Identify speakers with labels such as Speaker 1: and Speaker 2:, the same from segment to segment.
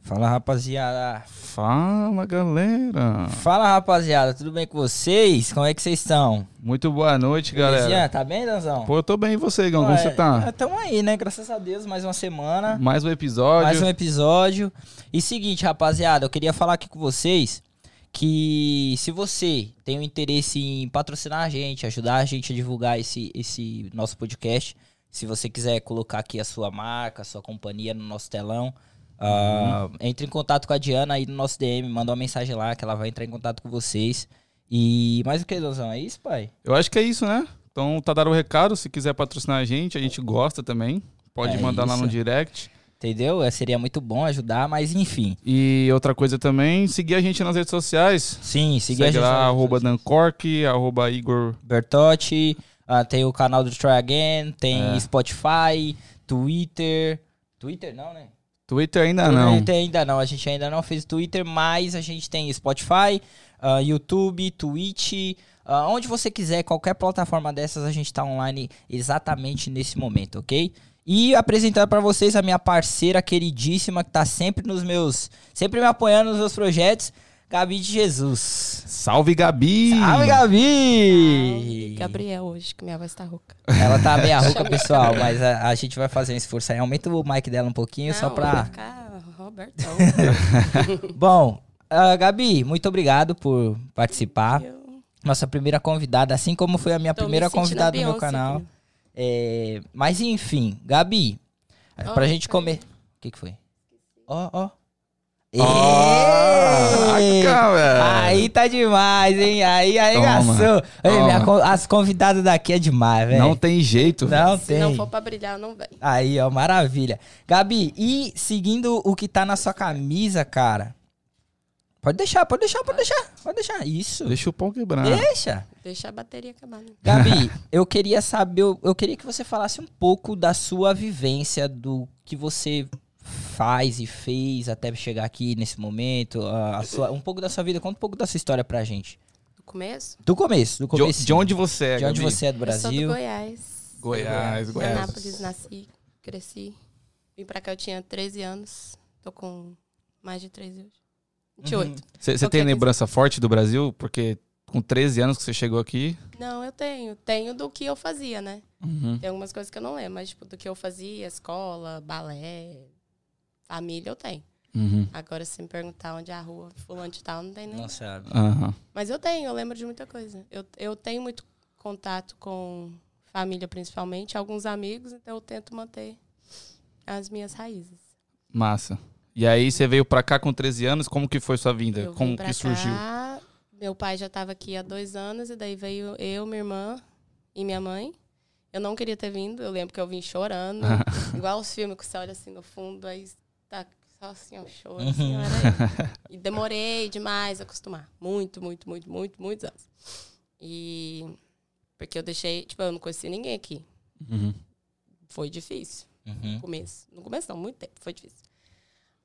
Speaker 1: Fala rapaziada.
Speaker 2: Fala galera!
Speaker 1: Fala rapaziada, tudo bem com vocês? Como é que vocês estão?
Speaker 2: Muito boa noite, galera.
Speaker 1: Belezinha? Tá bem, Danzão?
Speaker 2: Pô, eu tô bem e você, Igão? Como você tá?
Speaker 1: Estamos aí, né? Graças a Deus, mais uma semana,
Speaker 2: Mais um episódio.
Speaker 1: tá. mais um episódio. E seguinte, rapaziada, eu queria falar aqui com vocês que se você tem um interesse em patrocinar a gente, ajudar a gente a divulgar esse, esse nosso podcast, se você quiser colocar aqui a sua marca, a sua companhia no nosso telão, ah,
Speaker 2: Uhum.
Speaker 1: entre em contato com a Diana aí no nosso DM, manda uma mensagem lá que ela vai entrar em contato com vocês. E mais o que, Danzão? É isso, pai?
Speaker 2: Eu acho que é isso, né? Então tá dando o recado. Se quiser patrocinar a gente, a gente gosta também. Pode
Speaker 1: É
Speaker 2: mandar lá
Speaker 1: isso.
Speaker 2: no direct.
Speaker 1: Entendeu? É, seria muito bom ajudar, mas enfim.
Speaker 2: E outra coisa também, seguir a gente nas redes sociais.
Speaker 1: Sim, seguir a
Speaker 2: Segue
Speaker 1: gente
Speaker 2: lá,
Speaker 1: nas
Speaker 2: arroba Dancork, arroba Igor.
Speaker 1: Bertotti, ah, tem o canal do Try Again,
Speaker 2: É.
Speaker 1: tem Spotify, Twitter. Twitter não, né?
Speaker 2: Twitter ainda não.
Speaker 1: Twitter ainda não, a gente ainda não fez Twitter, mas a gente tem Spotify, ah, YouTube, Twitch, ah, onde você quiser, qualquer plataforma dessas, a gente tá online exatamente nesse momento, ok? E apresentar pra vocês a minha parceira queridíssima que tá sempre nos meus, sempre me apoiando nos meus projetos, Gabi de Jesus.
Speaker 2: Salve, Gabi!
Speaker 1: Salve, Gabi!
Speaker 3: Gabriel hoje, que minha voz tá rouca.
Speaker 1: Ela tá meia rouca, pessoal, mas a, a gente vai fazer um esforço aí. Aumenta o mic dela um pouquinho, só
Speaker 3: Não, vai
Speaker 1: pra.
Speaker 3: ficar Robertão.
Speaker 1: Bom, ah, Gabi, muito obrigado por participar.
Speaker 3: Eu
Speaker 1: Nossa primeira convidada, assim como foi a minha
Speaker 3: tô me
Speaker 1: primeira
Speaker 3: sentindo a
Speaker 1: convidada no meu
Speaker 3: Beyoncé
Speaker 1: canal.
Speaker 3: aqui.
Speaker 1: É, mas enfim, Gabi, pra
Speaker 3: Oi,
Speaker 1: gente comer. O que, que foi? Ó, ó. Ê!
Speaker 2: Caraca, velho!
Speaker 1: Aí tá demais, hein? Aí arregaçou. Ei,
Speaker 2: Toma.
Speaker 1: minha con- as convidadas daqui é demais, velho.
Speaker 2: Não tem jeito. velho.
Speaker 1: Não
Speaker 3: Se
Speaker 1: tem.
Speaker 3: não for pra brilhar, não vem.
Speaker 1: Aí, ó, maravilha. Gabi, e seguindo o que tá na sua camisa, cara. Pode deixar, pode deixar, pode deixar, pode deixar. Isso.
Speaker 2: Deixa o pau quebrar.
Speaker 1: Deixa.
Speaker 3: Deixa a bateria acabar. Né?
Speaker 1: Gabi, eu queria saber, eu, eu queria que você falasse um pouco da sua vivência, do que você faz e fez até chegar aqui nesse momento, a- a sua- um pouco da sua vida, conta um pouco da sua história pra gente.
Speaker 3: No começo,
Speaker 1: Do começo, do
Speaker 2: De, o-
Speaker 1: começo.
Speaker 2: de onde você é,
Speaker 1: de onde
Speaker 2: Gabi?
Speaker 1: você é do
Speaker 3: eu sou
Speaker 1: Brasil.
Speaker 3: do Goiás.
Speaker 2: Goiás, Goiás.
Speaker 3: Anápolis, né? nasci, cresci. Vim pra cá, eu tinha 13 anos. Tô com mais de 13 hoje. 28.
Speaker 1: Uhum.
Speaker 2: Você tem
Speaker 3: Qualquer
Speaker 2: lembrança forte do Brasil? Porque com 13 anos que você chegou aqui.
Speaker 3: Não, eu tenho. Tenho do que eu fazia, né?
Speaker 2: Uhum.
Speaker 3: Tem algumas coisas que eu não lembro, mas tipo, do que eu fazia, escola, balé, família, eu tenho.
Speaker 2: Uhum.
Speaker 3: Agora, se me perguntar onde é a rua, fulano de tal, não tem nem
Speaker 1: Não sabe.
Speaker 2: Aham.
Speaker 3: Mas eu tenho, eu lembro de muita coisa. Eu, eu tenho muito contato com família, principalmente, alguns amigos, então eu tento manter as minhas raízes.
Speaker 2: Massa. E aí você veio pra cá com 13 anos, como que foi sua vinda?
Speaker 3: eu
Speaker 2: como
Speaker 3: vim
Speaker 2: que
Speaker 3: pra
Speaker 2: surgiu?
Speaker 3: Cá, meu pai já estava aqui há dois anos, e daí veio eu, minha irmã e minha mãe. Eu não queria ter vindo, eu lembro que eu vim chorando, igual os filmes que você olha assim no fundo, aí tá só assim, ó, choro. Assim, ó, era eu. e demorei demais a acostumar. Muito, muito, muito, muito, muitos anos. E. Porque eu deixei, tipo, eu não conheci ninguém aqui.
Speaker 2: Uhum.
Speaker 3: Foi difícil
Speaker 1: Uhum.
Speaker 3: no começo. No começo não, muito tempo, foi difícil.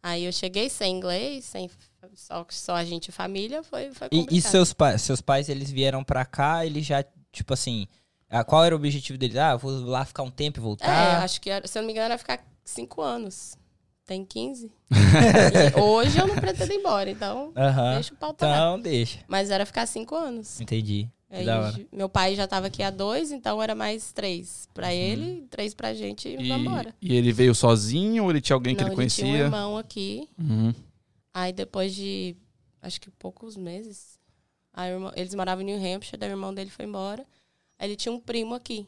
Speaker 3: Aí eu cheguei sem inglês, sem só, só a gente e família, foi, foi Tá complicado.
Speaker 1: E, e seus, pa seus pais, eles vieram pra cá, eles já, tipo assim, ah, qual era o objetivo deles? Ah, eu vou lá ficar um tempo e
Speaker 3: É,
Speaker 1: voltar.
Speaker 3: acho que, era, se eu não me engano, era ficar cinco anos. Tem 15. E hoje eu não pretendo ir embora, então
Speaker 1: Aham.
Speaker 3: deixa o pau torar.
Speaker 1: Então, deixa.
Speaker 3: Mas era ficar cinco anos.
Speaker 1: Entendi. Que
Speaker 3: Aí,
Speaker 1: da hora.
Speaker 3: meu pai já estava aqui há dois, então era mais três pra
Speaker 1: Uhum.
Speaker 3: ele, três pra gente e
Speaker 2: E,
Speaker 3: vambora.
Speaker 2: e ele veio sozinho ou ele tinha alguém que
Speaker 3: não,
Speaker 2: ele
Speaker 3: tinha um
Speaker 2: conhecia?
Speaker 3: irmão aqui,
Speaker 2: Uhum.
Speaker 3: Aí depois de acho que poucos meses, a irmã- eles moravam em New Hampshire, daí o irmão dele foi embora. Aí ele tinha um primo aqui.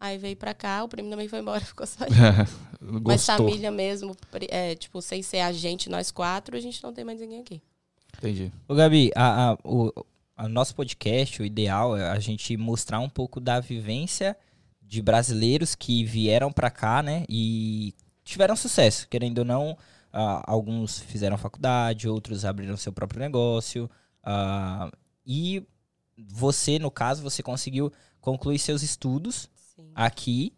Speaker 3: Aí veio pra cá, o primo também foi embora, ficou só ele. Mas
Speaker 2: Gostou.
Speaker 3: família mesmo, pri- é, tipo, sem ser a gente, nós quatro, a gente não tem mais ninguém aqui.
Speaker 2: Entendi.
Speaker 1: Ô, Gabi, a, a- o a nosso podcast, o ideal é a gente mostrar um pouco da vivência de brasileiros que vieram pra cá, né? E tiveram sucesso, querendo ou não. ah, alguns fizeram faculdade, outros abriram seu próprio negócio. ah, e você, no caso, você conseguiu concluir seus estudos
Speaker 3: Sim.
Speaker 1: aqui.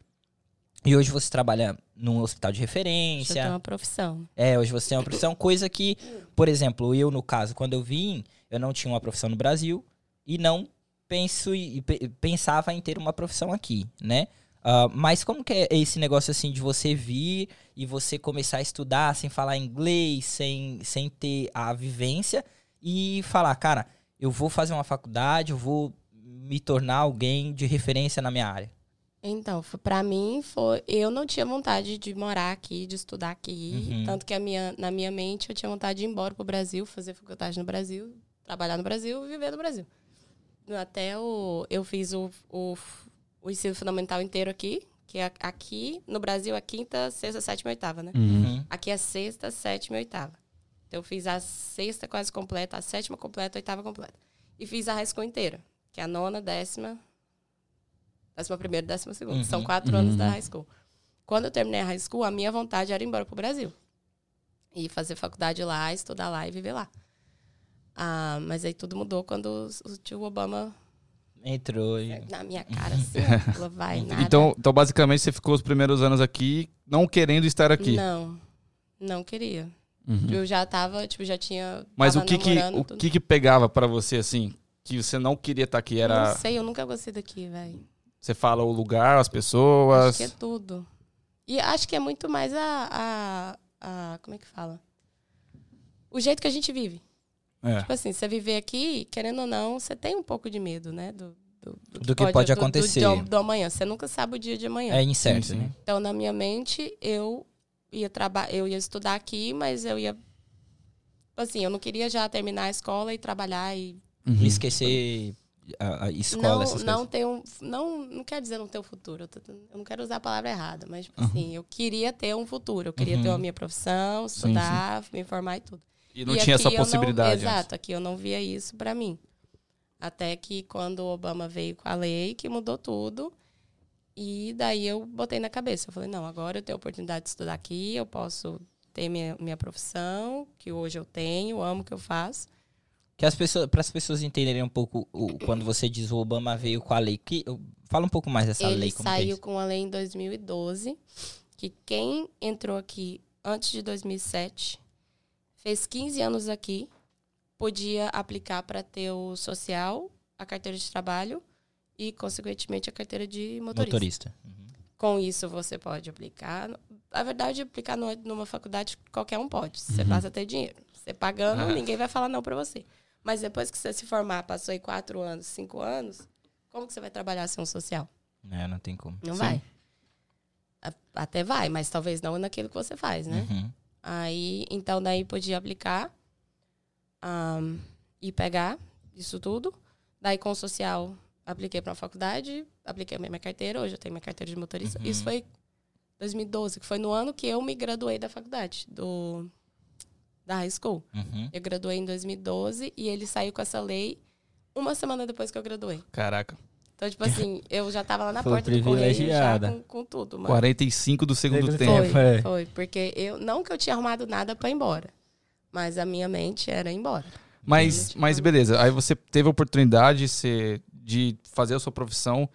Speaker 1: E hoje você trabalha num hospital de
Speaker 3: Deixa eu
Speaker 1: referência.
Speaker 3: ter uma profissão.
Speaker 1: É, hoje você tem uma profissão, coisa que, por exemplo, eu, no caso, quando eu vim, eu não tinha uma profissão no Brasil e não penso e, e pe- pensava em ter uma profissão aqui, né? Ah, Ah, mas como que é esse negócio assim de você vir e você começar a estudar sem falar inglês, sem, sem ter a vivência e falar, cara, eu vou fazer uma faculdade, eu vou me tornar alguém de referência na minha área?
Speaker 3: Então, fo- pra mim foi, eu não tinha vontade de morar aqui, de estudar aqui,
Speaker 1: Uhum.
Speaker 3: tanto que a minha, na minha mente eu tinha vontade de ir embora pro Brasil, fazer faculdade no Brasil, trabalhar no Brasil, viver no Brasil. Até o eu fiz o, o, o ensino fundamental inteiro aqui, que é aqui no Brasil é quinta, sexta, sétima e oitava, né?
Speaker 1: Uhum.
Speaker 3: Aqui é sexta, sétima e oitava. Então, eu fiz a sexta quase completa, a sétima completa, a oitava completa. E fiz a high school inteira, que é a nona, décima, décima primeira, décima segunda.
Speaker 1: Uhum,
Speaker 3: São quatro
Speaker 2: uhum.
Speaker 3: anos da high school. Quando eu terminei a high school, a minha vontade era ir embora pro Brasil. E fazer faculdade lá, estudar lá e viver lá. Ah, mas aí tudo mudou quando o, o tio Obama,
Speaker 1: Entrou. e-
Speaker 3: na minha cara, assim, ó, falou, vai, nada.
Speaker 2: Então, então, basicamente, você ficou os primeiros anos aqui não querendo estar aqui.
Speaker 3: Não, não queria.
Speaker 2: Uhum.
Speaker 3: Eu já tava, tipo, já tinha.
Speaker 2: Mas o
Speaker 3: tava
Speaker 2: que que,
Speaker 3: namorando,
Speaker 2: o
Speaker 3: tudo.
Speaker 2: que que pegava pra você, assim, que você não queria estar aqui? Era,
Speaker 3: Não sei, eu nunca gostei daqui, velho.
Speaker 2: você fala o lugar, as
Speaker 3: Acho
Speaker 2: pessoas...
Speaker 3: que é tudo. E acho que é muito mais a, a, a- Como é que fala? O jeito que a gente vive.
Speaker 2: É.
Speaker 3: Tipo assim, você viver aqui, querendo ou não, você tem um pouco de medo, né? Do, do,
Speaker 1: Do que pode
Speaker 3: do-
Speaker 1: acontecer.
Speaker 3: Do, do amanhã. Você nunca sabe o dia de amanhã.
Speaker 1: É incerto,
Speaker 2: Sim, sim.
Speaker 1: né?
Speaker 3: Então, na minha mente, eu ia trabalhar, eu ia estudar aqui, mas eu ia. Assim, eu não queria já terminar a escola e trabalhar e
Speaker 2: Uhum.
Speaker 1: Esquecer a, a escola,
Speaker 3: não,
Speaker 1: essas
Speaker 3: não
Speaker 1: coisas.
Speaker 3: tem um, não, não quer dizer não ter um futuro. Eu, tô- eu não quero usar a palavra errada, mas tipo
Speaker 2: Uhum.
Speaker 3: assim, eu queria ter um futuro. Eu queria ter a minha profissão,
Speaker 2: Sim,
Speaker 3: estudar, me formar e tudo.
Speaker 2: E não
Speaker 3: E
Speaker 2: tinha
Speaker 3: aqui
Speaker 2: essa
Speaker 3: eu não-
Speaker 2: possibilidade. antes.
Speaker 3: exato, aqui eu não via isso pra mim. Até que quando o Obama veio com a lei, que mudou tudo. E daí eu botei na cabeça. Eu falei, não, agora eu tenho a oportunidade de estudar aqui, eu posso ter minha, minha profissão, que hoje eu tenho, amo o que eu faço.
Speaker 1: Que as pessoas, para as pessoas entenderem um pouco o- quando você diz o Obama veio com a lei, que fala um pouco mais dessa
Speaker 3: Ele
Speaker 1: lei como que é
Speaker 3: saiu
Speaker 1: isso.
Speaker 3: com a lei em 2012, que quem entrou aqui antes de 2007, fez 15 anos aqui, podia aplicar para ter o social, a carteira de trabalho e, consequentemente, a carteira de motorista.
Speaker 1: motorista. Uhum.
Speaker 3: Com isso, você pode aplicar. Na verdade, aplicar no- numa faculdade, qualquer um pode. Você
Speaker 1: Uhum.
Speaker 3: passa a ter dinheiro. Você pagando,
Speaker 2: Ah.
Speaker 3: ninguém vai falar não para você. Mas depois que você se formar, passou aí quatro anos, cinco anos, como que você vai trabalhar sem um social?
Speaker 1: É, não tem como.
Speaker 3: Não
Speaker 2: Sim.
Speaker 3: vai. A- Até vai, mas talvez não naquilo que você faz, né?
Speaker 1: Uhum.
Speaker 3: Aí, então, daí podia aplicar ahn, e pegar isso tudo. Daí, com o social, apliquei para uma faculdade, apliquei a minha carteira, hoje eu tenho minha carteira de motorista.
Speaker 1: Uhum.
Speaker 3: Isso foi 2012, que foi no ano que eu me graduei da faculdade, do, da high school.
Speaker 1: Uhum.
Speaker 3: Eu graduei em 2012 e ele saiu com essa lei uma semana depois que eu graduei.
Speaker 2: Caraca.
Speaker 3: Então, tipo assim, eu já tava lá na
Speaker 1: Foi
Speaker 3: porta do correio já
Speaker 1: privilegiada.
Speaker 3: com, com tudo, mano.
Speaker 2: 45 do segundo
Speaker 1: Foi.
Speaker 2: tempo.
Speaker 1: é.
Speaker 3: Foi, foi, porque eu não que eu tinha arrumado nada pra ir embora, mas a minha mente era ir embora.
Speaker 2: Mas, mas beleza, aí você teve a oportunidade você- de fazer a sua profissão,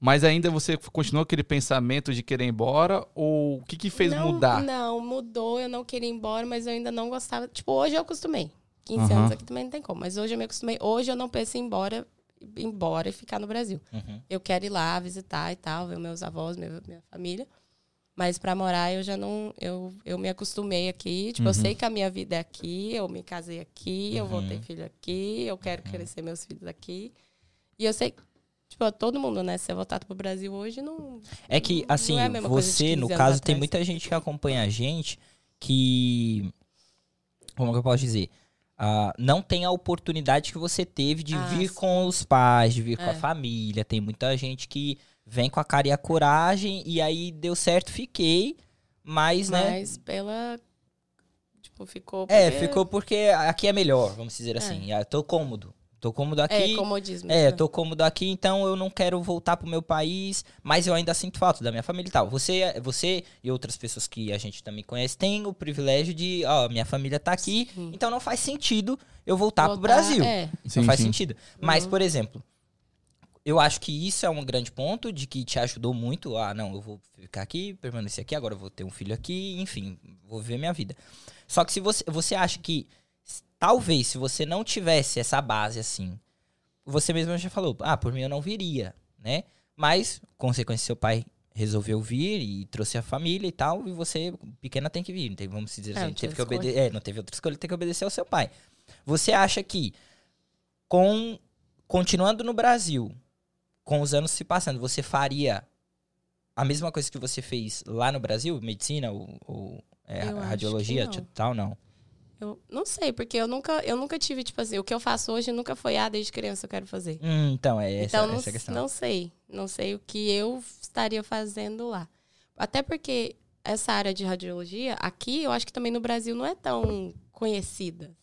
Speaker 2: mas ainda você continuou aquele pensamento de querer ir embora? Ou o que, que fez
Speaker 3: não,
Speaker 2: mudar?
Speaker 3: Não, mudou, eu não queria ir embora, mas eu ainda não gostava. Tipo, hoje eu acostumei. 15
Speaker 2: Aham.
Speaker 3: anos aqui também não tem como, mas hoje eu me acostumei. Hoje eu não penso em ir embora, ir embora e ficar no Brasil.
Speaker 1: Uhum.
Speaker 3: Eu quero ir lá visitar e tal, ver meus avós, minha, minha família. Mas pra morar eu já não. Eu, eu me acostumei aqui. Tipo, eu
Speaker 1: Uhum.
Speaker 3: sei que a minha vida é aqui, eu me casei aqui, eu vou
Speaker 1: Uhum.
Speaker 3: ter filho aqui, eu quero crescer meus filhos aqui. E eu sei. Tipo, todo mundo, né? Se é votado pro Brasil hoje, não.
Speaker 1: É que,
Speaker 3: Não é
Speaker 1: assim,
Speaker 3: a mesma coisa de
Speaker 1: você,
Speaker 3: 15
Speaker 1: no
Speaker 3: anos
Speaker 1: caso, tem
Speaker 3: atrás.
Speaker 1: muita gente que acompanha a gente que. Como que eu posso dizer? Ah, não tem a oportunidade que você teve de
Speaker 3: Ah,
Speaker 1: vir
Speaker 3: sim.
Speaker 1: com os pais, de vir com a
Speaker 3: É.
Speaker 1: família. Tem muita gente que vem com a cara e a coragem, e aí deu certo, fiquei. Mas, né?
Speaker 3: Mas pela. Tipo, ficou.
Speaker 1: É,
Speaker 3: porque-
Speaker 1: ficou porque aqui é melhor, vamos dizer assim. Ah, Tô cômodo. Tô cômodo aqui.
Speaker 3: É, comodismo.
Speaker 1: É,
Speaker 3: né?
Speaker 1: tô cômodo aqui, então eu não quero voltar pro meu país, mas eu ainda sinto falta da minha família e tal. Você, você e outras pessoas que a gente também conhece têm o privilégio de, ó, minha família tá aqui,
Speaker 3: Sim.
Speaker 1: então não faz sentido eu voltar, pro
Speaker 3: Voltar-
Speaker 1: Brasil.
Speaker 3: É, Uhum.
Speaker 1: não
Speaker 2: Sim,
Speaker 1: faz
Speaker 2: sim.
Speaker 1: sentido. Mas, por exemplo, eu acho que isso é um grande ponto de que te ajudou muito. Ah, não, eu vou ficar aqui, permanecer aqui, agora eu vou ter um filho aqui, enfim, vou viver minha vida. Só que se você, você acha que s- talvez se você não tivesse essa base assim, você mesmo já falou, ah, por mim eu não viria, né? Mas, consequência, seu pai resolveu vir e trouxe a família e tal, e você, pequena, tem que vir. Tem, vamos dizer
Speaker 3: É,
Speaker 1: assim,
Speaker 3: não
Speaker 1: teve
Speaker 3: teve
Speaker 1: que
Speaker 3: escolha.
Speaker 1: obedecer. É, não teve outra escolha, tem que obedecer ao seu pai. Você acha que, com continuando no Brasil, com os anos se passando, você faria a mesma coisa que você fez lá no Brasil? Medicina ou, ou, é,
Speaker 3: Eu acho que
Speaker 1: radiologia?
Speaker 3: não.
Speaker 1: tipo, Tal, não.
Speaker 3: Eu não sei, porque eu nunca, eu nunca tive, tipo assim, o que eu faço hoje nunca foi, ah, desde criança eu quero fazer.
Speaker 1: Hum, então, é essa,
Speaker 3: então, não,
Speaker 1: essa a questão.
Speaker 3: não sei. Não sei o que eu estaria fazendo lá. Até porque essa área de radiologia, aqui, eu acho que também no Brasil não é tão conhecida.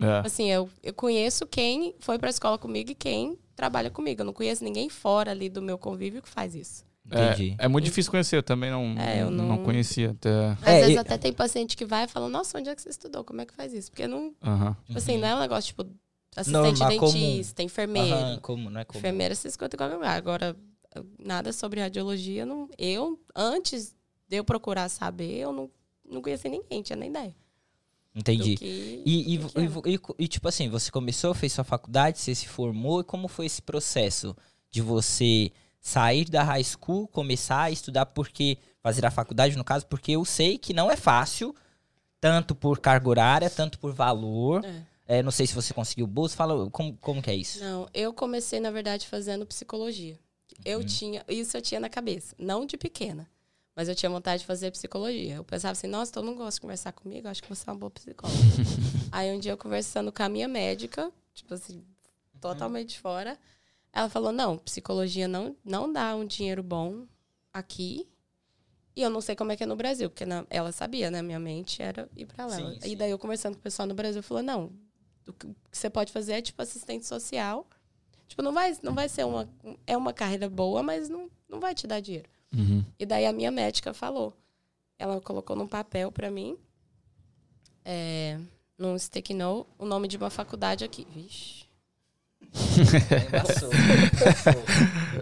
Speaker 2: É.
Speaker 3: Assim, eu, eu conheço quem foi pra escola comigo e quem trabalha comigo. Eu não conheço ninguém fora ali do meu convívio que faz isso.
Speaker 1: Entendi.
Speaker 2: É, é muito difícil conhecer, eu também não,
Speaker 3: É, eu
Speaker 2: não...
Speaker 3: não-
Speaker 2: conhecia até.
Speaker 3: Às
Speaker 1: É,
Speaker 3: vezes
Speaker 1: e-
Speaker 3: até tem paciente que vai e fala, nossa, onde é que você estudou? Como é que faz isso? Porque não,
Speaker 2: Aham.
Speaker 3: tipo assim, não é um negócio, tipo, assistente
Speaker 1: Uhum. Normal, comum.
Speaker 3: dentista, enfermeiro.
Speaker 1: Aham, como, não é como.
Speaker 3: Enfermeira se escuta em qualquer lugar. Agora, nada sobre radiologia, não, eu, antes de eu procurar saber, eu não, não conhecia ninguém, tinha nem ideia. do
Speaker 1: Entendi.
Speaker 3: que-
Speaker 1: E, e,
Speaker 3: do que
Speaker 1: e
Speaker 3: era.
Speaker 1: vo- e co- e, tipo assim, você começou, fez sua faculdade, você se formou, e como foi esse processo de você sair da high school, começar a estudar, porque fazer a faculdade, no caso, porque eu sei que não é fácil, tanto por carga horária, tanto por valor.
Speaker 3: É.
Speaker 1: É, não sei se você conseguiu bolsa, fala como, como que é isso?
Speaker 3: Não, eu comecei, na verdade, fazendo psicologia.
Speaker 1: Uhum.
Speaker 3: Eu tinha, isso eu tinha na cabeça, não de pequena, mas eu tinha vontade de fazer psicologia. Eu pensava assim, nossa, todo mundo gosta de conversar comigo, acho que você é uma boa psicóloga. Aí um dia eu conversando com a minha médica, tipo assim, totalmente fora, ela falou: "Não, psicologia não não dá um dinheiro bom aqui". E eu não sei como é que é no Brasil, porque na- ela sabia, né? Minha mente era ir pra lá.
Speaker 1: Sim,
Speaker 3: E
Speaker 1: sim.
Speaker 3: daí eu conversando com o pessoal no Brasil, falou: "Não, o que o que você pode fazer é tipo assistente social. Tipo, não vai não vai ser uma é uma carreira boa, mas não não vai te dar dinheiro".
Speaker 2: Uhum.
Speaker 3: E daí a minha médica falou. Ela colocou num papel pra mim, é, num stick note, o nome de uma faculdade aqui. Vixe.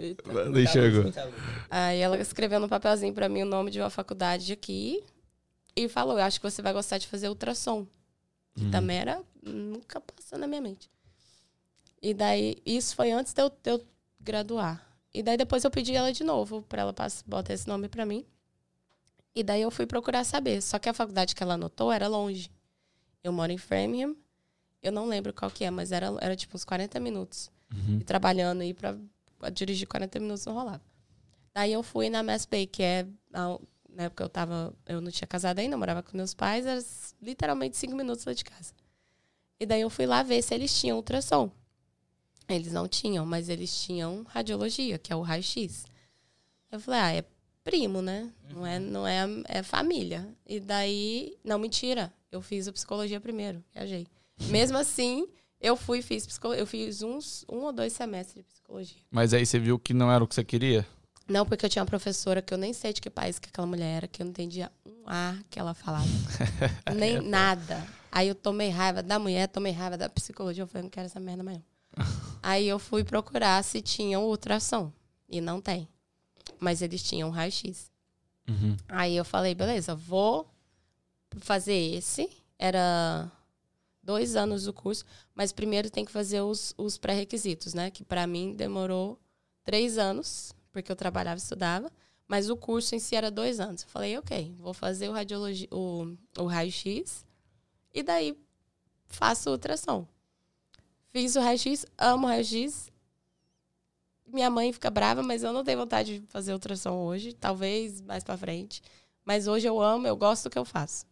Speaker 3: Eita.
Speaker 2: Não enxergou.
Speaker 3: Aí ela escreveu no papelzinho pra mim o nome de uma faculdade aqui e falou: Eu acho que você vai gostar de fazer ultrassom. Que
Speaker 2: Uhum.
Speaker 3: também era. Nunca passou na minha mente. E daí, isso foi antes de eu, de eu graduar. E daí depois eu pedi ela de novo pra ela pass- botar esse nome pra mim. E daí eu fui procurar saber. Só que a faculdade que ela anotou era longe. Eu moro em Framingham. Eu não lembro qual que é, mas era, era tipo uns 40 minutos.
Speaker 2: Uhum.
Speaker 3: E trabalhando e pra pra dirigir 40 minutos não rolava. Daí eu fui na Mass Bay, que é a- na época eu tava, eu não tinha casado ainda, eu morava com meus pais, era s- literalmente cinco minutos lá de casa. E daí eu fui lá ver se eles tinham ultrassom. Eles não tinham, mas eles tinham radiologia, que é o raio-x. Eu falei, ah, é primo, né? Não é, não é, é família. E daí, não, mentira, eu fiz o psicologia primeiro, viajei. Mesmo assim, eu fui e fiz psicologia, eu fiz uns um ou dois semestres de psicologia.
Speaker 2: Mas aí você viu que não era o que você queria?
Speaker 3: Não, porque eu tinha uma professora que eu nem sei de que país que aquela mulher era, que eu não entendia um A que ela falava. nem nada. Aí eu tomei raiva da mulher, tomei raiva da psicologia. Eu falei, não quero essa merda amanhã. Aí eu fui procurar se tinham ultrassom. E não tem. Mas eles tinham raio-x.
Speaker 2: Uhum.
Speaker 3: Aí eu falei, beleza, vou fazer esse. Era dois anos do curso, mas primeiro tem que fazer os, os pré-requisitos, né? Que pra mim demorou três anos, porque eu trabalhava e estudava, mas o curso em si era dois anos. Eu falei, ok, vou fazer o radiologia, o, o raio-x, e daí faço ultrassom. Fiz o raio-x, amo raio-x. Minha mãe fica brava, mas eu não tenho vontade de fazer ultrassom hoje, talvez mais pra frente. Mas hoje eu amo, eu gosto do que eu faço.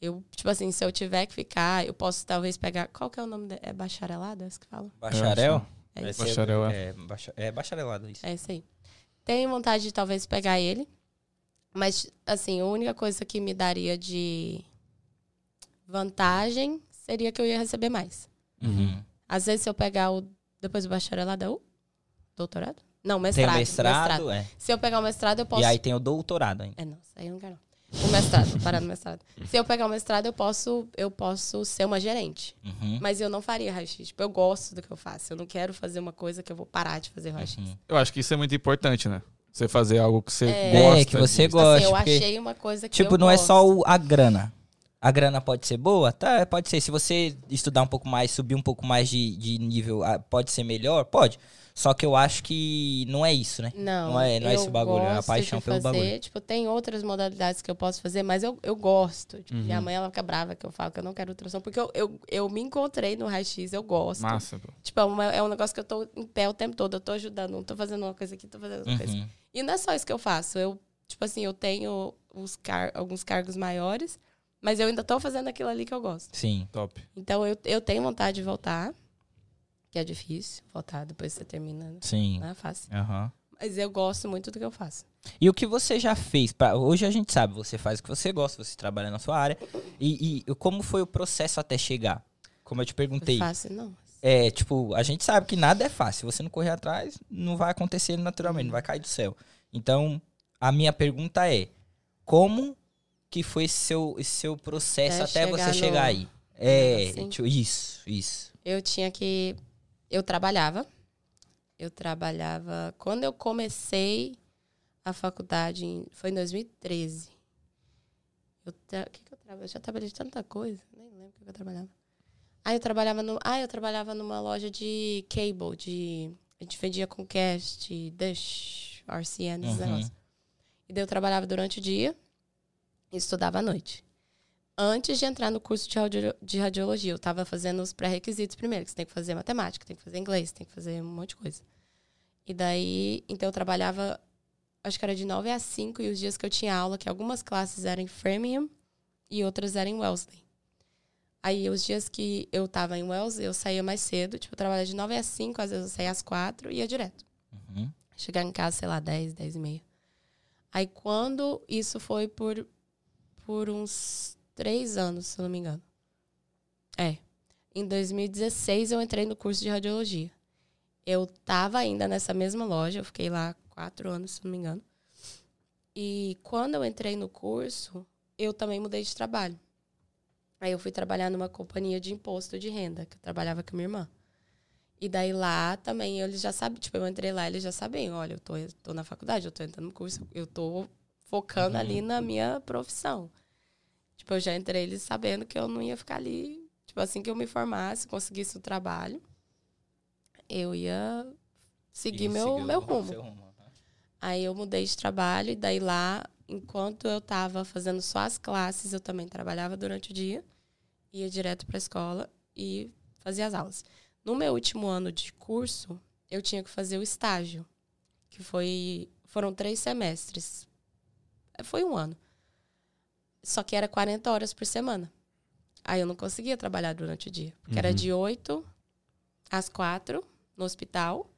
Speaker 3: Eu, tipo assim, se eu tiver que ficar, eu posso talvez pegar. Qual que é o nome? da- É bacharelado? É isso que fala?
Speaker 1: Bacharel?
Speaker 3: É isso.
Speaker 2: Bacharel,
Speaker 1: é. bacha- é bacharelado isso.
Speaker 3: É isso aí. Tenho vontade de talvez pegar ele. Mas, assim, a única coisa que me daria de vantagem seria que eu ia receber mais.
Speaker 1: Uhum.
Speaker 3: Às vezes, se eu pegar o. Depois do bacharelado, é o doutorado? Não,
Speaker 1: Tem
Speaker 3: mestrado.
Speaker 1: o mestrado, é.
Speaker 3: Se eu pegar o mestrado, eu posso.
Speaker 1: E aí tem o doutorado ainda.
Speaker 3: É, não, isso aí eu não quero. não. O mestrado, vou parar no mestrado. Se eu pegar o mestrado, eu posso, eu posso ser uma gerente.
Speaker 1: Uhum.
Speaker 3: Mas eu não faria raio-x. Tipo, eu gosto do que eu faço. Eu não quero fazer uma coisa que eu vou parar de fazer raio-x.
Speaker 1: Uhum.
Speaker 2: Eu acho que isso é muito importante, né? Você fazer algo que você
Speaker 3: É.
Speaker 2: gosta.
Speaker 1: É, que você
Speaker 2: de-
Speaker 3: Tipo assim,
Speaker 1: gosta.
Speaker 3: eu
Speaker 1: porque-
Speaker 3: achei uma coisa que
Speaker 1: Tipo,
Speaker 3: eu
Speaker 1: não é
Speaker 3: gosto.
Speaker 1: só o- a grana. A grana pode ser boa? Tá, pode ser. Se você estudar um pouco mais, subir um pouco mais de, de nível, ah, pode ser melhor? Pode. Só que eu acho que não é isso, né?
Speaker 3: Não,
Speaker 1: Não é- não é
Speaker 3: eu
Speaker 1: esse bagulho, é a
Speaker 3: gosto
Speaker 1: paixão
Speaker 3: de
Speaker 1: pelo
Speaker 3: fazer.
Speaker 1: bagulho.
Speaker 3: Tipo, tem outras modalidades que eu posso fazer, mas eu, eu gosto. Tipo,
Speaker 1: Uhum.
Speaker 3: Minha mãe, ela fica brava que eu falo que eu não quero ultrassom, porque eu, eu, eu me encontrei no raio-x, eu gosto.
Speaker 2: Massa, pô.
Speaker 3: Tipo, é, uma- é um negócio que eu tô em pé o tempo todo, eu tô ajudando, não tô fazendo uma coisa aqui, tô fazendo outra coisa.
Speaker 1: Uhum.
Speaker 3: E não é só isso que eu faço. Eu, tipo assim, eu tenho uns car- alguns cargos maiores, mas eu ainda tô fazendo aquilo ali que eu gosto.
Speaker 1: Sim.
Speaker 2: Top.
Speaker 3: Então, eu, eu tenho vontade de voltar, que é difícil voltar depois que você termina,
Speaker 1: Sim.
Speaker 3: não é fácil.
Speaker 2: Aham.
Speaker 3: Mas eu gosto muito do que eu faço.
Speaker 1: E o que você já fez? pra- Hoje a gente sabe, você faz o que você gosta, você trabalha na sua área. E, e como foi o processo até chegar? Como eu te perguntei.
Speaker 3: Fácil, não.
Speaker 1: É, tipo, a gente sabe que nada é fácil. Se você não correr atrás, não vai acontecer naturalmente,
Speaker 3: Uhum.
Speaker 1: não vai cair do céu. Então, a minha pergunta é: como que foi esse seu, esse seu processo
Speaker 3: Até
Speaker 1: até, você
Speaker 3: É chegar
Speaker 1: chegar
Speaker 3: no-
Speaker 1: aí? É,
Speaker 3: Assim.
Speaker 1: tipo, isso, isso.
Speaker 3: Eu tinha que. Eu trabalhava. Eu trabalhava. Quando eu comecei a faculdade, em- foi em 2013. Eu tra... O que, que eu trabalhava? Eu já trabalhei de tanta coisa, nem lembro o que que eu trabalhava. Ah, eu trabalhava, no... ah, eu trabalhava numa loja de cable, de. A gente vendia Comcast, Dash, RCN, esses
Speaker 1: Uhum.
Speaker 3: negócios. E daí eu trabalhava durante o dia e estudava à noite. Antes de entrar no curso de, radio- de radiologia, eu estava fazendo os pré-requisitos primeiro, que você tem que fazer matemática, tem que fazer inglês, tem que fazer um monte de coisa. E daí, então eu trabalhava, acho que era de 9 a 5, e os dias que eu tinha aula, que algumas classes eram em Framingham e outras eram em Wellesley. Aí, os dias que eu estava em Wellesley, eu saía mais cedo, tipo, eu trabalhava de 9 a 5, às vezes eu saía às 4 e ia direto.
Speaker 1: Uhum.
Speaker 3: Chegar em casa, sei lá, 10, 10 e meia. Aí quando isso foi por, por uns três anos, se eu não me engano. É. Em 2016 eu entrei no curso de radiologia. Eu tava ainda nessa mesma loja, eu fiquei lá quatro anos, se eu não me engano. E quando eu entrei no curso, eu também mudei de trabalho. Aí eu fui trabalhar numa companhia de imposto de renda, que eu trabalhava com a minha irmã. E daí lá também eles já sabem, tipo, eu entrei lá, eles já sabem, olha, eu tô, eu tô na faculdade, eu tô entrando no curso, eu tô focando ali na minha profissão. Tipo, eu já entrei eles sabendo que eu não ia ficar ali, tipo, assim que eu me formasse, conseguisse um trabalho, eu ia seguir
Speaker 1: E
Speaker 3: meu,
Speaker 1: seguiu
Speaker 3: meu
Speaker 1: o
Speaker 3: rumo.
Speaker 1: seu rumo, aham.
Speaker 3: Aí eu mudei de trabalho e daí lá, enquanto eu tava fazendo só as classes, eu também trabalhava durante o dia, ia direto pra escola e fazia as aulas. No meu último ano de curso, eu tinha que fazer o estágio, que foi foram três semestres. Eh, Foi um ano. Só que era 40 horas por semana. Aí eu não conseguia trabalhar durante o dia, porque era
Speaker 2: Uhum.
Speaker 3: de 8 às 4 no hospital.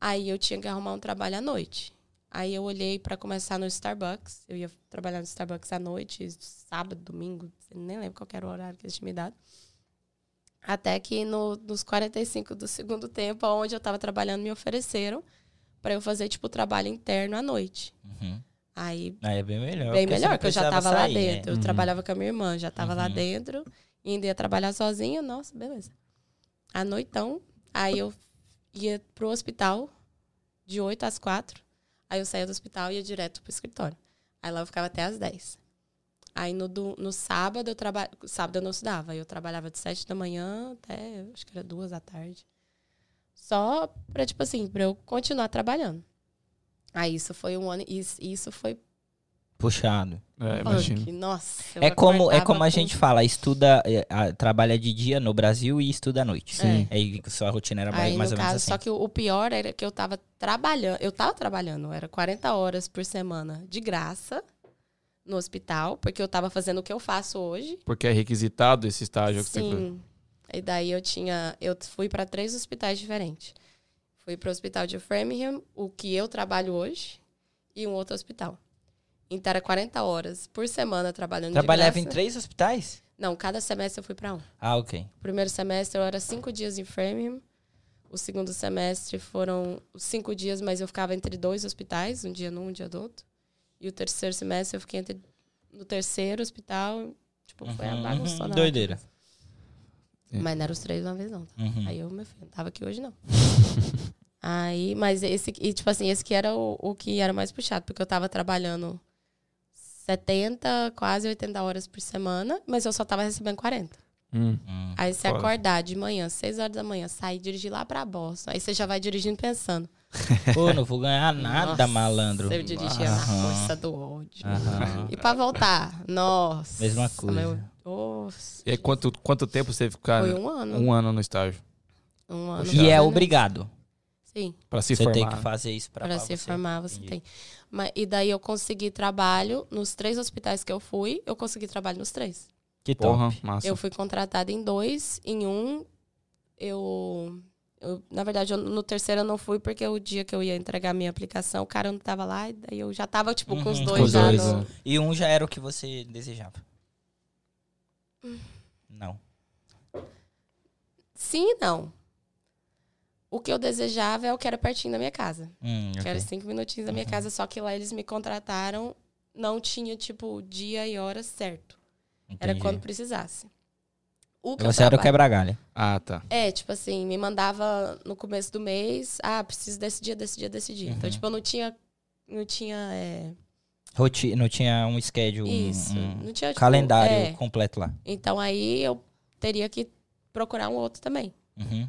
Speaker 3: Aí eu tinha que arrumar um trabalho à noite. Aí eu olhei pra começar no Starbucks. Eu ia trabalhar no Starbucks à noite, sábado, domingo, nem lembro qual que era o horário que eles tinham me dado. Até que no- nos 45 do segundo tempo, onde eu tava trabalhando, me ofereceram pra eu fazer, tipo, trabalho interno à noite.
Speaker 1: Uhum.
Speaker 3: Aí,
Speaker 1: Aí é bem melhor.
Speaker 3: bem
Speaker 1: porque você
Speaker 3: melhor,
Speaker 1: não
Speaker 3: porque eu já
Speaker 1: precisava
Speaker 3: tava lá
Speaker 1: sair, né?
Speaker 3: dentro. Eu
Speaker 2: Uhum.
Speaker 3: trabalhava com a minha irmã, já tava lá
Speaker 1: Uhum.
Speaker 3: dentro. E ainda ia trabalhar sozinha, nossa, beleza. À noitão, aí eu ia pro hospital de 8 às 4. Aí eu saía do hospital e ia direto pro escritório. Aí lá eu ficava até às 10. Aí no, do- no sábado eu trabalhava. Sábado eu não estudava. Aí eu trabalhava de 7 da manhã até acho que era duas da tarde. Só pra, tipo assim, pra eu continuar trabalhando. Aí isso foi um ano. Isso, isso foi
Speaker 1: Puxado.
Speaker 2: É,
Speaker 3: punk.
Speaker 2: imagino.
Speaker 3: Nossa. eu
Speaker 1: É como, é
Speaker 3: acordava
Speaker 1: como a
Speaker 3: com-
Speaker 1: gente fala, estuda, é, a- trabalha de dia no Brasil e estuda à noite. É
Speaker 3: Sim.
Speaker 1: Aí sua rotina era mais,
Speaker 3: Aí,
Speaker 1: mais
Speaker 3: no
Speaker 1: ou menos
Speaker 3: caso,
Speaker 1: assim.
Speaker 3: só que o o pior era que eu tava trabalhando. Eu tava trabalhando, era 40 horas por semana de graça no hospital, porque eu tava fazendo o que eu faço hoje.
Speaker 2: Porque é requisitado esse estágio que você
Speaker 3: Sim. E daí eu tinha. Eu fui para três hospitais diferentes. Fui para o hospital de Framingham, o que eu trabalho hoje, e um outro hospital. Então era 40 horas por semana trabalhando
Speaker 1: Trabalhava
Speaker 3: de
Speaker 1: em
Speaker 3: graça.
Speaker 1: três hospitais?
Speaker 3: Não, cada semestre eu fui para um.
Speaker 1: Ah, ok.
Speaker 3: O primeiro semestre eu era cinco dias em Framingham. O segundo semestre foram os cinco dias, mas eu ficava entre dois hospitais, um dia num, um dia do outro. E o terceiro semestre eu fiquei entre, no terceiro hospital. Tipo, foi a
Speaker 1: Uhum,
Speaker 3: bagunça
Speaker 1: uhum,
Speaker 3: na
Speaker 1: doideira.
Speaker 2: Sim.
Speaker 3: Mas não eram os três de uma vez, não. tá?
Speaker 1: Uhum.
Speaker 3: Aí eu, meu filho, não tava aqui hoje, não. Aí, mas esse, e tipo assim, esse que era o, o que era mais puxado, porque eu tava trabalhando 70, quase 80 horas por semana, mas eu só tava recebendo 40.
Speaker 2: Hum.
Speaker 1: Hum.
Speaker 3: Aí você
Speaker 2: Foda.
Speaker 3: acordar de manhã, 6 horas da manhã, sair dirigir lá pra Boston. Aí você já vai dirigindo pensando.
Speaker 1: Pô, não vou ganhar nada,
Speaker 3: "Nossa,
Speaker 1: malandro.
Speaker 3: Eu dirigia na
Speaker 1: Aham.
Speaker 3: força do ódio.
Speaker 1: Aham.
Speaker 3: E pra voltar, nossa.
Speaker 1: Mesma coisa.
Speaker 3: meu- nossa.
Speaker 2: E aí, quanto, quanto tempo você ficar
Speaker 3: Foi um ano.
Speaker 2: um ano no estágio?
Speaker 3: Um, ano.
Speaker 1: E é
Speaker 3: né?
Speaker 1: obrigado.
Speaker 3: Sim,
Speaker 2: Pra se
Speaker 1: você
Speaker 2: formar.
Speaker 1: tem que fazer isso pra,
Speaker 3: pra,
Speaker 1: pra você.
Speaker 3: se formar você
Speaker 1: Entendi.
Speaker 3: tem. Mas, e daí eu consegui trabalho nos três hospitais que eu fui, eu consegui trabalho nos três.
Speaker 1: Que top.
Speaker 2: Porra, massa.
Speaker 3: Eu fui contratada em dois, em um eu, eu- na verdade eu- no terceiro eu não fui porque o dia que eu ia entregar minha aplicação, o cara não tava lá, e daí eu já tava tipo com os
Speaker 1: Uhum.
Speaker 3: dois
Speaker 1: Com os
Speaker 3: já
Speaker 1: dois,
Speaker 3: no-
Speaker 2: né?
Speaker 1: E um já era o que você desejava. Não.
Speaker 3: Sim e não. O que eu desejava é o que era pertinho da minha casa.
Speaker 1: Hum,
Speaker 3: Que era assim,
Speaker 1: ok. Uhum.
Speaker 3: cinco minutinhos da minha casa, só que lá eles me contrataram, não tinha tipo dia e hora certo. Era
Speaker 1: Entendi.
Speaker 3: quando precisasse. O que eu
Speaker 1: Você era o
Speaker 3: trabalho-
Speaker 1: quebra-galha.
Speaker 2: Ah, tá.
Speaker 3: É, tipo assim, me mandava no começo do mês, ah, preciso desse dia, desse dia, desse dia. Então,
Speaker 1: Uhum.
Speaker 3: tipo, eu não tinha. Não tinha. é,
Speaker 1: Roti- Não tinha um schedule, um-
Speaker 3: isso.
Speaker 1: um
Speaker 3: não tinha tipo,
Speaker 1: calendário
Speaker 3: é.
Speaker 1: completo lá.
Speaker 3: Então aí eu teria que procurar um outro também.
Speaker 1: Uhum.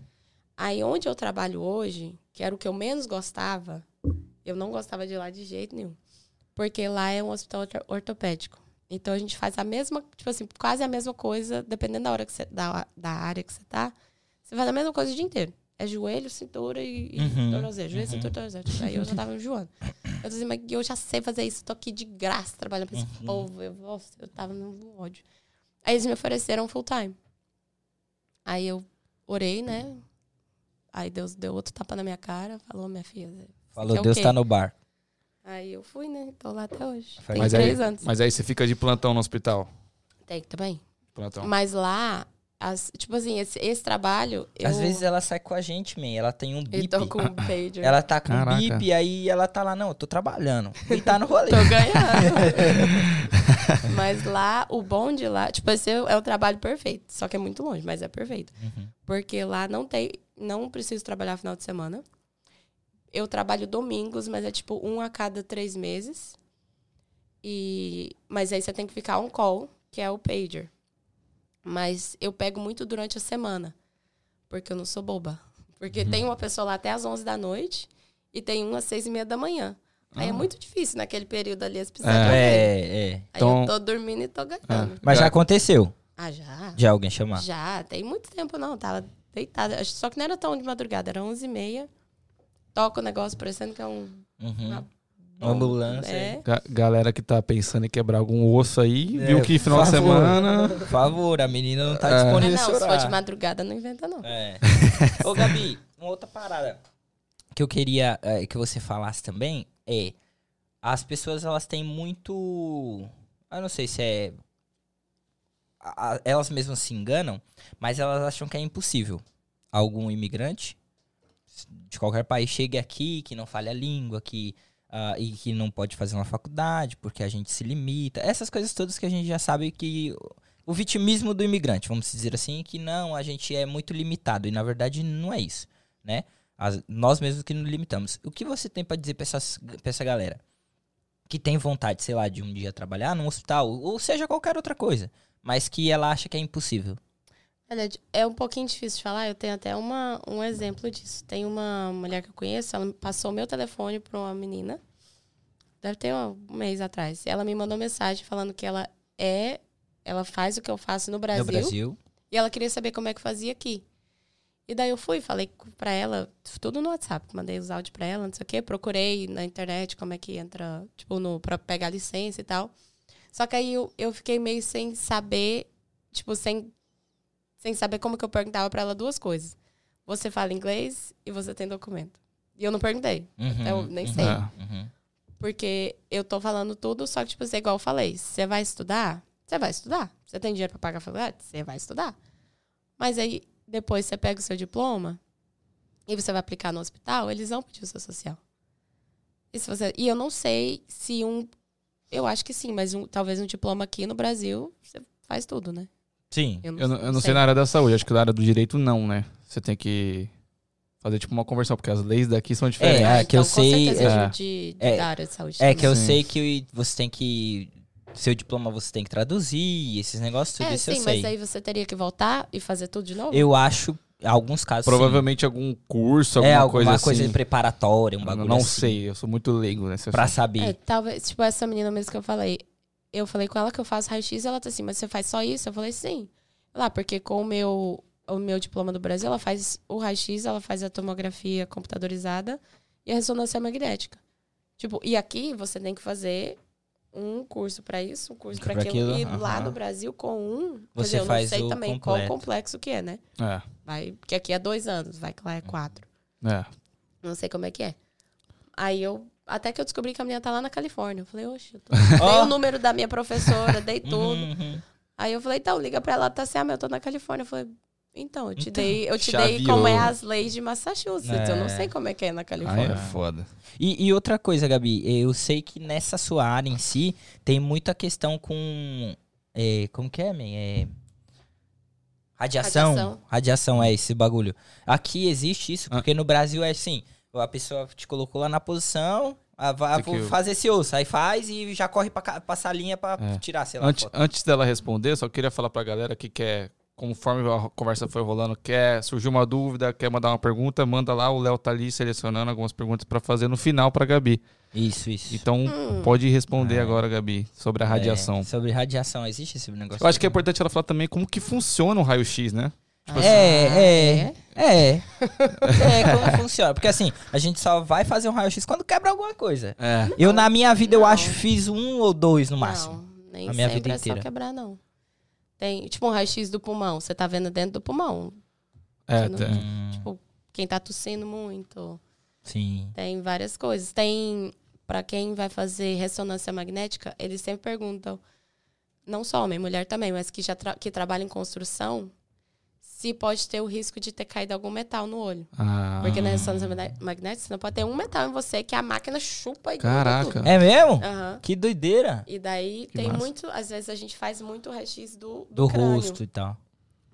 Speaker 3: Aí onde eu trabalho hoje, que era o que eu menos gostava, eu não gostava de ir lá de jeito nenhum. Porque lá é um hospital orto- ortopédico. Então a gente faz a mesma, tipo assim, quase a mesma coisa, dependendo da hora que você, da, da área que você tá. Você faz a mesma coisa o dia inteiro. É joelho, cintura e, e
Speaker 1: Uhum,
Speaker 3: tornozelo. Joelho,
Speaker 1: uhum.
Speaker 3: cintura, tornozelo. Tipo, Aí eu já tava enjoando. Eu tô assim, mas eu já sei fazer isso, tô aqui de graça trabalhando pra esse
Speaker 1: Uhum.
Speaker 3: povo. Eu, nossa, eu tava no ódio. Aí eles me ofereceram full time. Aí eu orei, né? Aí Deus deu outro tapa na minha cara, falou, minha filha. você
Speaker 1: Falou,
Speaker 3: quer é o
Speaker 1: Deus
Speaker 3: quê?"
Speaker 1: tá no bar.
Speaker 3: Aí eu fui, né? Tô lá até hoje.
Speaker 1: Faz-
Speaker 3: Tem
Speaker 2: Mas aí,
Speaker 3: três anos.
Speaker 2: mas aí você fica de plantão no hospital.
Speaker 3: Tem também.
Speaker 2: Plantão.
Speaker 3: Mas lá, as- tipo assim, esse, esse trabalho.
Speaker 1: Às
Speaker 3: eu,
Speaker 1: vezes ela sai com a gente, man. Ela tem um
Speaker 3: eu
Speaker 1: bip.
Speaker 3: tô com um pager.
Speaker 1: Ela tá com
Speaker 2: Caraca.
Speaker 1: um bip, aí ela tá lá, não, eu tô trabalhando. E tá no rolê.
Speaker 3: Tô ganhando. mas lá, o bom de lá, tipo, esse é o é o trabalho perfeito. Só que é muito longe, mas é perfeito.
Speaker 1: Uhum.
Speaker 3: Porque lá não tem. Não preciso trabalhar final de semana. Eu trabalho domingos, mas é tipo um a cada três meses. E, mas aí você tem que ficar on call, que é o pager. Mas eu pego muito durante a semana. Porque eu não sou boba. Porque tem uma pessoa lá até às 11 da noite e tem uma às 6 e meia da manhã. Aí é muito difícil naquele período ali as precisam de alguém.
Speaker 1: É, é.
Speaker 3: Aí
Speaker 2: Então-
Speaker 3: eu tô dormindo e tô ganhando.
Speaker 1: Mas já
Speaker 2: Já-
Speaker 1: aconteceu
Speaker 3: Ah, já?
Speaker 1: de alguém chamar.
Speaker 3: Já, tem muito tempo não, tava deitada. Acho- Só que não era tão de madrugada, era 11h30. Toca o negócio parecendo que é um.
Speaker 1: Uhum.
Speaker 3: Uma
Speaker 1: Uma ambulância.
Speaker 3: É.
Speaker 1: aí.
Speaker 2: Ga- galera que tá pensando em quebrar algum osso aí,
Speaker 1: É,
Speaker 2: viu que final
Speaker 1: por
Speaker 2: de
Speaker 1: favor.
Speaker 2: semana.
Speaker 1: Por favor, a menina não tá
Speaker 2: É.
Speaker 3: Ah,
Speaker 1: disponível.
Speaker 3: não,
Speaker 1: esse
Speaker 3: se for
Speaker 1: horário.
Speaker 3: de madrugada, não inventa, não.
Speaker 1: É. Ô, Gabi, uma outra parada que eu queria eh, que você falasse também é as pessoas elas têm muito, eu não sei se é a- a- elas mesmas se enganam, mas elas acham que é impossível algum imigrante de qualquer país chegue aqui que não fale a língua, que ah, e que não pode fazer uma faculdade porque a gente se limita. Essas coisas todas que a gente já sabe que o vitimismo do imigrante, vamos dizer assim, que não, a gente é muito limitado. E na verdade não é isso, né? As- nós mesmos que nos limitamos. O que você tem pra dizer pra, essas, pra essa galera? Que tem vontade, sei lá, de um dia trabalhar num hospital, ou seja, qualquer outra coisa, mas que ela acha que é impossível.
Speaker 3: Olha, de- é um pouquinho difícil de falar, eu tenho até uma, um exemplo disso. Tem uma mulher que eu conheço, ela passou meu telefone para uma menina, deve ter um mês atrás. Ela me mandou mensagem falando que ela é, ela faz É o que eu faço no Brasil,
Speaker 1: No Brasil.
Speaker 3: e ela queria saber como é que fazia aqui. E daí eu fui, falei para ela, tudo no WhatsApp, mandei os áudios para ela, não sei o quê, procurei na internet como é que entra, tipo, no, pra pegar licença e tal. Só que aí eu, eu fiquei meio sem saber, tipo, sem sem saber como que eu perguntava pra ela duas coisas. Você fala inglês e você tem documento. E eu não perguntei,
Speaker 1: Uhum,
Speaker 3: eu nem
Speaker 1: uhum,
Speaker 3: sei.
Speaker 2: É.
Speaker 1: uhum.
Speaker 3: porque eu tô falando tudo, só que, tipo, assim, igual eu falei, você vai estudar? Você vai estudar. Você tem dinheiro pra pagar a faculdade? Você vai estudar. Mas aí, depois você pega o seu diploma e você vai aplicar no hospital, eles vão pedir o seu social. E, se você... e eu não sei se um... Eu acho que sim, mas um- talvez um diploma aqui no Brasil, você faz tudo, né?
Speaker 1: Sim.
Speaker 2: Eu, não- eu não sei na área da saúde, acho que na área do direito não, né? Você tem que fazer tipo uma conversão, porque as leis daqui são diferentes.
Speaker 1: É,
Speaker 3: Ah,
Speaker 1: que eu
Speaker 3: então, com
Speaker 1: sei,
Speaker 3: certeza,
Speaker 2: é.
Speaker 3: de, de-
Speaker 1: É.
Speaker 3: da área de saúde.
Speaker 1: É que eu
Speaker 2: Sim.
Speaker 1: sei que você tem que Seu diploma você tem que traduzir, esses negócios, tudo
Speaker 3: é,
Speaker 1: isso
Speaker 3: sim,
Speaker 1: eu
Speaker 3: mas
Speaker 1: sei.
Speaker 3: aí você teria que voltar e fazer tudo de novo?
Speaker 1: Eu acho, em alguns casos. sim.
Speaker 2: Provavelmente algum curso, alguma,
Speaker 1: é alguma coisa,
Speaker 2: assim.
Speaker 1: preparatória, um
Speaker 2: Eu
Speaker 1: bagulho
Speaker 2: não
Speaker 1: assim,
Speaker 2: sei, eu sou muito leigo nessa
Speaker 1: Pra
Speaker 2: assunto.
Speaker 1: saber.
Speaker 3: É, talvez, tipo, essa menina mesmo que eu falei. Eu falei com ela que eu faço raio-x, ela tá assim, mas você faz só isso? Eu falei, sim. Lá, porque com o meu, o meu diploma do Brasil, ela faz o raio-x, ela faz a tomografia computadorizada e a ressonância magnética. Tipo, e aqui você tem que fazer um curso pra isso, um curso pra
Speaker 1: Pra
Speaker 3: aquilo.
Speaker 1: aquilo,
Speaker 3: E lá
Speaker 1: aham.
Speaker 3: no Brasil, com um, quer
Speaker 1: Você
Speaker 3: dizer, eu não
Speaker 1: faz
Speaker 3: sei
Speaker 1: o
Speaker 3: também
Speaker 1: completo.
Speaker 3: qual complexo que é, né?
Speaker 2: É,
Speaker 3: Vai, porque aqui é dois anos, vai que lá
Speaker 1: Uhum.
Speaker 3: é quatro.
Speaker 2: é.
Speaker 3: Não sei como é que é. Aí eu. Até que eu descobri que a menina tá lá na Califórnia. Eu falei, oxe, eu tô... dei
Speaker 1: Ó.
Speaker 3: o número da minha professora, dei tudo.
Speaker 1: Uhum.
Speaker 3: Aí eu falei, então, liga pra ela, ela tá assim, ah, mas eu tô na Califórnia. Eu falei, então, eu te
Speaker 1: Então,
Speaker 3: dei, eu te dei
Speaker 2: chaveou.
Speaker 3: como é as leis de Massachusetts. Eu não
Speaker 1: É.
Speaker 3: sei como é que é na
Speaker 2: Aí
Speaker 3: Califórnia.
Speaker 2: é foda.
Speaker 1: E, e outra coisa, Gabi, eu sei que nessa sua área em si tem muita questão com. é, como que é, man? É, radiação?
Speaker 3: Radiação.
Speaker 1: radiação? é esse bagulho. Aqui existe
Speaker 2: Ah.
Speaker 1: isso, porque no Brasil é assim: a pessoa te colocou lá na posição. Ah, vá-
Speaker 2: Isso
Speaker 1: vou
Speaker 2: aqui, ó.
Speaker 1: fazer esse osso. Aí faz e já corre pra, ca- pra salinha pra
Speaker 2: É.
Speaker 1: tirar, sei lá. a
Speaker 2: Antes,
Speaker 1: foto.
Speaker 2: antes dela responder, só queria falar pra galera que quer, conforme a conversa foi rolando, quer, surgiu uma dúvida, quer mandar uma pergunta, manda lá, o Léo tá ali selecionando algumas perguntas pra fazer no final pra Gabi.
Speaker 1: Isso, isso.
Speaker 2: Então, pode responder agora, Gabi, sobre a radiação.
Speaker 1: É, sobre radiação, existe esse negócio?
Speaker 2: Eu acho que é importante ela falar também como que funciona o raio-x, né?
Speaker 3: Ah,
Speaker 1: assim- É, É. é, como funciona. Porque assim, a gente só vai fazer um raio-x quando quebra alguma coisa.
Speaker 2: É.
Speaker 1: Eu, na minha vida, eu
Speaker 3: Não.
Speaker 1: acho fiz um ou dois no máximo.
Speaker 3: Não, nem
Speaker 1: A minha
Speaker 3: sempre
Speaker 1: vida
Speaker 3: é
Speaker 1: inteira.
Speaker 3: só quebrar, não. Tem, tipo, um raio-x do pulmão. Você tá vendo dentro do pulmão.
Speaker 2: É,
Speaker 3: Não.
Speaker 2: tá.
Speaker 1: Hum,
Speaker 3: Quem tá tossindo muito.
Speaker 1: sim.
Speaker 3: Tem várias coisas. Tem, pra quem vai fazer ressonância magnética, eles sempre perguntam, não só homem, mulher também, mas que já tra que trabalha em construção, se pode ter o risco de ter caído algum metal no olho.
Speaker 2: Ah,
Speaker 3: Porque na ressonância magne- magnética, você não pode ter um metal em você que a máquina chupa e gruda
Speaker 2: Caraca.
Speaker 3: tudo.
Speaker 1: É mesmo?
Speaker 3: Aham.
Speaker 1: Que doideira.
Speaker 3: E daí
Speaker 2: Que
Speaker 3: tem
Speaker 2: massa.
Speaker 3: muito, às vezes a gente faz muito raio-x do,
Speaker 1: Do
Speaker 3: do, crânio.
Speaker 1: rosto e tal.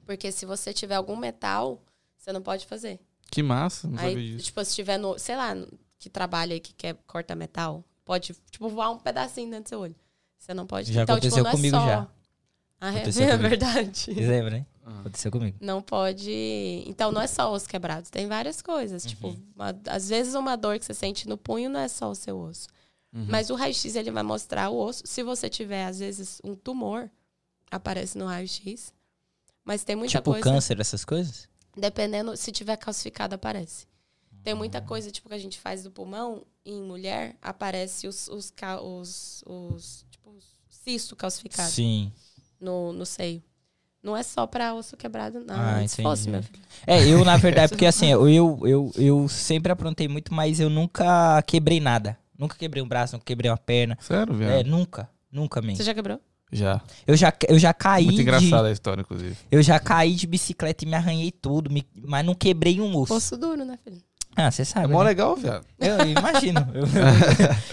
Speaker 3: Porque se você tiver algum metal, você não pode fazer.
Speaker 2: Que massa, não sabia
Speaker 3: Aí,
Speaker 2: disso.
Speaker 3: tipo, se tiver no, sei lá, no- que trabalha aí, que quer corta metal, pode, tipo, voar um pedacinho dentro do seu olho. Você não pode.
Speaker 1: Já aconteceu
Speaker 3: tipo,
Speaker 1: comigo já.
Speaker 3: Ah, é?
Speaker 1: Aconteceu
Speaker 3: é
Speaker 1: comigo. Vocês
Speaker 3: verdade.
Speaker 1: lembram, né?
Speaker 2: Ah.
Speaker 1: Aconteceu comigo.
Speaker 3: Não pode. Então, não é só osso quebrado. Tem várias coisas.
Speaker 1: Uhum.
Speaker 3: Tipo, uma- às vezes uma dor que você sente no punho não é só o seu osso.
Speaker 2: Uhum.
Speaker 3: Mas o raio-x, ele vai mostrar o osso. Se você tiver, às vezes, um tumor, aparece no raio-x. Mas tem muita
Speaker 1: tipo
Speaker 3: coisa.
Speaker 1: câncer, essas coisas?
Speaker 3: Dependendo, se tiver calcificado, aparece. Tem
Speaker 1: Ah.
Speaker 3: muita coisa, tipo, que a gente faz do pulmão, e em mulher, aparece os, os, ca- os, os, tipo, os cisto calcificado
Speaker 1: Sim.
Speaker 3: no, no seio. Não é só pra osso quebrado, não.
Speaker 1: Ah,
Speaker 3: Ah, se fosse,
Speaker 1: entendi.
Speaker 3: meu filho.
Speaker 1: É, eu, na verdade, porque assim, eu, eu, eu, eu sempre aprontei muito, mas eu nunca quebrei nada. Nunca quebrei um braço, nunca quebrei uma perna.
Speaker 2: Sério,
Speaker 1: É,
Speaker 2: viado?
Speaker 1: nunca. Nunca, man.
Speaker 3: Você já quebrou?
Speaker 2: Já.
Speaker 1: Eu já, eu já caí
Speaker 2: Muito
Speaker 1: de-
Speaker 2: engraçada a história, inclusive.
Speaker 1: Eu já caí de bicicleta e me arranhei tudo, me- mas não quebrei um osso.
Speaker 3: Osso duro, né, filho?
Speaker 1: Ah, você sabe.
Speaker 2: É mó
Speaker 1: né?
Speaker 2: legal, viado.
Speaker 1: Eu imagino. Eu,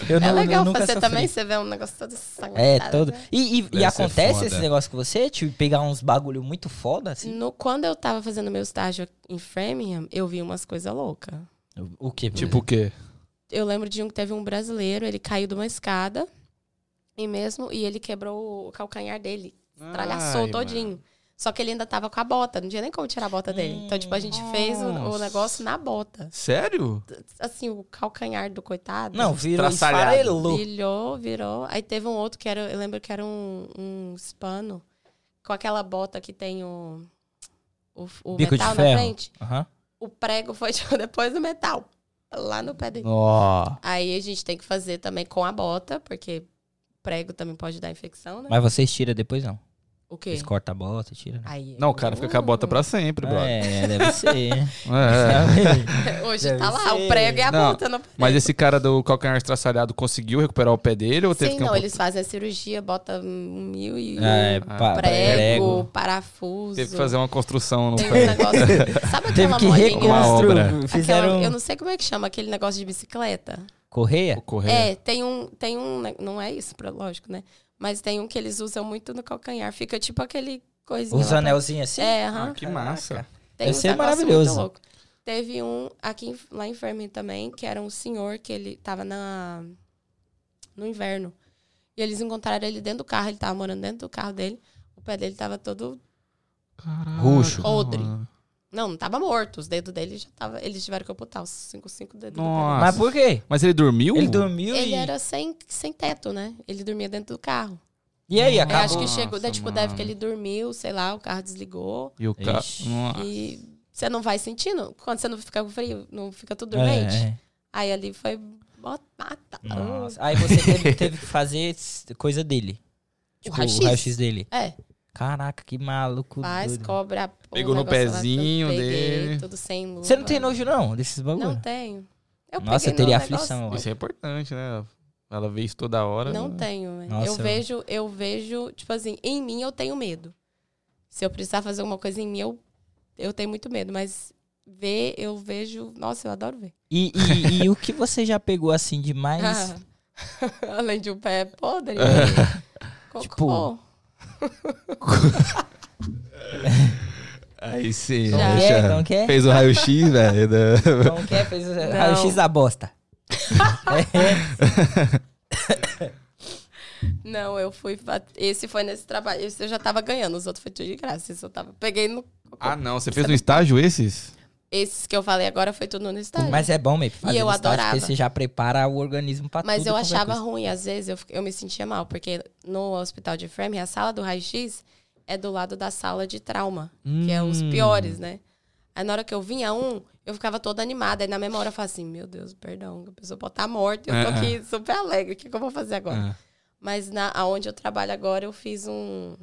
Speaker 1: eu
Speaker 3: é
Speaker 1: não-
Speaker 3: legal
Speaker 1: eu nunca
Speaker 3: fazer
Speaker 1: sofri.
Speaker 3: também, você vê um negócio todo sangrado.
Speaker 1: É, todo.
Speaker 3: né?
Speaker 1: E, e- e
Speaker 2: Deve ser
Speaker 1: acontece
Speaker 2: foda.
Speaker 1: esse negócio com você? Tipo, pegar uns bagulho muito foda, assim?
Speaker 3: No, quando eu tava fazendo meu estágio em Framingham, eu vi umas coisas loucas.
Speaker 1: O que?
Speaker 2: Tipo o quê?
Speaker 3: eu lembro de um que teve um brasileiro, ele caiu de uma escada e mesmo e ele quebrou o calcanhar dele, tralhaçou
Speaker 2: Ai,
Speaker 3: todinho. Só que ele ainda tava com a bota, não tinha nem como tirar a bota dele. Então, tipo, a gente fez o, o
Speaker 2: Nossa.
Speaker 3: negócio na bota.
Speaker 2: Sério?
Speaker 3: Assim, o calcanhar do coitado.
Speaker 1: Não, virou
Speaker 2: Traçalhado.
Speaker 1: esfarelou.
Speaker 3: Brilhou, virou. Aí teve um outro que era, eu lembro que era um, um hispano, com aquela bota que tem o, o, o
Speaker 1: Bico de
Speaker 3: metal na
Speaker 1: ferro.
Speaker 3: frente.
Speaker 1: Aham.
Speaker 3: O prego foi tipo, depois do metal, lá no pé dele.
Speaker 2: Ó.
Speaker 3: Aí a gente tem que fazer também com a bota, porque prego também pode dar infecção, né?
Speaker 1: Mas vocês tiram depois, não.
Speaker 3: O quê?
Speaker 1: Vocês cortam a bota, tiram. né?
Speaker 3: Aí,
Speaker 2: Não, o cara fica com a bota pra sempre, brother.
Speaker 1: É, deve ser.
Speaker 2: É.
Speaker 3: Hoje
Speaker 1: Deve
Speaker 3: tá lá,
Speaker 1: ser.
Speaker 3: o prego e a
Speaker 2: Não,
Speaker 3: bota. No...
Speaker 2: Mas esse cara do calcanhar estraçalhado conseguiu recuperar o pé dele ou teve
Speaker 3: Sim,
Speaker 2: que ter um
Speaker 3: não,
Speaker 2: po-
Speaker 3: eles fazem a cirurgia, bota um mil e um
Speaker 1: É, pa-
Speaker 3: prego,
Speaker 1: prego.
Speaker 3: parafuso.
Speaker 2: teve que fazer uma construção no
Speaker 3: Tem um
Speaker 2: pé?
Speaker 3: negócio... Sabe
Speaker 1: Teve
Speaker 3: aquela
Speaker 1: que
Speaker 3: molinha?
Speaker 2: Uma
Speaker 1: reconstruir.
Speaker 2: obra.
Speaker 1: Fizeram
Speaker 2: um-
Speaker 3: Aquela- Eu não sei como é que chama aquele negócio de bicicleta.
Speaker 1: correia?
Speaker 2: Ocorrer.
Speaker 3: É, tem um, tem um, ne- não é isso, pra- lógico, né? Mas tem um que eles usam muito no calcanhar. Fica tipo aquele coisinha.
Speaker 1: Os
Speaker 3: lá pra-
Speaker 1: anelzinhos assim?
Speaker 3: É, aham.
Speaker 2: Ah, que massa.
Speaker 3: Tem
Speaker 1: Deve
Speaker 3: uns
Speaker 1: ser
Speaker 2: é
Speaker 3: negócios
Speaker 1: maravilhoso.
Speaker 3: muito louco. Teve um aqui em- lá em Fermi também, que era um senhor que ele tava na no inverno, E eles encontraram ele dentro do carro, ele tava morando dentro do carro dele. O pé dele tava todo.
Speaker 2: Caraca,
Speaker 1: Roxo.
Speaker 3: Podre.
Speaker 2: mano.
Speaker 3: Não, não tava morto. Os dedos dele já tava. Eles tiveram que amputar os cinco, cinco dedos. do pé
Speaker 2: Nossa.
Speaker 1: Mas por quê?
Speaker 2: Mas ele dormiu?
Speaker 1: Ele dormiu
Speaker 3: dele. Ele
Speaker 1: e.
Speaker 3: era sem, sem teto, né? Ele dormia dentro do carro.
Speaker 1: E aí,
Speaker 3: Eu É, acho
Speaker 1: acabou.
Speaker 3: que
Speaker 2: Nossa,
Speaker 3: chegou, daí, tipo,
Speaker 2: mano.
Speaker 3: deve que ele dormiu, sei lá, o carro desligou.
Speaker 2: E o cara.
Speaker 1: Ixi.
Speaker 3: E você não vai sentindo. Quando você não fica com frio, não fica tudo dormente.
Speaker 1: É, é.
Speaker 3: Aí ali foi. Batata.
Speaker 1: Nossa. Aí você teve, teve que fazer coisa dele. Tipo, o
Speaker 3: raio-x?
Speaker 1: raio-x dele.
Speaker 3: É,
Speaker 1: Caraca, que maluco.
Speaker 3: faz,
Speaker 1: doido.
Speaker 3: cobre a porra,
Speaker 2: Pegou no
Speaker 3: o negócio lá,
Speaker 2: pezinho
Speaker 3: tudo, peguei,
Speaker 2: dele.
Speaker 3: Tudo sem luva.
Speaker 1: Você não tem nojo, não, desses bagulho?
Speaker 3: Não tenho. Eu
Speaker 1: Nossa, eu
Speaker 3: peguei
Speaker 1: teria
Speaker 3: no negócio-
Speaker 1: aflição. ó.
Speaker 2: Isso é importante, né? Ela vê isso toda hora.
Speaker 3: Não
Speaker 2: né?
Speaker 3: tenho, velho.
Speaker 1: Nossa,
Speaker 3: Eu
Speaker 1: eu-
Speaker 3: vejo, eu vejo, tipo assim, em mim eu tenho medo. Se eu precisar fazer alguma coisa em mim, eu, eu tenho muito medo. Mas ver, eu vejo. Nossa, eu adoro ver.
Speaker 1: E, e- e o que você já pegou assim de mais.
Speaker 3: Ah, Além de um pé podre. Cocô.
Speaker 1: Tipo,
Speaker 2: Aí sim.
Speaker 1: Não
Speaker 3: Já. é, então,
Speaker 1: quer, não quer?
Speaker 2: Fez o raio-x, velho. né? da-
Speaker 1: Não quer, fez o é raio-x da bosta. É,
Speaker 3: Não, eu fui. fa- Esse foi nesse trabalho. Esse eu já tava ganhando, os outros foi tudo de graça. Esse eu tava. Peguei no.
Speaker 2: Ah, não. Você fez um estágio esses?
Speaker 3: Esses que eu falei agora foi tudo no estágio.
Speaker 1: Mas é bom mesmo. Fazer
Speaker 3: Tá. eu
Speaker 1: no estágio,
Speaker 3: adorava.
Speaker 1: Porque você já prepara o organismo pra
Speaker 3: Mas
Speaker 1: tudo.
Speaker 3: eu
Speaker 1: qualquer
Speaker 3: achava
Speaker 1: coisa.
Speaker 3: ruim, às vezes eu, fi- eu me sentia mal, porque no hospital de Framingham, a sala do raio-x é do lado da sala de trauma, que é os
Speaker 2: Hum.
Speaker 3: piores, né? Aí na hora que eu vinha um, eu ficava toda animada. Aí na mesma hora eu falava assim, meu Deus, perdão, a pessoa pode estar morta, eu tô
Speaker 2: Ah, ah.
Speaker 3: aqui super alegre, o que, que eu vou fazer agora?
Speaker 2: Ah.
Speaker 3: Mas na, aonde eu trabalho agora, eu fiz um.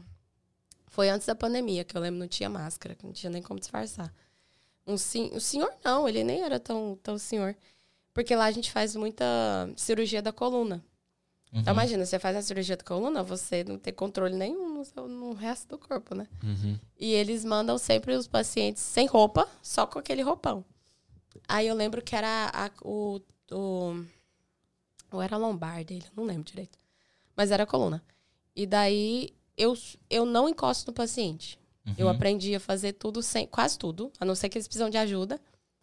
Speaker 3: Foi antes da pandemia, que eu lembro, não tinha máscara, que não tinha nem como disfarçar. Um sim, o senhor não, ele nem era tão, tão senhor. Porque lá a gente faz muita cirurgia da coluna. Então
Speaker 1: Uhum.
Speaker 3: imagina, você faz a cirurgia da coluna, você não tem controle nenhum no, seu- no resto do corpo, né?
Speaker 1: Uhum.
Speaker 3: E eles mandam sempre os pacientes sem roupa, só com aquele roupão. Aí eu lembro que era a- o, o. Ou era a lombar dele, eu não lembro direito. Mas era a coluna. E daí eu, eu não encosto no paciente. Eu
Speaker 1: Uhum.
Speaker 3: aprendi a fazer tudo sem. quase tudo, a não ser que eles precisam de ajuda,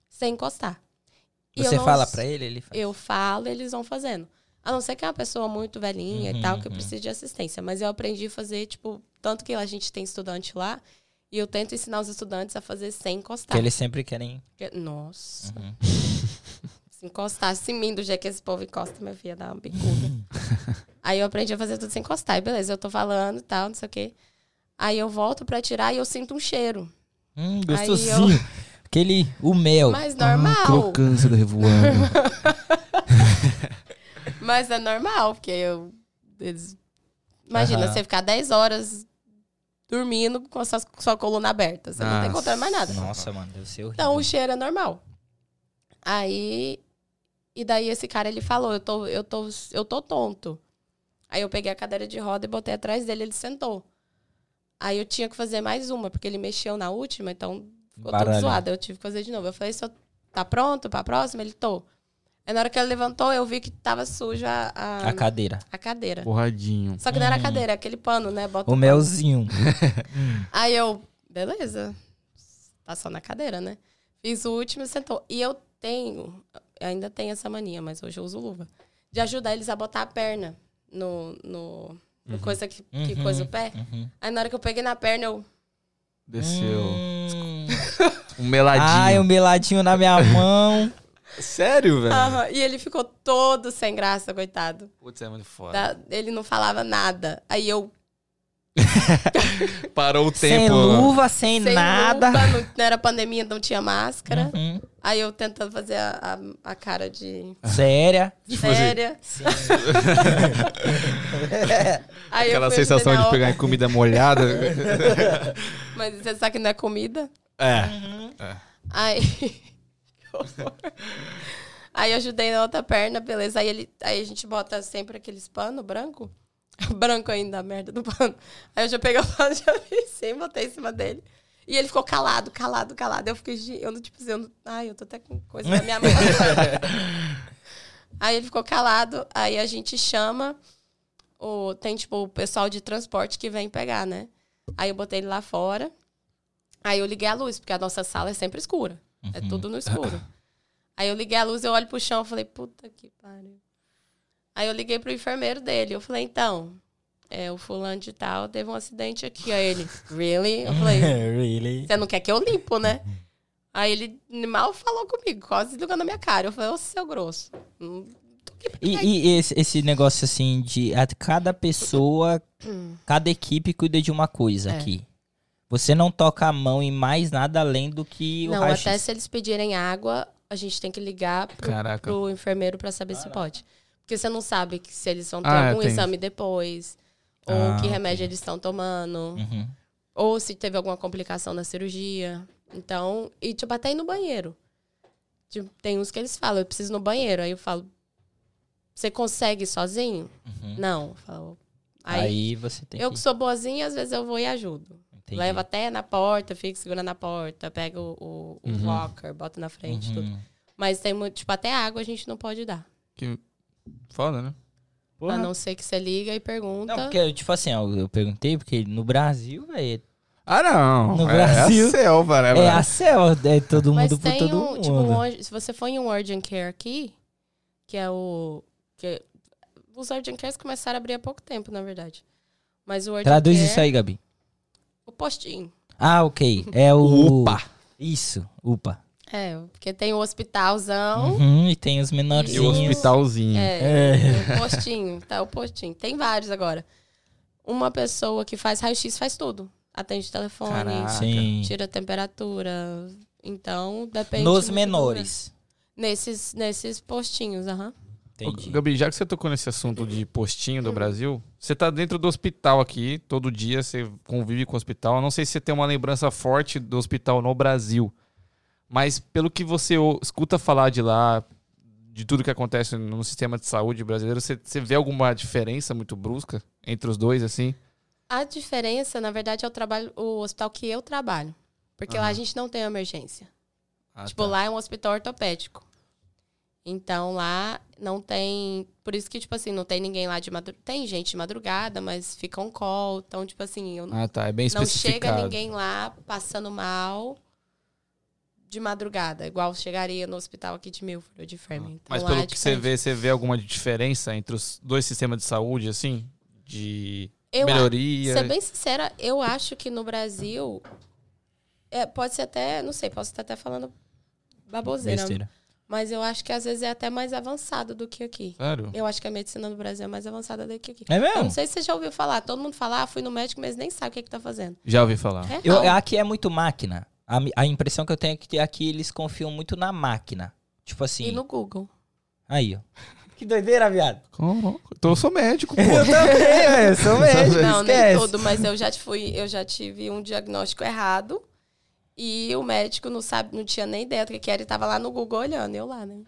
Speaker 3: sem encostar. E eu
Speaker 1: Você
Speaker 3: não
Speaker 1: fala
Speaker 3: s-
Speaker 1: pra ele, ele faz.
Speaker 3: eu falo, eles vão fazendo. A não ser que é uma pessoa muito velhinha
Speaker 1: Uhum,
Speaker 3: e tal, que eu
Speaker 1: uhum.
Speaker 3: precise de assistência. Mas eu aprendi a fazer, tipo, tanto que a gente tem estudante lá, e eu tento ensinar os estudantes a fazer sem encostar.
Speaker 1: Que eles sempre querem.
Speaker 3: Porque- Nossa,
Speaker 1: Uhum.
Speaker 3: se encostasse em mim do jeito que esse povo encosta, minha filha, dá uma bicuda. Aí eu aprendi a fazer tudo sem encostar. E beleza, eu tô falando e tal, não sei o quê. Aí eu volto pra tirar e eu sinto um cheiro.
Speaker 1: Hum,
Speaker 3: Aí
Speaker 1: gostosinho. Aquele. O mel.
Speaker 3: Mas normal.
Speaker 2: Uhum. crocância do revoado.
Speaker 3: Mas é normal, porque eu. eles- Imagina,
Speaker 1: Aham.
Speaker 3: você ficar 10 horas dormindo com a sua, com sua coluna aberta. Você não
Speaker 2: Nossa.
Speaker 3: tem controle mais nada.
Speaker 1: Nossa, mano, um deve ser horrível.
Speaker 3: Então o cheiro é normal. Aí. E daí esse cara ele falou: eu tô, eu tô, eu tô tonto. Aí eu peguei a cadeira de roda e botei atrás dele, ele sentou. Aí eu tinha que fazer mais uma, porque ele mexeu na última, então ficou
Speaker 1: Baralho.
Speaker 3: todo zoado. Eu tive que fazer de novo. Eu falei, senhor, tá pronto pra próxima? Ele tô. Aí na hora que ele levantou, eu vi que tava suja a, a-
Speaker 1: A cadeira.
Speaker 3: a cadeira.
Speaker 2: Porradinho.
Speaker 3: Só que não era
Speaker 1: Hum.
Speaker 3: a cadeira, é aquele pano, né? Bota
Speaker 1: O
Speaker 3: pano.
Speaker 1: melzinho.
Speaker 3: Aí eu, beleza. Tá só na cadeira, né? Fiz o último e sentou. E eu tenho, ainda tenho essa mania, mas hoje eu uso luva, de ajudar eles a botar a perna no, no, no coisa que, que
Speaker 1: Uhum.
Speaker 3: coisa o pé.
Speaker 1: Uhum.
Speaker 3: Aí na hora que eu peguei na perna, eu,
Speaker 2: Desceu.
Speaker 1: Hum.
Speaker 2: Um meladinho.
Speaker 1: Ai, um meladinho na minha mão.
Speaker 2: Sério, velho?
Speaker 3: aham. E ele ficou todo sem graça, coitado.
Speaker 2: Putz, é muito foda.
Speaker 3: Da- ele não falava nada. Aí eu,
Speaker 2: Parou o
Speaker 1: sem
Speaker 2: tempo.
Speaker 1: luva, sem,
Speaker 3: sem
Speaker 1: nada.
Speaker 3: luva, não, não era pandemia, não tinha máscara.
Speaker 1: Uhum.
Speaker 3: Aí eu tentando fazer a, a, a cara de
Speaker 1: Séria.
Speaker 2: Tipo assim,
Speaker 3: séria. Aí eu
Speaker 2: Aquela
Speaker 3: fui
Speaker 2: sensação
Speaker 3: ajudar
Speaker 2: de
Speaker 3: na
Speaker 2: pegar em comida molhada.
Speaker 3: obra, Mas você sabe que não é comida?
Speaker 2: é.
Speaker 3: Uhum. Aí. Que horror. aí eu ajudei na outra perna, beleza. Aí, ele... aí a gente bota sempre aqueles pano branco. Branco ainda, a merda do pano. Aí eu já peguei o pano, já vi sim, botei em cima dele. E ele ficou calado, calado, calado. Eu fiquei, "Gente, eu não, tipo assim, eu não... Ai, eu tô até com coisa na minha mão. aí ele ficou calado, aí a gente chama o... Tem, tipo, o pessoal de transporte que vem pegar, né? Aí eu botei ele lá fora. Aí eu liguei a luz, porque a nossa sala é sempre escura. É tudo no escuro. Aí eu liguei a luz, eu olho pro chão e falei, puta que pariu. Aí eu liguei pro enfermeiro dele. Eu falei, então, é, o fulano de tal teve um acidente aqui. Aí ele, really? Eu falei,
Speaker 1: really?
Speaker 3: você não quer que eu limpo, né? Aí ele mal falou comigo, quase ligando na minha cara. Eu falei, ô seu grosso. Hum, tô aqui pra
Speaker 1: E, e esse, esse negócio assim de a- cada pessoa, cada equipe cuida de uma coisa
Speaker 3: Hum. É.
Speaker 1: aqui. Você não toca a mão em mais nada além do que o
Speaker 3: Não,
Speaker 1: raio-x.
Speaker 3: até se eles pedirem água, a gente tem que ligar pro,
Speaker 2: Caraca.
Speaker 3: pro enfermeiro pra saber se pode. Porque você não sabe que- se eles vão ter
Speaker 2: Ah, é,
Speaker 3: algum
Speaker 2: tem
Speaker 3: exame depois, ou
Speaker 2: Ah,
Speaker 3: que
Speaker 2: ok. Hum.
Speaker 3: remédio eles estão tomando,
Speaker 1: Uhum.
Speaker 3: ou se teve alguma complicação na cirurgia. Então, e tipo, até ir no banheiro. Tipo, tem uns que eles falam, eu preciso ir no banheiro. Aí eu falo, você consegue sozinho?
Speaker 2: Hum.
Speaker 1: Uhum.
Speaker 3: Não. Eu falo,
Speaker 1: Aí,
Speaker 3: aí,
Speaker 1: você tem
Speaker 3: eu que
Speaker 1: que...
Speaker 3: sou boazinha, às vezes eu vou e ajudo.
Speaker 1: Entendi.
Speaker 3: Leva até na porta, fica segura na porta, pega o, o- o
Speaker 2: Uhum.
Speaker 3: walker, bota na frente,
Speaker 1: Uhum.
Speaker 3: tudo. Mas tem muito, tipo, até água a gente não pode dar.
Speaker 2: Que foda, né?
Speaker 3: A não ser que você liga e pergunta.
Speaker 1: Não, porque, tipo assim, ó, eu perguntei, porque no Brasil, velho,
Speaker 2: Ah, não.
Speaker 1: No
Speaker 2: é
Speaker 1: Brasil.
Speaker 2: a selva, né?
Speaker 1: é
Speaker 2: mano?
Speaker 1: a céu, é todo
Speaker 3: Mas
Speaker 1: mundo por
Speaker 3: tem
Speaker 1: todo
Speaker 3: um,
Speaker 1: mundo.
Speaker 3: tipo, um ur- se você for em um urgent care aqui, que é o que é- os urgent cares começaram a abrir há pouco tempo, na verdade. Mas o urgent
Speaker 1: Traduz
Speaker 3: care,
Speaker 1: isso aí, Gabi.
Speaker 3: o postinho.
Speaker 1: Ah, ok. É o...
Speaker 2: Upa.
Speaker 1: Isso, upa.
Speaker 3: É, porque tem o hospitalzão,
Speaker 1: Uhum, e tem os
Speaker 2: E o
Speaker 1: menorzinhos.
Speaker 3: Sim.
Speaker 2: hospitalzinho.
Speaker 1: É.
Speaker 3: tem o postinho, tá, o postinho. Tem vários agora. Uma pessoa que faz raio-x faz tudo. Atende telefone,
Speaker 2: Caraca.
Speaker 1: Ah, Sim.
Speaker 3: tira a temperatura. Então, depende muito
Speaker 1: Nos
Speaker 3: do lugar.
Speaker 1: menores.
Speaker 3: Nesses, nesses postinhos, aham.
Speaker 2: Ô,
Speaker 1: Entendi.
Speaker 2: Gabi, já que você tocou nesse assunto de postinho
Speaker 3: Hum.
Speaker 2: do Brasil, você tá dentro do hospital aqui, todo dia você convive com o hospital. Eu não sei se você tem uma lembrança forte do hospital no Brasil, mas pelo que você ou- escuta falar de lá, de tudo que acontece no sistema de saúde brasileiro, você, você vê alguma diferença muito brusca entre os dois, assim?
Speaker 3: A diferença, na verdade, é o trabalho, o hospital que eu trabalho. Porque lá a gente não tem emergência.
Speaker 1: Ah,
Speaker 2: Ah,
Speaker 3: tipo,
Speaker 1: tá.
Speaker 2: tá.
Speaker 3: lá é um hospital ortopédico. Então lá não tem. Por isso que, tipo assim, não tem ninguém lá de madrugada. Tem gente de madrugada, mas fica um call. Então, tipo assim, eu
Speaker 2: Ah, tá. É bem
Speaker 3: não
Speaker 2: especificado.
Speaker 3: chega ninguém lá passando mal de madrugada, igual chegaria no hospital aqui de Milford ou de Framingham. Então,
Speaker 2: Ah. Mas
Speaker 3: lá
Speaker 2: pelo
Speaker 3: é
Speaker 2: que você
Speaker 3: diferente.
Speaker 2: vê, você vê alguma diferença entre os dois sistemas de saúde, assim? De
Speaker 3: eu a-
Speaker 2: melhoria? é
Speaker 3: Ser bem sincera, eu acho que no Brasil. é, pode ser até. Não sei, posso estar até falando baboseira.
Speaker 1: Besteira.
Speaker 3: Mas eu acho que às vezes é até mais avançado do que aqui.
Speaker 2: Sério?
Speaker 3: Eu acho que a medicina no Brasil é mais avançada do que aqui.
Speaker 1: É
Speaker 3: Eu não
Speaker 1: mesmo?
Speaker 3: sei se Então você já ouviu falar. Todo mundo fala, ah, fui no médico, mas nem sabe o que, que tá fazendo.
Speaker 2: Já ouvi falar.
Speaker 3: É
Speaker 1: Eu-
Speaker 3: real.
Speaker 1: aqui é muito máquina. A, mi- a impressão que eu tenho é que aqui eles confiam muito na máquina. Tipo assim.
Speaker 3: E no Google.
Speaker 1: Aí, ó. Que doideira, viado.
Speaker 2: Caraca, então eu sou médico, pô.
Speaker 1: Eu também, velho. Sou médico,
Speaker 3: Não, nem
Speaker 1: esquece.
Speaker 3: todo, mas eu já fui, eu já tive um diagnóstico errado. E o médico não sabe, não tinha nem ideia do que que era e tava lá no Google olhando, eu lá, né?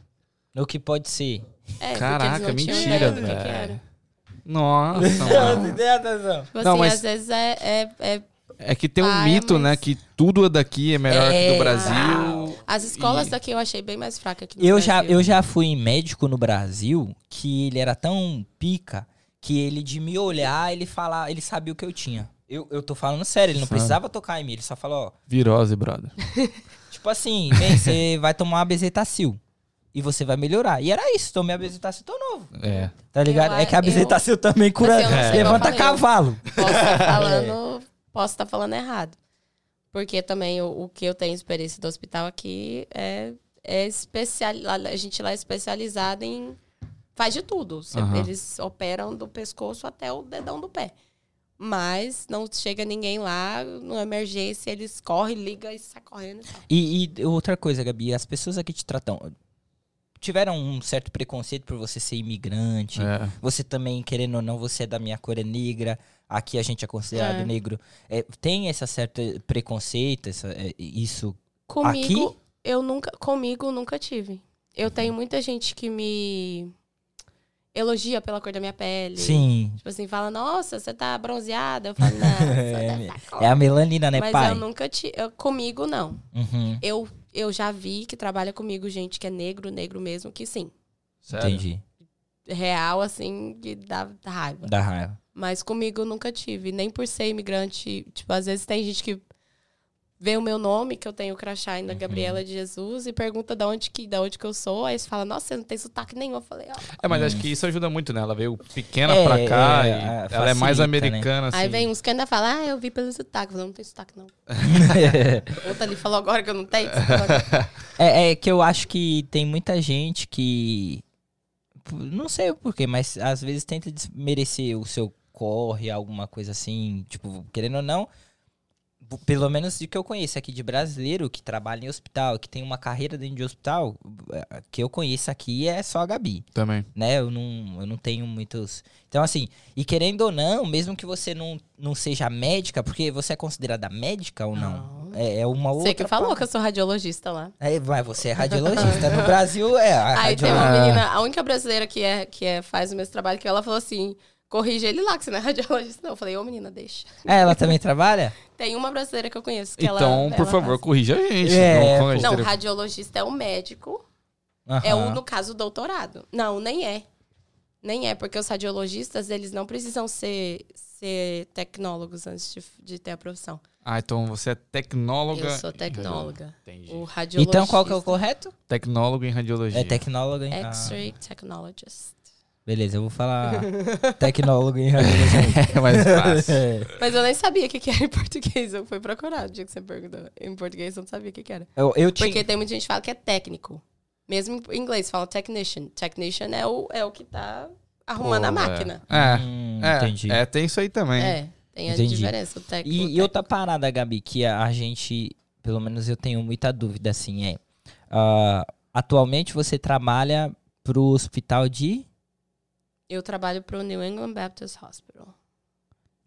Speaker 1: O que pode ser.
Speaker 3: É, porque eles
Speaker 2: Caraca,
Speaker 3: não tinham
Speaker 2: mentira,
Speaker 3: ideia do que que
Speaker 2: velho.
Speaker 3: era.
Speaker 2: Nossa,
Speaker 1: Ah.
Speaker 2: mano.
Speaker 3: Tipo
Speaker 2: Não,
Speaker 3: assim,
Speaker 2: mas-
Speaker 3: às vezes é, é- é-
Speaker 2: É que tem um
Speaker 3: Ah, é,
Speaker 2: mito,
Speaker 3: mas-
Speaker 2: né? Que tudo daqui é melhor que
Speaker 1: É,
Speaker 2: do Brasil.
Speaker 3: As escolas
Speaker 2: E-
Speaker 3: daqui eu achei bem mais fraca que no
Speaker 1: Eu já,
Speaker 3: Brasil.
Speaker 1: eu já fui em médico no Brasil que ele era tão pica que ele de me olhar, ele falar, ele sabia o que eu tinha. Eu, eu tô falando sério, ele não
Speaker 2: Sério.
Speaker 1: precisava tocar em mim, ele só falou, ó,
Speaker 2: Virose, brother.
Speaker 1: Tipo assim, bem, você vai tomar uma bezetacil e você vai melhorar. E era isso, tomei a bezetacil, tô novo,
Speaker 2: É.
Speaker 1: tá ligado?
Speaker 3: Eu-
Speaker 1: é que a
Speaker 3: eu-
Speaker 1: bezetacil também cura,
Speaker 3: Mas eu não sei,
Speaker 1: levanta
Speaker 3: eu falei,
Speaker 1: cavalo.
Speaker 3: Posso estar falando, posso tá falando errado. Porque também o, o que eu tenho experiência do hospital aqui é, é especial. lá- A gente lá é especializada em. Faz de tudo. Cê-
Speaker 2: Aham.
Speaker 3: Eles operam do pescoço até o dedão do pé. Mas não chega ninguém lá, numa emergência, eles correm, ligam e saem correndo. e tal.
Speaker 1: E, e outra coisa, Gabi, as pessoas aqui te tratam... Tiveram um certo preconceito por você ser imigrante,
Speaker 2: é.
Speaker 1: você também, querendo ou não, você é da minha cor é negra, aqui a gente é considerado
Speaker 3: É.
Speaker 1: negro. É, tem esse certo preconceito, essa- é, isso...
Speaker 3: Comigo, eu nunca. Comigo, nunca tive. Eu tenho muita gente que me elogia pela cor da minha pele.
Speaker 1: Sim,
Speaker 3: Tipo assim, fala, nossa, você tá bronzeada. Eu falo, não,
Speaker 1: É,
Speaker 3: tá
Speaker 1: é a melanina, né,
Speaker 3: Mas
Speaker 1: pai?
Speaker 3: eu nunca tive. Comigo, não.
Speaker 1: Uhum,
Speaker 3: Eu, eu já vi que trabalha comigo gente que é negro, negro mesmo, que sim.
Speaker 2: Sério?
Speaker 1: entendi,
Speaker 3: Real, assim, que dá raiva.
Speaker 1: da raiva.
Speaker 3: Mas comigo eu nunca tive, nem por ser imigrante. Tipo, às vezes tem gente que vê o meu nome, que eu tenho o crachá
Speaker 1: Uhum.
Speaker 3: ainda, Gabriela de Jesus, e pergunta da onde que, da onde que eu sou. Aí eles falam, nossa, você não tem sotaque nenhum. Eu falei, ó.
Speaker 2: É, mas
Speaker 3: Hum.
Speaker 2: acho que isso ajuda muito, né? Ela veio pequena
Speaker 1: É,
Speaker 2: pra cá
Speaker 1: é,
Speaker 2: e
Speaker 1: é,
Speaker 2: ela é mais
Speaker 1: facilita,
Speaker 2: americana, assim.
Speaker 3: né? Aí vem uns que ainda falam, ah, eu vi pelo sotaque. Eu falei, não tem sotaque, não. Outra ali falou agora que eu não tenho. você falou agora.
Speaker 1: É, é que eu acho que tem muita gente que. p- Não sei o porquê, mas às vezes tenta desmerecer o seu corre, alguma coisa assim. Tipo, querendo ou não, p- pelo menos de que eu conheço aqui de brasileiro que trabalha em hospital, que tem uma carreira dentro de hospital, eh, que eu conheço aqui é só a Gabi
Speaker 2: Também.
Speaker 1: né? Eu não, eu não tenho muitos. Então, assim, e querendo ou não, mesmo que você não, não seja médica, porque você é considerada médica ou não?
Speaker 3: Não.
Speaker 1: É, é uma outra.
Speaker 3: Você que falou que
Speaker 1: parada.
Speaker 3: eu sou radiologista lá.
Speaker 1: É, mas você é radiologista. no Brasil, é. A
Speaker 3: Aí
Speaker 1: radiologista.
Speaker 3: tem uma menina, a única brasileira que, é, que é, faz o mesmo trabalho, que ela falou assim, corrige ele lá, que você não é radiologista. Não, eu falei, ô menina, deixa.
Speaker 1: É, ela também trabalha?
Speaker 3: Tem uma brasileira que eu conheço que ela...
Speaker 2: Então, por
Speaker 3: ela
Speaker 2: favor,
Speaker 3: faz.
Speaker 2: corrija a gente.
Speaker 1: É,
Speaker 2: não, fala
Speaker 3: Não,
Speaker 2: besteira.
Speaker 3: radiologista é o médico, é o, no caso, o doutorado. Não, nem é. Nem é, porque os radiologistas, eles não precisam ser, ser tecnólogos antes de, de ter a profissão.
Speaker 2: Ah, então você é tecnóloga.
Speaker 3: Eu sou tecnóloga.
Speaker 2: Entendi.
Speaker 3: O radiologista...
Speaker 1: Então, qual que é o correto?
Speaker 2: Tecnólogo em radiologia.
Speaker 1: É tecnólogo em. ah,
Speaker 3: X-ray technologist.
Speaker 1: beleza, eu vou falar tecnólogo em radiologia.
Speaker 2: É mais fácil.
Speaker 3: Mas eu nem sabia o que, que era em português. Eu fui procurar o dia que você perguntou. Em português eu não sabia o que, que era.
Speaker 1: eu, eu tinha.
Speaker 3: Porque tem muita gente que fala que é técnico. Mesmo em inglês, fala technician. Technician é o, é o que tá arrumando
Speaker 2: Pô,
Speaker 3: a
Speaker 2: é.
Speaker 3: máquina.
Speaker 2: É.
Speaker 1: Hum,
Speaker 2: É,
Speaker 1: entendi.
Speaker 2: é, tem isso aí também.
Speaker 3: É, tem a
Speaker 1: Entendi.
Speaker 3: diferença. O técnico. é,
Speaker 1: E,
Speaker 3: o
Speaker 1: e outra parada, Gabi, que a, a gente, pelo menos eu tenho muita dúvida, assim, é. ah, atualmente você trabalha pro hospital de
Speaker 3: técnico. Eu trabalho pro New England Baptist Hospital.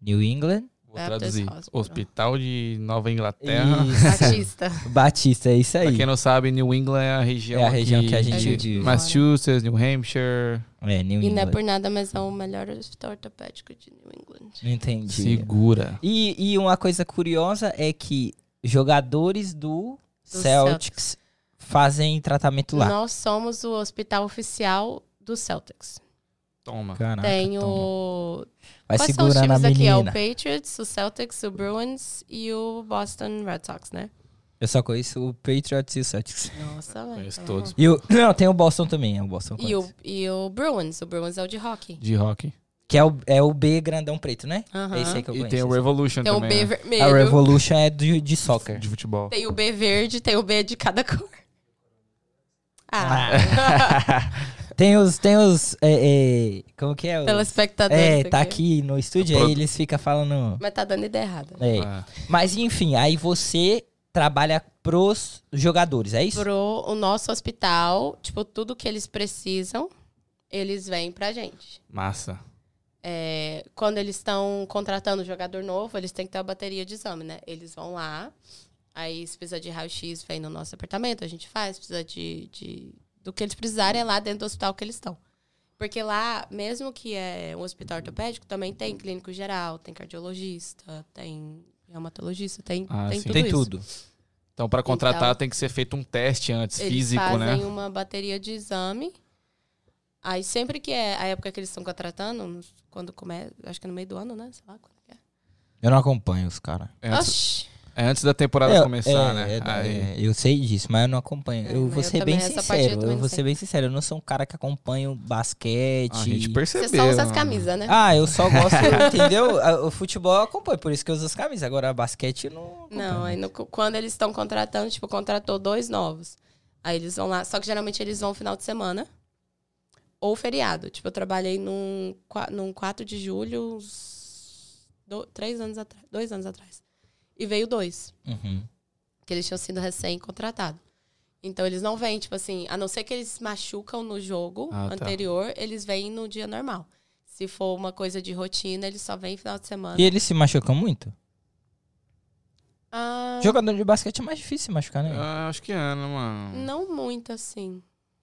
Speaker 1: New England?
Speaker 2: Vou
Speaker 3: Baptist
Speaker 2: traduzir.
Speaker 3: Hospital.
Speaker 2: Hospital de Nova Inglaterra.
Speaker 1: Isso.
Speaker 3: Batista.
Speaker 1: Batista, é isso
Speaker 2: É. Pra
Speaker 1: aí.
Speaker 2: quem não sabe, New England é a região,
Speaker 1: É a região que a
Speaker 3: gente
Speaker 2: de
Speaker 1: de-
Speaker 2: Massachusetts, New Hampshire.
Speaker 1: É, New
Speaker 3: e não é
Speaker 1: England.
Speaker 3: por nada, mas é o melhor hospital ortopédico de New England.
Speaker 1: Entendi.
Speaker 2: Segura.
Speaker 1: E, e uma coisa curiosa é que jogadores do, Celtics, fazem tratamento lá.
Speaker 3: Nós somos o hospital oficial do Celtics.
Speaker 2: Toma.
Speaker 1: Caraca,
Speaker 3: tem
Speaker 1: toma.
Speaker 3: o.
Speaker 1: Vai
Speaker 3: Quais são os
Speaker 1: segurando a
Speaker 3: times aqui? É o
Speaker 1: menina.
Speaker 3: Patriots, o Celtics, o Bruins e o Boston Red Sox, né?
Speaker 1: Eu só conheço o Patriots e o Celtics.
Speaker 3: Nossa, velho.
Speaker 2: Conheço
Speaker 3: tá
Speaker 2: todos.
Speaker 3: bom.
Speaker 1: E o, não, tem o Boston também, é o Boston. eu
Speaker 3: E
Speaker 1: conheço.
Speaker 3: o, e o Bruins, o Bruins é o de hockey.
Speaker 2: De rock.
Speaker 1: Que é o, é o B grandão preto, né?
Speaker 3: Aham.
Speaker 1: É esse aí que eu
Speaker 2: E
Speaker 1: conheço.
Speaker 2: tem o Revolution
Speaker 3: Tem o B
Speaker 2: também. né?
Speaker 1: a
Speaker 3: vermelho,
Speaker 1: Revolution é de, de soccer.
Speaker 2: De futebol.
Speaker 3: tem o B verde, tem o B de cada cor. Ah,
Speaker 1: Tem os. Tem os é, é, como que é? Os-
Speaker 3: telespectador.
Speaker 1: é,
Speaker 3: isso
Speaker 1: tá aqui no estúdio,
Speaker 2: É Pro-
Speaker 1: aí eles ficam falando.
Speaker 3: Mas tá dando ideia errada.
Speaker 1: é.
Speaker 2: Ah,
Speaker 1: Mas enfim, aí você trabalha pros jogadores, é isso?
Speaker 3: Pro o nosso hospital, tipo, tudo que eles precisam, eles vêm pra gente.
Speaker 2: massa.
Speaker 3: É, quando eles estão contratando um jogador novo, eles têm que ter a bateria de exame, né? Eles vão lá, aí se precisa de raio-x, vem no nosso apartamento, a gente faz, precisa de, de- do que eles precisarem é lá dentro do hospital que eles estão. Porque lá, mesmo que é um hospital ortopédico, também tem clínico geral, tem cardiologista, tem reumatologista, tem,
Speaker 2: Ah,
Speaker 3: tem
Speaker 2: sim.
Speaker 3: tudo
Speaker 1: tem
Speaker 3: isso.
Speaker 1: tudo.
Speaker 2: Então, pra contratar,
Speaker 3: Então,
Speaker 2: tem que ser feito um teste antes,
Speaker 3: Eles
Speaker 2: físico,
Speaker 3: fazem
Speaker 2: né?
Speaker 3: uma bateria de exame. Aí sempre que é a época que eles estão contratando, nos- quando começa, acho que é no meio do ano, né? Sei lá quando que é.
Speaker 1: Eu não acompanho os caras.
Speaker 2: É antes,
Speaker 3: Oxi!
Speaker 2: é antes da temporada
Speaker 1: Eu-
Speaker 2: começar,
Speaker 1: é,
Speaker 2: né?
Speaker 1: é,
Speaker 2: Aí-
Speaker 1: é, eu sei disso, mas eu não acompanho.
Speaker 3: É,
Speaker 1: eu
Speaker 3: mas
Speaker 1: vou
Speaker 3: eu
Speaker 1: ser
Speaker 3: também,
Speaker 1: bem
Speaker 3: essa parte eu
Speaker 1: sincero. Eu
Speaker 3: também
Speaker 1: vou
Speaker 3: não
Speaker 1: ser
Speaker 3: sei. Ah,
Speaker 1: bem sincero. Eu não sou um cara que acompanho basquete.
Speaker 2: A gente
Speaker 3: Você
Speaker 2: percebeu.
Speaker 3: só usa as
Speaker 2: né?
Speaker 3: camisas, né?
Speaker 1: Ah, eu só gosto, entendeu? Ah, O futebol eu acompanho, por isso que eu uso as camisas. Agora, basquete eu não.
Speaker 3: Não, aí no- quando eles estão contratando, tipo, contratou dois novos. Aí eles vão lá. Só que geralmente eles vão final de semana ou feriado. Tipo, eu trabalhei num, qua- num 4 de julho, uns do- três anos atrás, dois anos atrás. E veio dois.
Speaker 1: Uhum.
Speaker 3: que eles tinham sido recém-contratados. Então eles não vêm, tipo assim, a não ser que eles se machucam no jogo
Speaker 2: Ah, tá.
Speaker 3: anterior, eles vêm no dia normal. Se for uma coisa de rotina, eles só vêm final de semana.
Speaker 1: E eles se machucam muito?
Speaker 3: Ah,
Speaker 1: Jogador de basquete é mais difícil se machucar, né?
Speaker 2: Ah, acho que é, né, mano?
Speaker 1: Hum.
Speaker 3: não muito assim,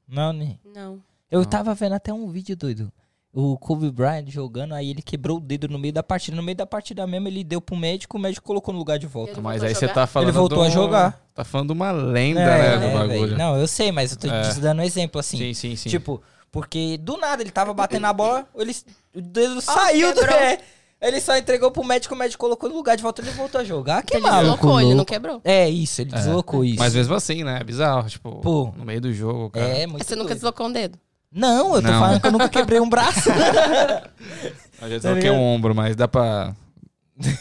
Speaker 1: Não, né?
Speaker 3: não.
Speaker 1: Eu
Speaker 2: Não.
Speaker 1: tava vendo até um vídeo doido. O Kobe Bryant jogando, aí ele quebrou o dedo no meio da partida. No meio da partida mesmo, ele deu pro médico, o médico colocou no lugar de volta.
Speaker 3: Ele
Speaker 2: Mas
Speaker 3: voltou
Speaker 2: aí
Speaker 3: a
Speaker 2: você
Speaker 3: jogar?
Speaker 2: tá falando.
Speaker 1: Ele voltou
Speaker 2: do-
Speaker 1: a jogar.
Speaker 2: Tá falando de uma lenda,
Speaker 1: É,
Speaker 2: né?
Speaker 1: é,
Speaker 2: do
Speaker 1: velho.
Speaker 2: bagulho.
Speaker 1: Não, eu sei, mas eu tô
Speaker 2: É.
Speaker 1: te dando um exemplo, assim.
Speaker 2: sim, sim, sim.
Speaker 1: Tipo, porque do nada ele tava batendo na bola, ele, o dedo saiu do
Speaker 3: Ah, quebrou.
Speaker 1: pé. Ele só entregou pro médico, o médico colocou no lugar de volta, ele voltou a jogar. Que
Speaker 3: Ele
Speaker 1: maluco.
Speaker 3: deslocou, ele não
Speaker 1: louco.
Speaker 3: quebrou.
Speaker 1: É isso, ele deslocou isso.
Speaker 2: Mas mesmo assim, né? É bizarro. Tipo,
Speaker 1: Pô.
Speaker 2: no meio do jogo, cara.
Speaker 1: é, muito
Speaker 3: Mas você nunca
Speaker 1: doido.
Speaker 3: deslocou um dedo.
Speaker 1: Não, eu tô
Speaker 2: Não.
Speaker 1: falando que eu nunca quebrei um braço.
Speaker 2: Eu já
Speaker 1: Tá
Speaker 2: troquei é o Um
Speaker 1: ligado?
Speaker 2: ombro, mas dá pra.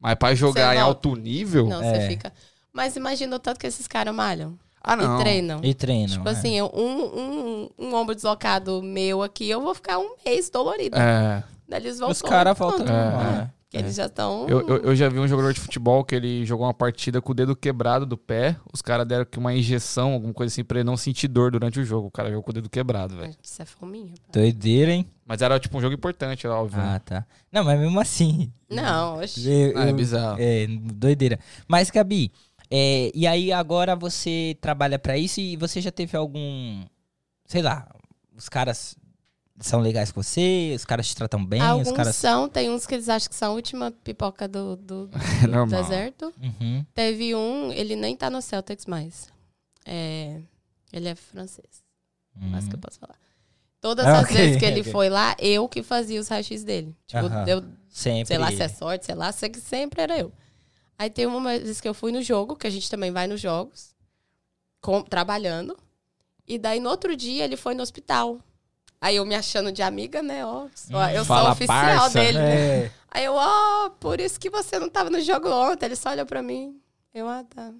Speaker 2: mas pra jogar em
Speaker 3: não-
Speaker 2: alto nível.
Speaker 3: Não,
Speaker 1: É.
Speaker 3: você fica. Mas imagina o tanto que esses caras malham
Speaker 2: Ah, não.
Speaker 3: e treinam.
Speaker 1: e treino. é.
Speaker 3: Tipo assim, eu- um, um, um ombro deslocado meu aqui, eu vou ficar um mês dolorido.
Speaker 2: É.
Speaker 3: Daí eles
Speaker 1: é.
Speaker 3: voltam.
Speaker 1: os caras voltam.
Speaker 3: voltando,
Speaker 1: normal,
Speaker 2: É.
Speaker 1: né?
Speaker 3: porque Eles já estão.
Speaker 2: Eu, eu, eu já vi um jogador de futebol que ele jogou uma partida com o dedo quebrado do pé. Os caras deram que uma injeção, alguma coisa assim, pra ele não sentir dor durante o jogo. O cara jogou com o dedo quebrado, velho.
Speaker 3: Isso é fominha. pá.
Speaker 1: Doideira, hein?
Speaker 2: Mas era tipo um jogo importante, óbvio.
Speaker 1: Ah, tá. Não, mas mesmo assim.
Speaker 3: Não, oxi.
Speaker 1: eu-
Speaker 2: Ah, é
Speaker 1: eu-
Speaker 2: bizarro.
Speaker 1: É, doideira. Mas, Gabi, é, e aí agora você trabalha pra isso e você já teve algum. Sei lá, os caras são legais com você, os caras te tratam bem,
Speaker 3: Alguns
Speaker 1: os caras.
Speaker 3: são, tem uns que eles acham que são a última pipoca do, do,
Speaker 2: É
Speaker 3: do
Speaker 2: normal.
Speaker 3: deserto.
Speaker 1: Uhum.
Speaker 3: Teve um, ele nem tá no Celtics mais. É, ele é francês, mas que eu posso falar. Todas
Speaker 1: Uhum. Ah,
Speaker 3: as
Speaker 1: ok,
Speaker 3: vezes que ele
Speaker 1: ok.
Speaker 3: foi lá, eu que fazia os rachis dele. Tipo,
Speaker 1: Aham.
Speaker 3: eu
Speaker 1: Sempre.
Speaker 3: sei lá se é sorte, sei lá, sei que sempre era eu. Aí tem uma vez que eu fui no jogo, que a gente também vai nos jogos, com- trabalhando. E daí no outro dia ele foi no hospital. Aí eu me achando de amiga, né? Ó, sou-
Speaker 1: Hum,
Speaker 3: eu
Speaker 2: Fala,
Speaker 3: sou oficial
Speaker 2: parça.
Speaker 3: dele, né?
Speaker 1: É.
Speaker 3: Aí eu, ó, por isso que você não tava no jogo ontem. Ele só olhou pra mim. Eu, ah, tá.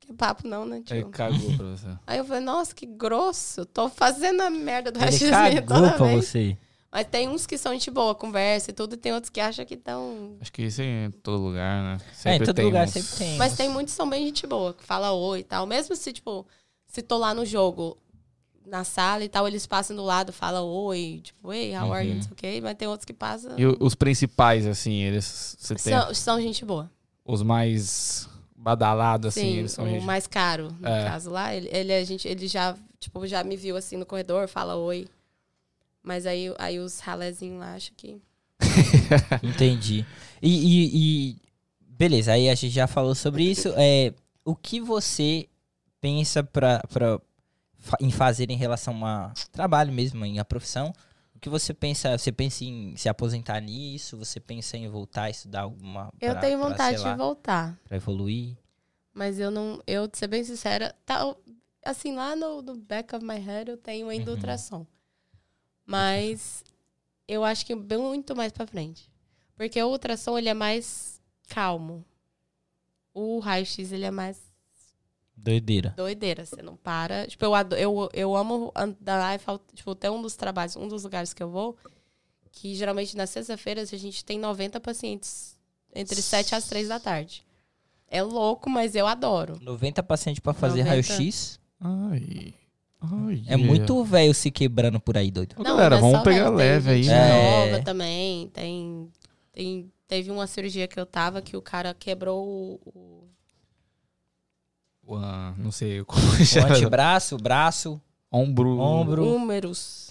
Speaker 3: Que papo não, né,
Speaker 2: Ele
Speaker 1: É
Speaker 3: tio?
Speaker 2: cagou pra você.
Speaker 3: Aí eu falei, nossa, que grosso. Tô fazendo a merda do resto
Speaker 1: Ele
Speaker 3: da minha
Speaker 1: cagou
Speaker 3: toda
Speaker 1: pra
Speaker 3: vez.
Speaker 1: você.
Speaker 3: Mas tem uns que são gente boa, conversa e tudo. E tem outros que acham que estão
Speaker 2: Acho que isso é em todo lugar, né?
Speaker 1: É, em
Speaker 2: Sempre
Speaker 1: todo
Speaker 2: tem
Speaker 1: lugar
Speaker 2: uns-
Speaker 1: sempre tem.
Speaker 3: Mas tem muitos que são bem gente boa, que fala oi e tal. Mesmo se, tipo, se tô lá no jogo, na sala e tal, eles passam do lado, falam oi, tipo, ei, how are you,
Speaker 2: Uhum.
Speaker 3: não sei o quê. Mas tem outros que passam.
Speaker 2: E o- os principais, assim, eles. Você tem
Speaker 3: São, são gente boa.
Speaker 2: os mais badalados, assim,
Speaker 3: Sim,
Speaker 2: eles são
Speaker 3: o
Speaker 2: gente.
Speaker 3: mais caro, no
Speaker 2: É.
Speaker 3: caso lá. Ele, ele, a gente, ele já, tipo, já me viu assim no corredor, fala oi. Mas aí, aí os ralézinhos lá acham que.
Speaker 1: Entendi. E, e- e- beleza, aí a gente já falou sobre isso. É, o que você pensa pra, pra, fa- em fazer em relação a trabalho mesmo, em a profissão? O que você pensa? Você pensa em se aposentar nisso? Você pensa em voltar a estudar alguma
Speaker 3: Eu
Speaker 1: pra-
Speaker 3: tenho
Speaker 1: pra,
Speaker 3: vontade
Speaker 1: sei lá,
Speaker 3: de voltar.
Speaker 1: Pra evoluir?
Speaker 3: Mas eu não, eu, de ser bem sincera, tá, assim, lá no, no back of my head eu tenho ainda
Speaker 1: Uhum.
Speaker 3: ultrassom. Mas eu acho que bem muito mais pra frente. Porque o ultrassom, ele é mais calmo. O raio-x, ele é mais
Speaker 1: Doideira.
Speaker 3: doideira, você não para. Tipo, eu, ado- eu, eu amo andar e fal- tipo, tem um dos trabalhos, um dos lugares que eu vou, que geralmente nas sexta-feiras a gente tem 90 pacientes entre 7 às 3 da tarde. É louco, mas eu adoro.
Speaker 1: 90 pacientes pra fazer
Speaker 3: 90.
Speaker 1: raio-x?
Speaker 2: Ai. Ai.
Speaker 1: É muito velho se quebrando por aí, doido.
Speaker 2: Ô, galera,
Speaker 3: não é
Speaker 2: vamos
Speaker 3: só
Speaker 2: pegar
Speaker 3: velho,
Speaker 2: leve
Speaker 3: tem
Speaker 2: aí,
Speaker 3: gente
Speaker 1: né? É.
Speaker 3: nova também, tem, tem... Teve uma cirurgia que eu tava que o cara quebrou o... o-
Speaker 2: Uan, não sei como
Speaker 1: O
Speaker 2: chama.
Speaker 1: antebraço, braço,
Speaker 2: Ombro.
Speaker 1: Ombro. Quebrou.
Speaker 3: Húmeros.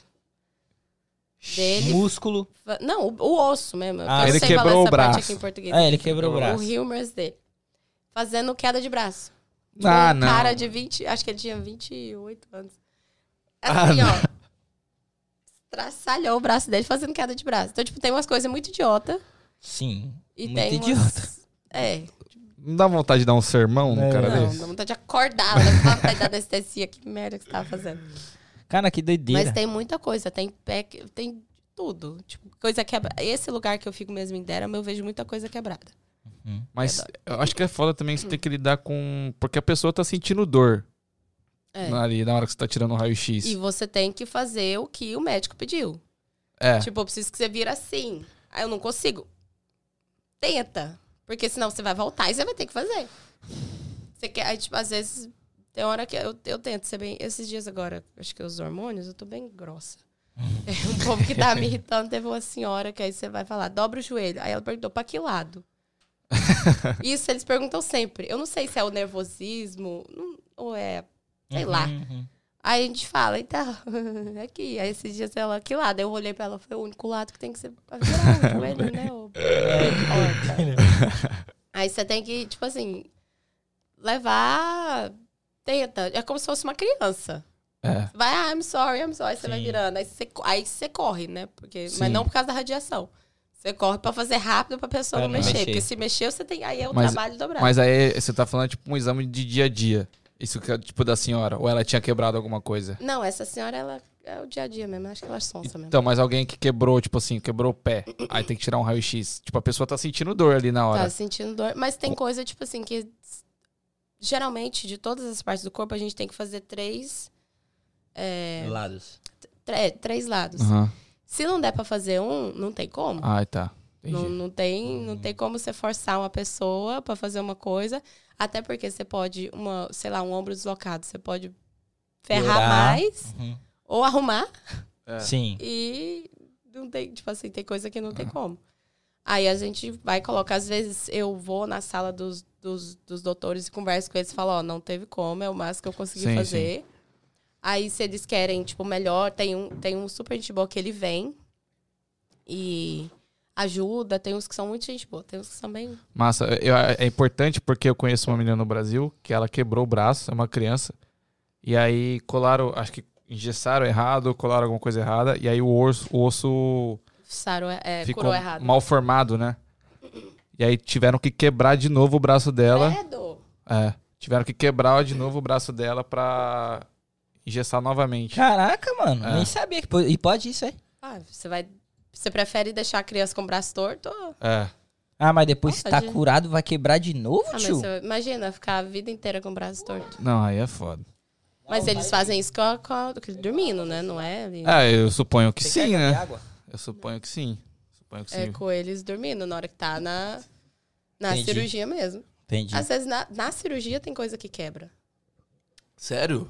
Speaker 3: Dele.
Speaker 1: músculo.
Speaker 3: Fa- Não, o, o osso mesmo.
Speaker 1: Ah,
Speaker 3: eu
Speaker 1: ele
Speaker 3: sei falar
Speaker 2: quebrou
Speaker 3: essa
Speaker 2: o
Speaker 3: parte
Speaker 2: braço.
Speaker 3: aqui em português.
Speaker 1: É, ele quebrou o
Speaker 2: O
Speaker 1: braço.
Speaker 3: O humors dele. Fazendo queda de braço.
Speaker 2: Ah,
Speaker 3: um
Speaker 2: não.
Speaker 3: cara de 20... Acho que ele tinha 28 anos.
Speaker 2: Ah,
Speaker 3: Assim, ó. Traçalhou o braço dele fazendo queda de braço. Então, tipo, tem umas coisas muito idiota.
Speaker 1: Sim.
Speaker 3: E
Speaker 1: Muito
Speaker 3: tem umas-
Speaker 1: idiota.
Speaker 3: É,
Speaker 2: Não dá vontade de dar um sermão
Speaker 1: É.
Speaker 2: num cara
Speaker 3: Não,
Speaker 2: desse?
Speaker 3: dá vontade de acordar, né? dá vontade da anestesia, que merda que você tava fazendo.
Speaker 1: Cara, que doideira.
Speaker 3: Mas tem muita coisa, tem pé, que- tem tudo. Tipo, coisa quebra. Esse lugar que eu fico mesmo em Derama, eu vejo muita coisa quebrada.
Speaker 2: Mas eu acho que é foda também que você tem que lidar com. Porque a pessoa tá sentindo dor
Speaker 3: É.
Speaker 2: ali na hora que você tá tirando o raio-x.
Speaker 3: E você tem que fazer o que o médico pediu.
Speaker 2: É.
Speaker 3: Tipo, eu preciso que você vira assim. Aí eu não consigo. Tenta. Porque senão você vai voltar e você vai ter que fazer. Você quer, aí, tipo, às vezes, tem hora que eu, eu tento ser bem. Esses dias agora, acho que os hormônios, eu tô bem grossa. Tem um povo que tá me irritando. Teve uma senhora que aí você vai falar, dobra o joelho. Aí ela perguntou, pra que lado? Isso eles perguntam sempre. Eu não sei se é o nervosismo não- ou é
Speaker 1: Uhum,
Speaker 3: sei lá. Aí a gente fala, então, aqui. Aí esses dias ela, que lado? Eu olhei pra ela, foi o único lado que tem que ser pra virar o joelho, né? ô porca. Aí você tem que, tipo assim, levar. Tenta. É como se fosse uma criança.
Speaker 2: É.
Speaker 3: Vai, ah, I'm sorry, I'm sorry. Aí você vai
Speaker 1: Sim.
Speaker 3: virando. Aí você, co- aí você corre, né? Porque,
Speaker 2: Sim.
Speaker 3: mas não por causa da radiação. Você Você corre pra fazer rápido pra pessoa
Speaker 1: Pra
Speaker 3: não
Speaker 1: não
Speaker 3: mexer.
Speaker 1: mexer.
Speaker 3: Porque se mexer, você tem. Aí é o
Speaker 2: Mas-
Speaker 3: trabalho dobrado.
Speaker 2: Mas aí você tá falando tipo um exame de dia a dia. Isso que é tipo da senhora. Ou ela tinha quebrado alguma coisa.
Speaker 3: Não, essa senhora, ela é o dia a dia mesmo. Acho que ela é sonsa mesmo.
Speaker 2: Então, mas alguém que quebrou, tipo assim, quebrou o pé. Aí tem que tirar um raio-x. Tipo, a pessoa tá sentindo dor ali na
Speaker 3: Tá
Speaker 2: hora.
Speaker 3: sentindo dor. Mas tem coisa, tipo assim, que geralmente, de todas as partes do corpo, a gente tem que fazer três. é,
Speaker 1: Lados.
Speaker 3: tre- é, três lados.
Speaker 2: Aham.
Speaker 3: Se não der pra fazer um, não tem como.
Speaker 2: Ai, tá.
Speaker 3: Não,
Speaker 2: Entendi. Hum.
Speaker 3: não, tem, não tem como você forçar uma pessoa pra fazer uma coisa. Até porque você pode, uma, sei lá, um ombro deslocado, você pode ferrar
Speaker 1: Piorar.
Speaker 3: mais
Speaker 1: Uhum.
Speaker 3: ou arrumar.
Speaker 2: É.
Speaker 1: Sim.
Speaker 3: E não tem, tipo assim, tem coisa que não tem como. Aí a gente vai colocar, às vezes eu vou na sala dos, dos, dos doutores e converso com eles e falo, ó, não teve como, é o máximo que eu consegui
Speaker 2: Sim,
Speaker 3: fazer. Aí se eles querem, tipo, melhor, tem um, tem um super gente boa que ele vem e ajuda, tem uns que são muito gente boa, tem uns que são bem...
Speaker 2: Massa. Eu- é importante porque eu conheço uma menina no Brasil que ela quebrou o braço, é uma criança. E aí colaram, acho que engessaram errado, colaram alguma coisa errada. E aí o osso, o osso
Speaker 3: Sarou, é,
Speaker 2: ficou
Speaker 3: curou errado.
Speaker 2: mal formado, né? E aí tiveram que quebrar de novo o braço dela.
Speaker 3: Credo!
Speaker 2: É. Tiveram que quebrar de novo o braço dela pra engessar novamente.
Speaker 1: Caraca, mano.
Speaker 2: É.
Speaker 1: Nem sabia que. po- E pode isso, é?
Speaker 3: Ah, você vai... Você prefere deixar a criança com o braço torto? Ah,
Speaker 2: É.
Speaker 1: Ah, mas depois que tá
Speaker 3: Pode.
Speaker 1: curado, vai quebrar de novo,
Speaker 3: Ah, mas
Speaker 1: tio?
Speaker 3: você- imagina, ficar a vida inteira com o braço torto.
Speaker 2: Não, aí é foda.
Speaker 3: Mas eles fazem isso com a- com a- dormindo, né? Não é? ali-
Speaker 2: É, eu suponho que
Speaker 1: Você
Speaker 2: sim,
Speaker 1: quer beber
Speaker 2: né?
Speaker 1: água?
Speaker 2: Eu suponho que sim. Suponho que
Speaker 3: É
Speaker 2: sim.
Speaker 3: com eles dormindo na hora que tá na, na
Speaker 1: Entendi.
Speaker 3: cirurgia mesmo.
Speaker 1: Entendi.
Speaker 3: Às vezes na, na cirurgia tem coisa que quebra.
Speaker 2: Sério?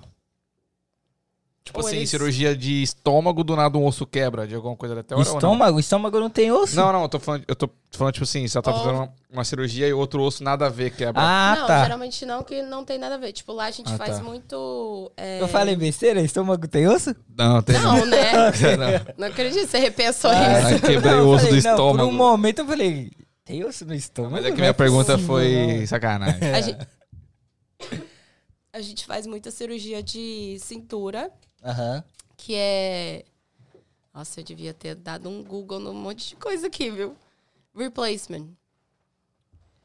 Speaker 2: Tipo
Speaker 3: Ou
Speaker 2: assim,
Speaker 3: eles-
Speaker 2: cirurgia de estômago, do nada um osso quebra de alguma coisa até hora ou não?
Speaker 1: estômago? Estômago não tem osso?
Speaker 2: Então Não, não, eu tô falando, eu tô falando tipo assim, você tá
Speaker 3: Ou-
Speaker 2: fazendo uma, uma cirurgia e outro osso nada a ver quebra.
Speaker 1: Ah,
Speaker 3: não,
Speaker 1: tá.
Speaker 3: geralmente não, que não tem nada a ver. Tipo, lá a gente
Speaker 2: Ah,
Speaker 3: faz
Speaker 2: tá.
Speaker 3: muito. é,
Speaker 1: Eu falei besteira? Estômago tem osso?
Speaker 2: Não, tem não. Ah,
Speaker 3: Não, né?
Speaker 2: Não.
Speaker 3: Não acredito, você repensou isso.
Speaker 2: Aí quebrei
Speaker 1: Não, Ah, eu
Speaker 2: o osso
Speaker 1: falei,
Speaker 2: do
Speaker 1: não,
Speaker 2: estômago.
Speaker 1: Por um momento eu falei, tem osso no estômago?
Speaker 2: Mas é que
Speaker 1: Não
Speaker 2: minha pergunta
Speaker 1: possível,
Speaker 2: foi sacanagem.
Speaker 3: A gente, a gente faz muita cirurgia de cintura,
Speaker 1: não. Aham.
Speaker 3: que é. Nossa, eu devia ter dado um Google num monte de coisa aqui, viu? Replacement.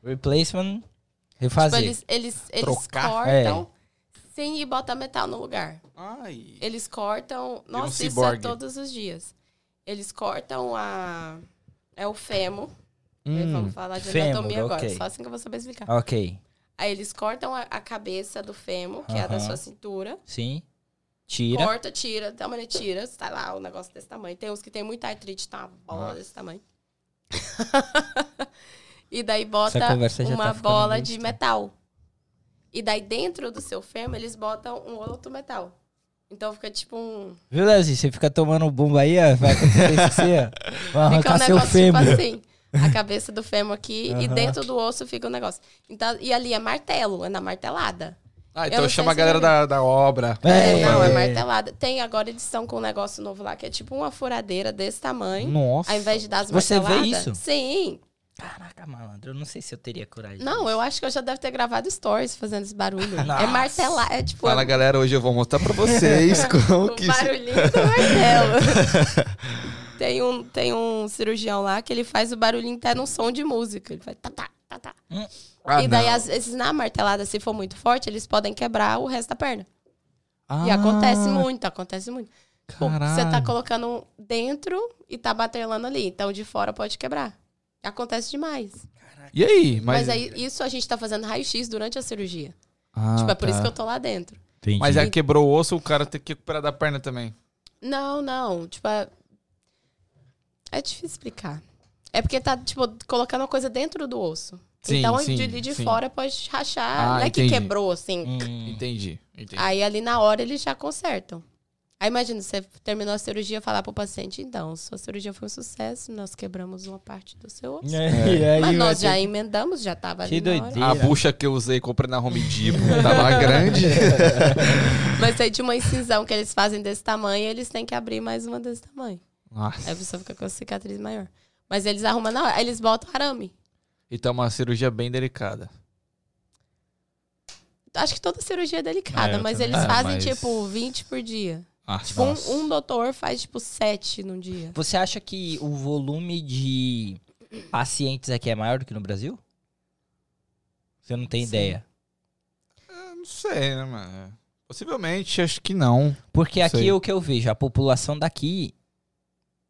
Speaker 1: Replacement,
Speaker 3: Tipo,
Speaker 1: refazer.
Speaker 3: eles, eles, eles
Speaker 2: Trocar?
Speaker 3: cortam
Speaker 1: é.
Speaker 3: sem ir botar metal no lugar.
Speaker 2: Ai.
Speaker 3: Eles cortam.
Speaker 2: um
Speaker 3: Nossa, isso é
Speaker 2: ciborgue.
Speaker 3: todos os dias. Eles cortam a. É o fêmur. Aí vamos falar de
Speaker 1: fêmur,
Speaker 3: anatomia agora.
Speaker 1: Hum, ok. Ah.
Speaker 3: Só assim que eu vou saber explicar.
Speaker 1: Ok,
Speaker 3: Aí eles cortam a, a cabeça do fêmur, que é a da
Speaker 1: Aham.
Speaker 3: sua cintura.
Speaker 1: sim. Tira.
Speaker 3: Corta, tira, dá uma tira, tá lá, o negócio desse tamanho. Tem uns que tem muita artrite, tá uma bola
Speaker 2: Nossa.
Speaker 3: desse tamanho. e daí
Speaker 1: Essa
Speaker 3: bota
Speaker 1: conversa já tá
Speaker 3: uma
Speaker 1: ficando
Speaker 3: bola
Speaker 1: meio
Speaker 3: de
Speaker 1: estranha.
Speaker 3: metal. E daí dentro do seu fêmur, eles botam um outro metal. Então fica tipo um.
Speaker 1: Viu, Leozinho? Você fica tomando bomba aí, ó, vai acontecer isso com você, ó. Vai
Speaker 3: Fica
Speaker 1: arrancar
Speaker 3: um
Speaker 1: seu
Speaker 3: negócio
Speaker 1: fêmur.
Speaker 3: tipo assim. A cabeça do fêmur aqui e
Speaker 1: Aham.
Speaker 3: dentro do osso fica um negócio. Então, e ali é martelo, é na martelada.
Speaker 2: Ah,
Speaker 3: Eu
Speaker 2: então
Speaker 3: não
Speaker 2: chama a
Speaker 3: sei se
Speaker 2: galera da, da obra.
Speaker 1: É,
Speaker 3: Não, é
Speaker 1: é.
Speaker 3: martelada. Tem agora edição com um negócio novo lá que é tipo uma furadeira desse tamanho.
Speaker 2: Nossa.
Speaker 3: Ao invés de dar as
Speaker 1: Você vê
Speaker 3: marteladas?
Speaker 1: isso?
Speaker 3: Sim.
Speaker 1: Caraca, malandro, eu não sei se eu teria coragem.
Speaker 3: Não, eu acho que eu já deve ter gravado stories fazendo esse barulho.
Speaker 1: Nossa.
Speaker 3: É martelar, é tipo
Speaker 2: Fala,
Speaker 3: é
Speaker 2: galera, hoje eu vou mostrar pra vocês como
Speaker 3: o
Speaker 2: que... se-
Speaker 3: barulhinho do martelo. tem, um, tem um cirurgião lá que ele faz o barulhinho até num som de música. Ele faz tá, tá, tá, tá.
Speaker 2: Ah,
Speaker 3: e daí,
Speaker 2: não.
Speaker 3: às vezes, na martelada, se for muito forte, eles podem quebrar o resto da perna. E
Speaker 2: Ah,
Speaker 3: acontece muito, acontece muito. Tipo, Você tá
Speaker 2: caralho.
Speaker 3: colocando dentro e tá batelando ali. Então, de fora pode quebrar. Acontece demais.
Speaker 2: E aí? Mas, é
Speaker 3: Mas, aí, isso a gente tá fazendo raio-x durante a cirurgia.
Speaker 2: Ah,
Speaker 3: tipo, é por
Speaker 2: tá.
Speaker 3: isso que eu tô lá dentro.
Speaker 1: Entendi.
Speaker 2: Mas aí quebrou o osso, o cara tem que recuperar da perna também.
Speaker 3: Não, não. Tipo, é... é difícil explicar. É porque tá, tipo, colocando a coisa dentro do osso.
Speaker 2: Sim,
Speaker 3: então,
Speaker 2: sim,
Speaker 3: de, ali de
Speaker 2: sim.
Speaker 3: fora pode rachar.
Speaker 2: Ah,
Speaker 3: não é
Speaker 2: entendi.
Speaker 3: que quebrou, assim.
Speaker 1: Hum,
Speaker 2: Entendi, entendi.
Speaker 3: Aí, ali na hora, eles já consertam. Aí, imagina, você terminou a cirurgia, falar pro paciente, então, sua cirurgia foi um sucesso, nós quebramos uma parte do seu osso.
Speaker 1: e aí
Speaker 3: Mas
Speaker 1: vai
Speaker 3: nós
Speaker 1: ter-
Speaker 3: já emendamos, já tava
Speaker 1: Que
Speaker 3: ali na hora.
Speaker 1: doideira.
Speaker 2: A bucha que eu usei, comprei na Home Depot, tava grande.
Speaker 3: Mas aí de uma incisão que eles fazem desse tamanho, eles têm que abrir mais uma desse tamanho. Aí a
Speaker 2: Nossa.
Speaker 3: pessoa fica com a cicatriz maior. Mas eles arrumam na hora. Aí eles botam arame.
Speaker 2: Então é uma cirurgia bem delicada.
Speaker 3: Acho que toda cirurgia é
Speaker 2: É,
Speaker 3: delicada,
Speaker 2: eu
Speaker 3: mas
Speaker 2: também
Speaker 3: eles
Speaker 2: acho.
Speaker 3: fazem
Speaker 2: Mas-
Speaker 3: tipo 20 por dia.
Speaker 2: Ah,
Speaker 3: Tipo, um, um doutor faz, tipo, sete num dia.
Speaker 1: Você acha que o volume de pacientes aqui é maior do que no Brasil? Você não tem
Speaker 3: Sim.
Speaker 1: ideia.
Speaker 2: Não sei, né, mano? Possivelmente, acho que não.
Speaker 1: Porque aqui
Speaker 2: Sei.
Speaker 1: é o que eu vejo, a população daqui.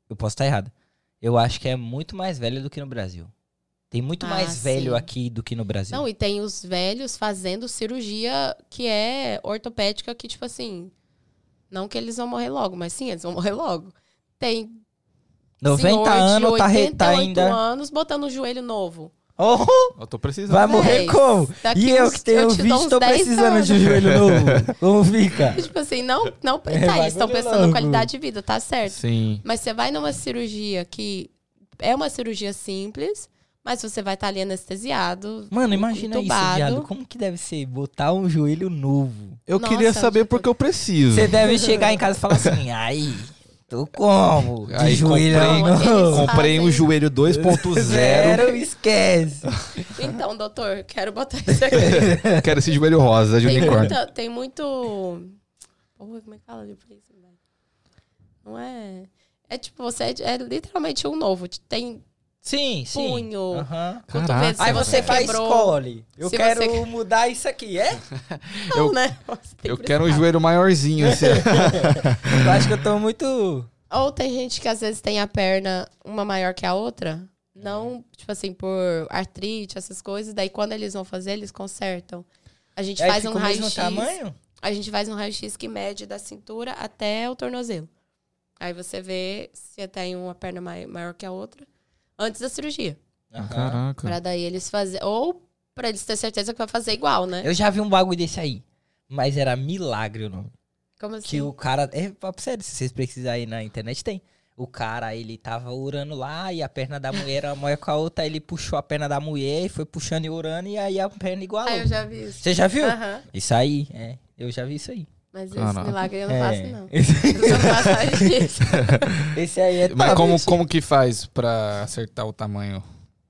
Speaker 1: Eu posso estar errado. Eu acho que é muito mais velha do que no Brasil. Tem muito
Speaker 3: Ah,
Speaker 1: mais velho
Speaker 3: sim.
Speaker 1: aqui do que no Brasil.
Speaker 3: Não, e tem os velhos fazendo cirurgia que é ortopédica, que, tipo assim. Não que eles vão morrer logo, mas sim, eles vão morrer logo. Tem
Speaker 1: 90
Speaker 3: senhor
Speaker 1: anos
Speaker 3: de
Speaker 1: tá, re- tá
Speaker 3: 88
Speaker 1: ainda.
Speaker 3: anos botando o joelho novo.
Speaker 1: Oh,
Speaker 2: Eu tô precisando.
Speaker 1: vai morrer
Speaker 3: Véi,
Speaker 1: como?
Speaker 3: É daqui
Speaker 1: E eu
Speaker 3: uns-
Speaker 1: que tenho
Speaker 3: te dou
Speaker 1: 20
Speaker 3: uns
Speaker 1: tô
Speaker 3: 10
Speaker 1: precisando
Speaker 3: anos.
Speaker 1: de um joelho novo. Como fica?
Speaker 3: Tipo assim, não, não, tá,
Speaker 1: É, vai
Speaker 3: eles estão
Speaker 1: muito
Speaker 3: pensando
Speaker 1: louco.
Speaker 3: na qualidade de vida, tá certo.
Speaker 2: Sim.
Speaker 3: Mas você vai numa cirurgia que é uma cirurgia simples, mas você vai estar ali anestesiado.
Speaker 1: Mano, imagina isso,
Speaker 3: entubado.
Speaker 1: viado. Como que deve ser botar um joelho novo?
Speaker 2: Eu
Speaker 3: Nossa,
Speaker 2: queria saber
Speaker 3: eu tô-
Speaker 2: porque eu preciso.
Speaker 1: Você deve chegar em casa e falar assim, aí, tô como? De
Speaker 2: Aí
Speaker 1: joelho
Speaker 2: comprei-
Speaker 3: é
Speaker 1: novo.
Speaker 3: Eles
Speaker 2: Comprei um
Speaker 3: fazem-
Speaker 2: joelho 2.0.
Speaker 1: Zero, esquece.
Speaker 3: Então, doutor, quero botar isso
Speaker 1: É,
Speaker 3: aqui.
Speaker 2: Quero esse joelho rosa de
Speaker 3: tem,
Speaker 2: unicórnio.
Speaker 3: muita, tem muito. Porra, como é que fala de isso, velho? Não é. É tipo, você é, é literalmente um novo. Tem
Speaker 1: Sim, sim.
Speaker 3: punho.
Speaker 1: Aham.
Speaker 3: cotovelo,
Speaker 2: Caraca,
Speaker 1: Aí
Speaker 3: Aí
Speaker 1: você
Speaker 3: você
Speaker 1: vai
Speaker 3: quebrou.
Speaker 1: escolhe. Eu
Speaker 3: Se
Speaker 1: quero
Speaker 3: você-
Speaker 1: mudar isso aqui, é?
Speaker 3: Não,
Speaker 2: Eu-
Speaker 3: né? Você tem
Speaker 2: Eu
Speaker 3: que
Speaker 2: quero um
Speaker 3: brincar.
Speaker 2: joelho maiorzinho. Assim.
Speaker 1: Eu acho que eu tô muito...
Speaker 3: Ou tem gente que às vezes tem a perna uma maior que a outra. Não, tipo assim, por artrite, essas coisas. Daí quando eles vão fazer, eles consertam. A gente
Speaker 1: Aí
Speaker 3: faz um
Speaker 1: fica É o mesmo
Speaker 3: raio-x.
Speaker 1: tamanho?
Speaker 3: A gente faz um raio-x que mede da cintura até o tornozelo. Aí você vê se tem uma perna mai- maior que a outra antes da cirurgia.
Speaker 1: Tá. Aham.
Speaker 2: Caraca.
Speaker 3: Pra daí eles fazer ou pra eles ter certeza que vai fazer igual, né?
Speaker 1: Eu já vi um bagulho desse aí. Mas era milagre o nome.
Speaker 3: Como assim?
Speaker 1: Que o cara. É, papo sério, se vocês precisarem aí na internet, tem. O cara, ele tava orando lá e a perna da mulher era maior com a outra, ele puxou a perna da mulher e foi puxando e orando e aí a perna igualou.
Speaker 3: Ah, eu já vi isso.
Speaker 1: Você já viu?
Speaker 3: Aham.
Speaker 1: Isso aí, é. Eu já vi isso aí.
Speaker 3: Mas
Speaker 2: Caraca.
Speaker 3: esse milagre eu não
Speaker 1: É.
Speaker 3: faço, não.
Speaker 1: Esse,
Speaker 3: Eu não faço raio -x.
Speaker 1: esse aí é
Speaker 2: Mas
Speaker 1: top.
Speaker 2: como, como que faz pra acertar o tamanho?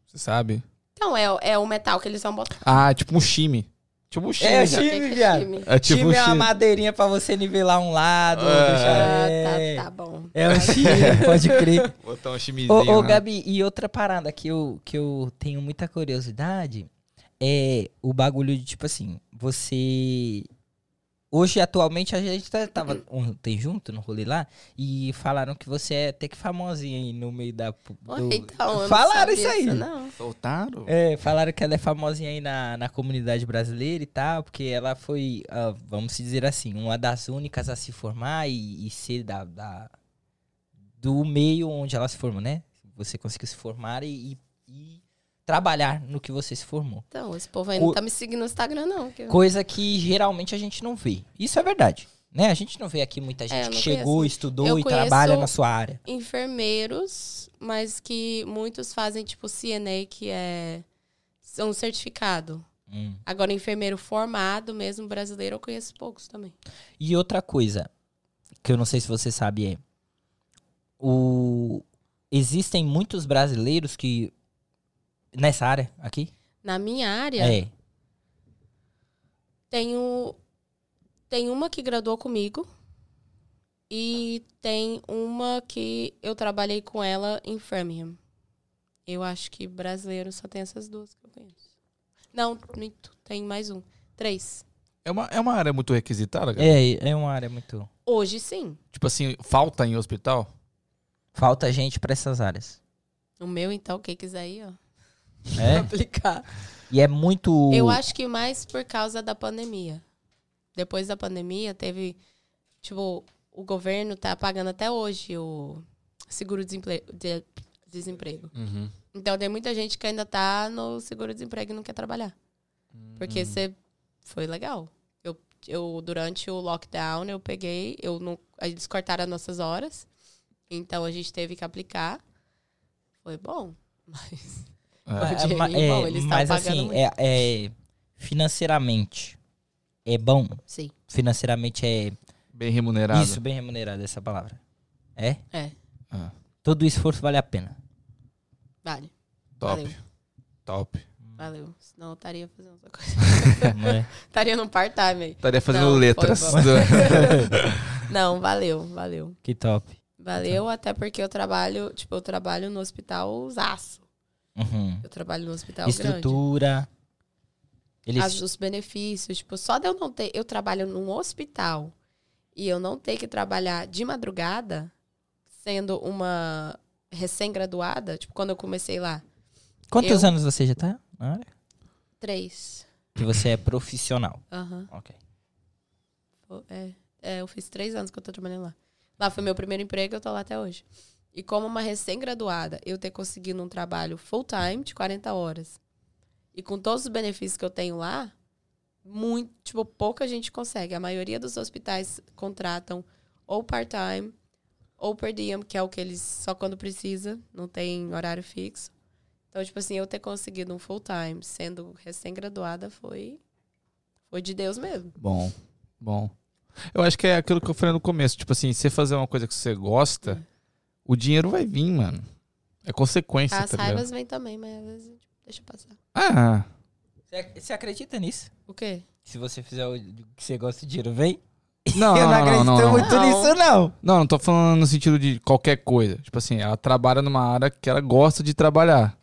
Speaker 2: Você sabe?
Speaker 3: Então, é, é o metal que eles vão botar.
Speaker 2: Ah, tipo um chime. Tipo um chime.
Speaker 1: É,
Speaker 3: Não sei o que
Speaker 1: time,
Speaker 3: que é
Speaker 1: viado.
Speaker 3: time.
Speaker 2: É tipo um
Speaker 1: time é uma
Speaker 2: chime.
Speaker 1: madeirinha pra você nivelar um lado,
Speaker 2: Ah,
Speaker 3: Ah,
Speaker 1: deixar. É,
Speaker 3: tá, tá bom.
Speaker 1: é um time, pode crer.
Speaker 2: Botar um
Speaker 1: Ô,
Speaker 2: chimezinho.
Speaker 1: ô,
Speaker 2: né?
Speaker 1: Gabi, e outra parada que eu, que eu tenho muita curiosidade é o bagulho de, tipo assim, você. Hoje, atualmente, a gente tá- tava ontem junto no rolê lá e falaram que você é até que famosinha aí no meio da. pu-
Speaker 3: Ué,
Speaker 1: do-
Speaker 3: então, eu não
Speaker 1: falaram
Speaker 3: sabia
Speaker 1: isso aí.
Speaker 3: não.
Speaker 2: Soltaram?
Speaker 1: É, falaram que ela é famosinha aí na, na comunidade brasileira e tal, porque ela foi, ah, vamos dizer assim, uma das únicas a se formar e, e ser da, da- do meio onde ela se formou, né? Você conseguiu se formar e, e- e trabalhar no que você se formou.
Speaker 3: Então, esse povo aí
Speaker 1: Co-
Speaker 3: não tá me seguindo no Instagram, não. que eu-
Speaker 1: Coisa que geralmente a gente não vê. Isso é verdade, né? A gente não vê aqui muita gente
Speaker 3: eu
Speaker 1: que
Speaker 3: É, não assim.
Speaker 1: chegou, estudou
Speaker 3: Eu
Speaker 1: e
Speaker 3: conheço-
Speaker 1: trabalha na sua área.
Speaker 3: Enfermeiros, mas que muitos fazem, tipo, CNA, que é é um certificado.
Speaker 1: Hum.
Speaker 3: Agora, enfermeiro formado mesmo, brasileiro, eu conheço poucos também.
Speaker 1: E outra coisa que eu não sei se você sabe é o existem muitos brasileiros que nessa área aqui
Speaker 3: Na minha área,
Speaker 1: é
Speaker 3: Tenho. Tem uma que graduou comigo. E tem uma que eu trabalhei com ela em Framingham. Eu acho que brasileiro só tem essas duas que eu conheço. Não, minto, tem mais um. Três.
Speaker 2: É uma, é uma área muito requisitada, Gabi?
Speaker 1: é é uma área muito
Speaker 3: Hoje sim.
Speaker 1: É.
Speaker 2: Tipo assim, falta em hospital?
Speaker 1: falta gente pra essas áreas
Speaker 3: O meu, então, quem quiser ir, ó.
Speaker 1: é
Speaker 3: Aplicar.
Speaker 1: e é muito
Speaker 3: Eu acho que mais por causa da pandemia. Depois da pandemia, teve. Tipo, o governo tá pagando até hoje o seguro-desemprego. de- Desemprego. Então tem muita gente que ainda tá no seguro-desemprego e não quer trabalhar. Porque você foi legal. Eu, eu durante o lockdown eu peguei, eu não, eles cortaram as nossas horas. Então a gente teve que aplicar. Foi bom, mas
Speaker 2: É.
Speaker 3: o dinheirinho
Speaker 1: Ah, ma-
Speaker 3: é bom, eles tão
Speaker 1: mas
Speaker 3: pagando
Speaker 1: assim
Speaker 3: muito.
Speaker 1: é, é financeiramente é bom
Speaker 3: sim,
Speaker 1: financeiramente é
Speaker 2: Bem remunerado.
Speaker 1: isso bem remunerado essa palavra é
Speaker 3: É.
Speaker 2: Ah.
Speaker 1: todo esforço vale a pena
Speaker 3: vale,
Speaker 2: Top.
Speaker 3: Valeu.
Speaker 2: Top.
Speaker 3: valeu. Senão eu estaria fazendo outra coisa.
Speaker 1: não é?
Speaker 3: Estaria num part-time aí.
Speaker 2: Estaria fazendo
Speaker 3: Não, foi
Speaker 2: letras.
Speaker 3: bom. Não, valeu, valeu.
Speaker 1: Que top.
Speaker 3: Valeu, até porque eu trabalho, tipo, eu trabalho no hospital Zaço.
Speaker 1: Uhum.
Speaker 3: Eu trabalho no hospital grande.
Speaker 1: Estrutura. Eles.
Speaker 3: As- os benefícios, tipo, só de eu não ter. Eu trabalho num hospital e eu não ter que trabalhar de madrugada, sendo uma recém-graduada, tipo, quando eu comecei lá,
Speaker 1: Quantos
Speaker 3: eu-
Speaker 1: anos você já tá? na área?
Speaker 3: três.
Speaker 1: Que você é profissional.
Speaker 3: Aham.
Speaker 1: Ok.
Speaker 3: Pô, É, é, eu fiz três anos que eu tô trabalhando lá. Lá foi meu primeiro emprego, eu tô lá até hoje. E como uma recém-graduada, eu ter conseguido um trabalho full-time de 40 horas. E com todos os benefícios que eu tenho lá, muito, tipo, pouca gente consegue. A maioria dos hospitais contratam ou part-time ou per diem, que é o que eles só quando precisa, não tem horário fixo. Então, tipo assim, eu ter conseguido um full-time sendo recém-graduada foi foi de Deus mesmo.
Speaker 2: Bom, bom. Eu acho que é aquilo que eu falei no começo. Tipo assim, você fazer uma coisa que você gosta, o dinheiro vai vir, mano. É consequência,
Speaker 1: Ah,
Speaker 3: As
Speaker 2: tá ligado?
Speaker 3: raivas vêm também, mas às vezes tipo, deixa passar.
Speaker 2: Ah,
Speaker 1: Você você acredita nisso?
Speaker 3: O quê?
Speaker 1: Se você fizer o que você gosta, o dinheiro vem?
Speaker 2: não,
Speaker 1: eu não, acredito
Speaker 2: não, não, não, não.
Speaker 1: muito nisso, não.
Speaker 2: Não, não tô falando no sentido de qualquer coisa. Tipo assim, ela trabalha numa área que ela gosta de trabalhar.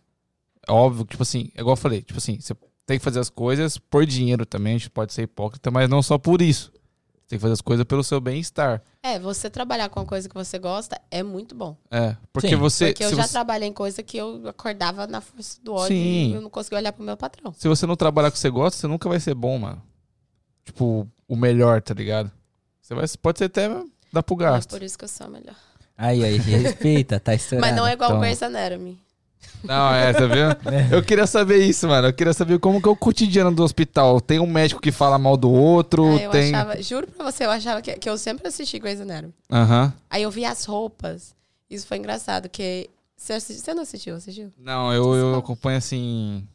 Speaker 2: É óbvio, que, tipo assim, é igual eu falei, tipo assim, você tem que fazer as coisas por dinheiro também, a gente pode ser hipócrita, mas não só por isso. Você tem que fazer as coisas pelo seu bem-estar.
Speaker 3: É, você trabalhar com uma coisa que você gosta é muito bom.
Speaker 2: É, porque
Speaker 1: Sim.
Speaker 2: você...
Speaker 3: Porque eu
Speaker 2: se
Speaker 3: já
Speaker 2: você...
Speaker 3: trabalhei em coisa que eu acordava na força do ódio
Speaker 2: Sim.
Speaker 3: e eu não conseguia olhar pro meu patrão.
Speaker 2: Se você não trabalhar com o que você gosta, você nunca vai ser bom, mano. Tipo, o melhor, tá ligado? Você vai, pode ser até dar pro
Speaker 3: É
Speaker 2: gasto.
Speaker 3: por isso que eu sou a melhor.
Speaker 1: Aí, aí, respeita, tá estourado.
Speaker 3: Mas não é igual o
Speaker 2: Toma.
Speaker 3: Grey's Anatomy.
Speaker 2: Não, é, tá vendo? Eu queria saber isso, mano. Eu queria saber como que é o cotidiano do hospital. Tem um médico que fala mal do outro,
Speaker 3: Aí Ah, eu
Speaker 2: tem...
Speaker 3: achava, juro pra você, eu achava que, que eu sempre assisti Grey's Anatomy.
Speaker 2: Aham.
Speaker 3: Aí eu vi as roupas. Isso foi engraçado, que você, assisti- você não assistiu, assistiu?
Speaker 2: Não, eu, eu acompanho assim...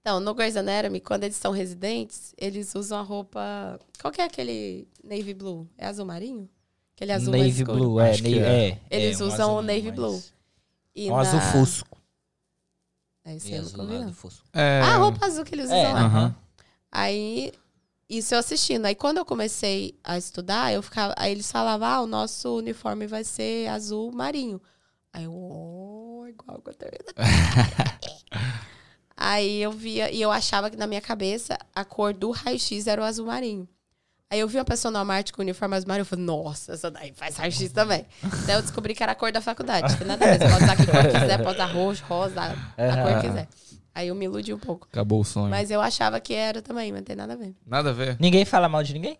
Speaker 3: Então, no Grey's Anatomy, quando eles são residentes, eles usam a roupa. Qual que é aquele navy blue? É azul marinho? Aquele azul mais
Speaker 1: Navy
Speaker 3: escuro.
Speaker 1: Blue, é,
Speaker 2: Acho que
Speaker 1: navy-
Speaker 2: é.
Speaker 1: é.
Speaker 3: Eles
Speaker 1: é, um
Speaker 3: usam o
Speaker 1: azul
Speaker 3: Navy
Speaker 1: mais-
Speaker 3: Blue. E
Speaker 1: Um azul
Speaker 3: na-
Speaker 1: fusco.
Speaker 3: É, esse
Speaker 1: E
Speaker 3: eu
Speaker 1: azul
Speaker 3: nunca vi,
Speaker 1: lá
Speaker 3: não.
Speaker 1: do fusco.
Speaker 2: É...
Speaker 3: Ah, a roupa azul que eles usam
Speaker 1: É,
Speaker 3: lá.
Speaker 2: Aham.
Speaker 3: Aí, isso eu assistindo. Aí, quando eu comecei a estudar, eu ficava... Aí eles falavam, ah, o nosso uniforme vai ser azul marinho. Aí eu, oh, igual que eu tenho. Aí eu via, e eu achava que na minha cabeça, a cor do raio-x era o azul marinho. Aí eu vi uma pessoa na Marte com uniforme azul marinho, eu falei, nossa, essa daí faz raio-x também. Daí eu descobri que era a cor da faculdade. Tem nada a ver, você pode usar que cor quiser, pode usar roxo, rosa, a cor que quiser. Aí eu me iludi um pouco.
Speaker 2: Acabou o sonho.
Speaker 3: Mas eu achava que era também, mas não tem nada a ver.
Speaker 2: Nada a ver.
Speaker 1: Ninguém fala mal de ninguém?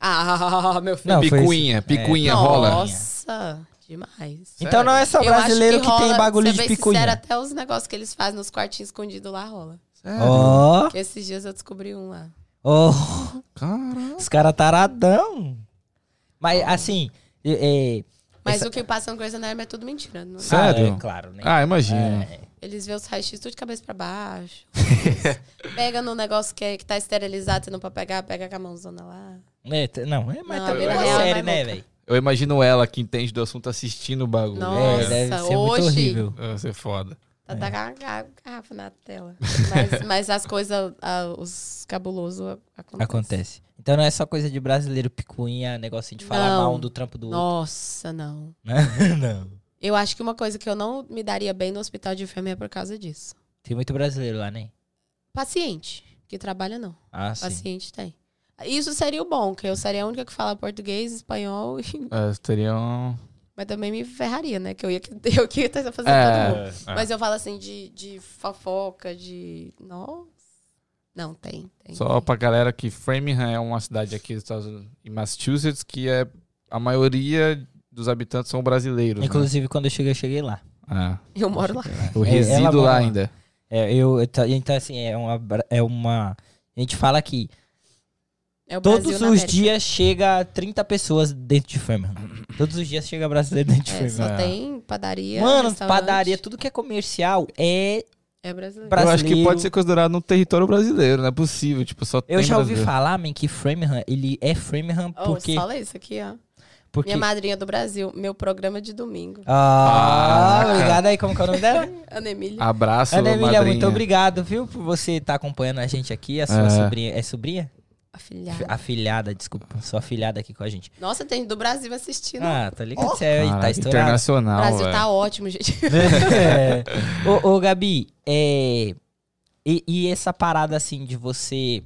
Speaker 3: Ah, meu filho.
Speaker 1: Não, foi
Speaker 2: picuinha,
Speaker 1: isso.
Speaker 2: picuinha,
Speaker 1: É.
Speaker 2: rola.
Speaker 3: Nossa, demais.
Speaker 2: Sério?
Speaker 1: Então não é só
Speaker 3: Eu acho
Speaker 1: brasileiro que, tem
Speaker 3: rola,
Speaker 1: bagulho
Speaker 3: ser
Speaker 1: de
Speaker 3: bem
Speaker 1: picuinha.
Speaker 3: sincera, até os negócios que eles fazem nos quartinhos escondidos lá rola.
Speaker 2: Sério?
Speaker 1: Ó,
Speaker 3: Porque esses dias eu descobri um lá.
Speaker 1: ó,
Speaker 2: Caralho.
Speaker 1: os caras taradão. Mas assim, é, é,
Speaker 3: Mas
Speaker 1: Essa-
Speaker 3: o que passa no coisa na é tudo mentira. Não-
Speaker 2: Sério?
Speaker 1: Ah, é, claro, né?
Speaker 2: Ah, imagina.
Speaker 1: É,
Speaker 3: Eles vê os raios tudo de cabeça pra baixo. pega no negócio que, é- que tá esterilizado, se não pra pegar, pega com a mãozona lá.
Speaker 1: é, t- não, é, mas
Speaker 3: Não,
Speaker 1: também não
Speaker 2: é
Speaker 1: é
Speaker 2: real,
Speaker 1: sério,
Speaker 3: mas
Speaker 1: né,
Speaker 3: louca.
Speaker 1: velho?
Speaker 2: Eu imagino ela que entende do assunto assistindo o bagulho.
Speaker 1: É,
Speaker 3: Nossa,
Speaker 1: deve ser muito
Speaker 3: oxi.
Speaker 1: horrível.
Speaker 2: Deve ser foda.
Speaker 3: Tá
Speaker 1: É.
Speaker 3: tá com a ga- garrafa na tela. Mas, mas as coisas, ah, os cabulosos acontecem.
Speaker 1: Acontece. Então não é só coisa de brasileiro picuinha, negocinho de falar
Speaker 3: Não.
Speaker 1: mal um do trampo do outro. né?
Speaker 3: Nossa, não.
Speaker 1: não.
Speaker 3: Eu acho que uma coisa que eu não me daria bem no hospital de enfermeira é por causa disso.
Speaker 1: Tem muito brasileiro lá, né?
Speaker 3: Paciente, que trabalha não.
Speaker 1: Ah, sim.
Speaker 3: Paciente tem. Isso seria o bom, que eu seria a única que fala português, espanhol, e-
Speaker 2: É, teria um...
Speaker 3: mas também me ferraria, né? Que eu ia, que- eu que ia tentar fazer todo mundo.
Speaker 2: É, é.
Speaker 3: Mas eu falo assim de, de fofoca, de. Nossa. Não, tem, tem.
Speaker 2: Só
Speaker 3: tem.
Speaker 2: pra galera que Framingham é uma cidade aqui dos Estados Unidos, em Massachusetts que é a maioria dos habitantes são brasileiros. né?
Speaker 1: Inclusive, quando eu cheguei, eu cheguei lá.
Speaker 2: Ah,
Speaker 3: Eu moro lá.
Speaker 2: eu
Speaker 1: É, ela
Speaker 2: resido
Speaker 1: mora
Speaker 2: lá
Speaker 1: lá.
Speaker 2: ainda.
Speaker 1: É, eu, eu tá- então, assim, é uma, bra- é uma. A gente fala que
Speaker 3: É o
Speaker 1: todos
Speaker 3: Brasil na
Speaker 1: os
Speaker 3: América.
Speaker 1: dias chega 30 pessoas dentro de Framingham. Todos os dias chega brasileiro dentro de
Speaker 3: É,
Speaker 1: Framingham.
Speaker 3: só tem padaria.
Speaker 1: Mano,
Speaker 3: é um restaurante.
Speaker 1: padaria, tudo que é comercial é.
Speaker 3: É brasileiro.
Speaker 1: Bra-
Speaker 2: Eu acho que
Speaker 1: Brasileiro.
Speaker 2: pode ser considerado um território brasileiro, não é possível. Tipo, só
Speaker 1: Eu
Speaker 2: tem
Speaker 1: já ouvi
Speaker 2: brasileiro.
Speaker 1: falar, man, que Framingham, ele é Framingham
Speaker 3: Oh,
Speaker 1: porque.
Speaker 3: Fala isso aqui, ó.
Speaker 1: porque...
Speaker 3: Minha madrinha do Brasil, meu programa de domingo.
Speaker 1: Ah,
Speaker 2: Ah,
Speaker 1: obrigado aí, como que é o nome dela?
Speaker 3: Ana Emília.
Speaker 2: Abraço,
Speaker 1: Ana Emília,
Speaker 2: madrinha.
Speaker 1: muito obrigado, viu, por você estar acompanhando a tá gente aqui. A sua
Speaker 2: É.
Speaker 1: sobrinha. É sobrinha?
Speaker 3: Afilhada.
Speaker 1: Afilhada, desculpa. Sua afilhada aqui com a gente.
Speaker 3: Nossa, tem do Brasil assistindo.
Speaker 1: Ah, tá ligado? que Você é- tá
Speaker 2: Caraca,
Speaker 1: estourado.
Speaker 3: o
Speaker 2: internacional,
Speaker 3: Brasil
Speaker 2: velho.
Speaker 3: tá ótimo, gente.
Speaker 1: É. ô, ô, Gabi, é, e, e essa parada assim de você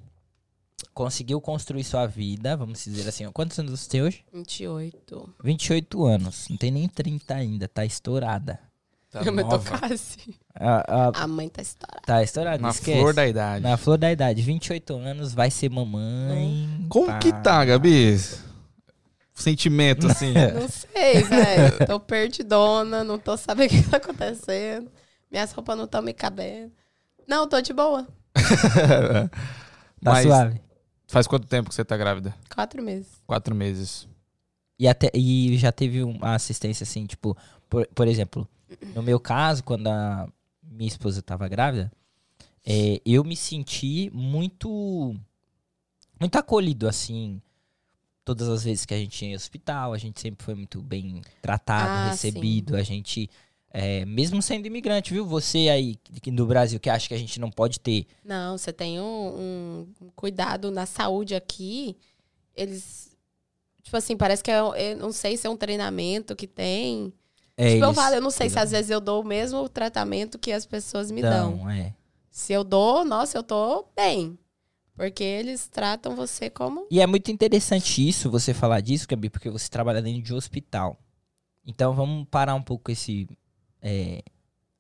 Speaker 1: conseguiu construir sua vida, vamos dizer assim, ó, quantos anos você tem hoje?
Speaker 3: 28.
Speaker 1: 28 anos, não tem nem 30 ainda, tá estourada.
Speaker 2: Tá
Speaker 3: Eu me tô
Speaker 2: nova,
Speaker 3: quase.
Speaker 1: A- a-
Speaker 3: A mãe tá estourada.
Speaker 1: tá estourada,
Speaker 2: na
Speaker 1: esquece.
Speaker 2: flor da idade.
Speaker 1: Na flor da idade, 28 anos, vai ser mamãe.
Speaker 2: Como
Speaker 1: pá.
Speaker 2: que tá, Gabi? Sentimento, assim.
Speaker 3: Não sei, velho. Tô perdidona, não tô sabendo o que tá acontecendo. Minhas roupas não estão me cabendo. Não, tô de boa.
Speaker 1: Tá
Speaker 2: Mas
Speaker 1: suave.
Speaker 2: faz quanto tempo que você tá grávida?
Speaker 3: Quatro meses.
Speaker 2: Quatro meses.
Speaker 1: E, até, e já teve uma assistência assim, tipo, por, por exemplo, no meu caso, quando a minha esposa tava grávida, é, eu me senti muito, muito acolhido, assim, todas as vezes que a gente ia ao hospital, a gente sempre foi muito bem tratado,
Speaker 3: Ah,
Speaker 1: recebido, a gente, é, mesmo sendo imigrante, viu? Você aí que- do Brasil que acha que a gente não pode ter
Speaker 3: Não, você tem um, um cuidado na saúde aqui. Eles. Tipo assim, parece que é. Eu não sei se é um treinamento que tem.
Speaker 1: é,
Speaker 3: tipo, eu
Speaker 1: eles-
Speaker 3: falo, eu não sei se
Speaker 1: cuidam.
Speaker 3: às vezes eu dou o mesmo tratamento que as pessoas me dão.
Speaker 1: Não, é.
Speaker 3: Se eu dou, nossa, eu tô bem. Porque eles tratam você como.
Speaker 1: E é muito interessante isso, você falar disso, Gabi, porque você trabalha dentro de um hospital. Então vamos parar um pouco esse, é,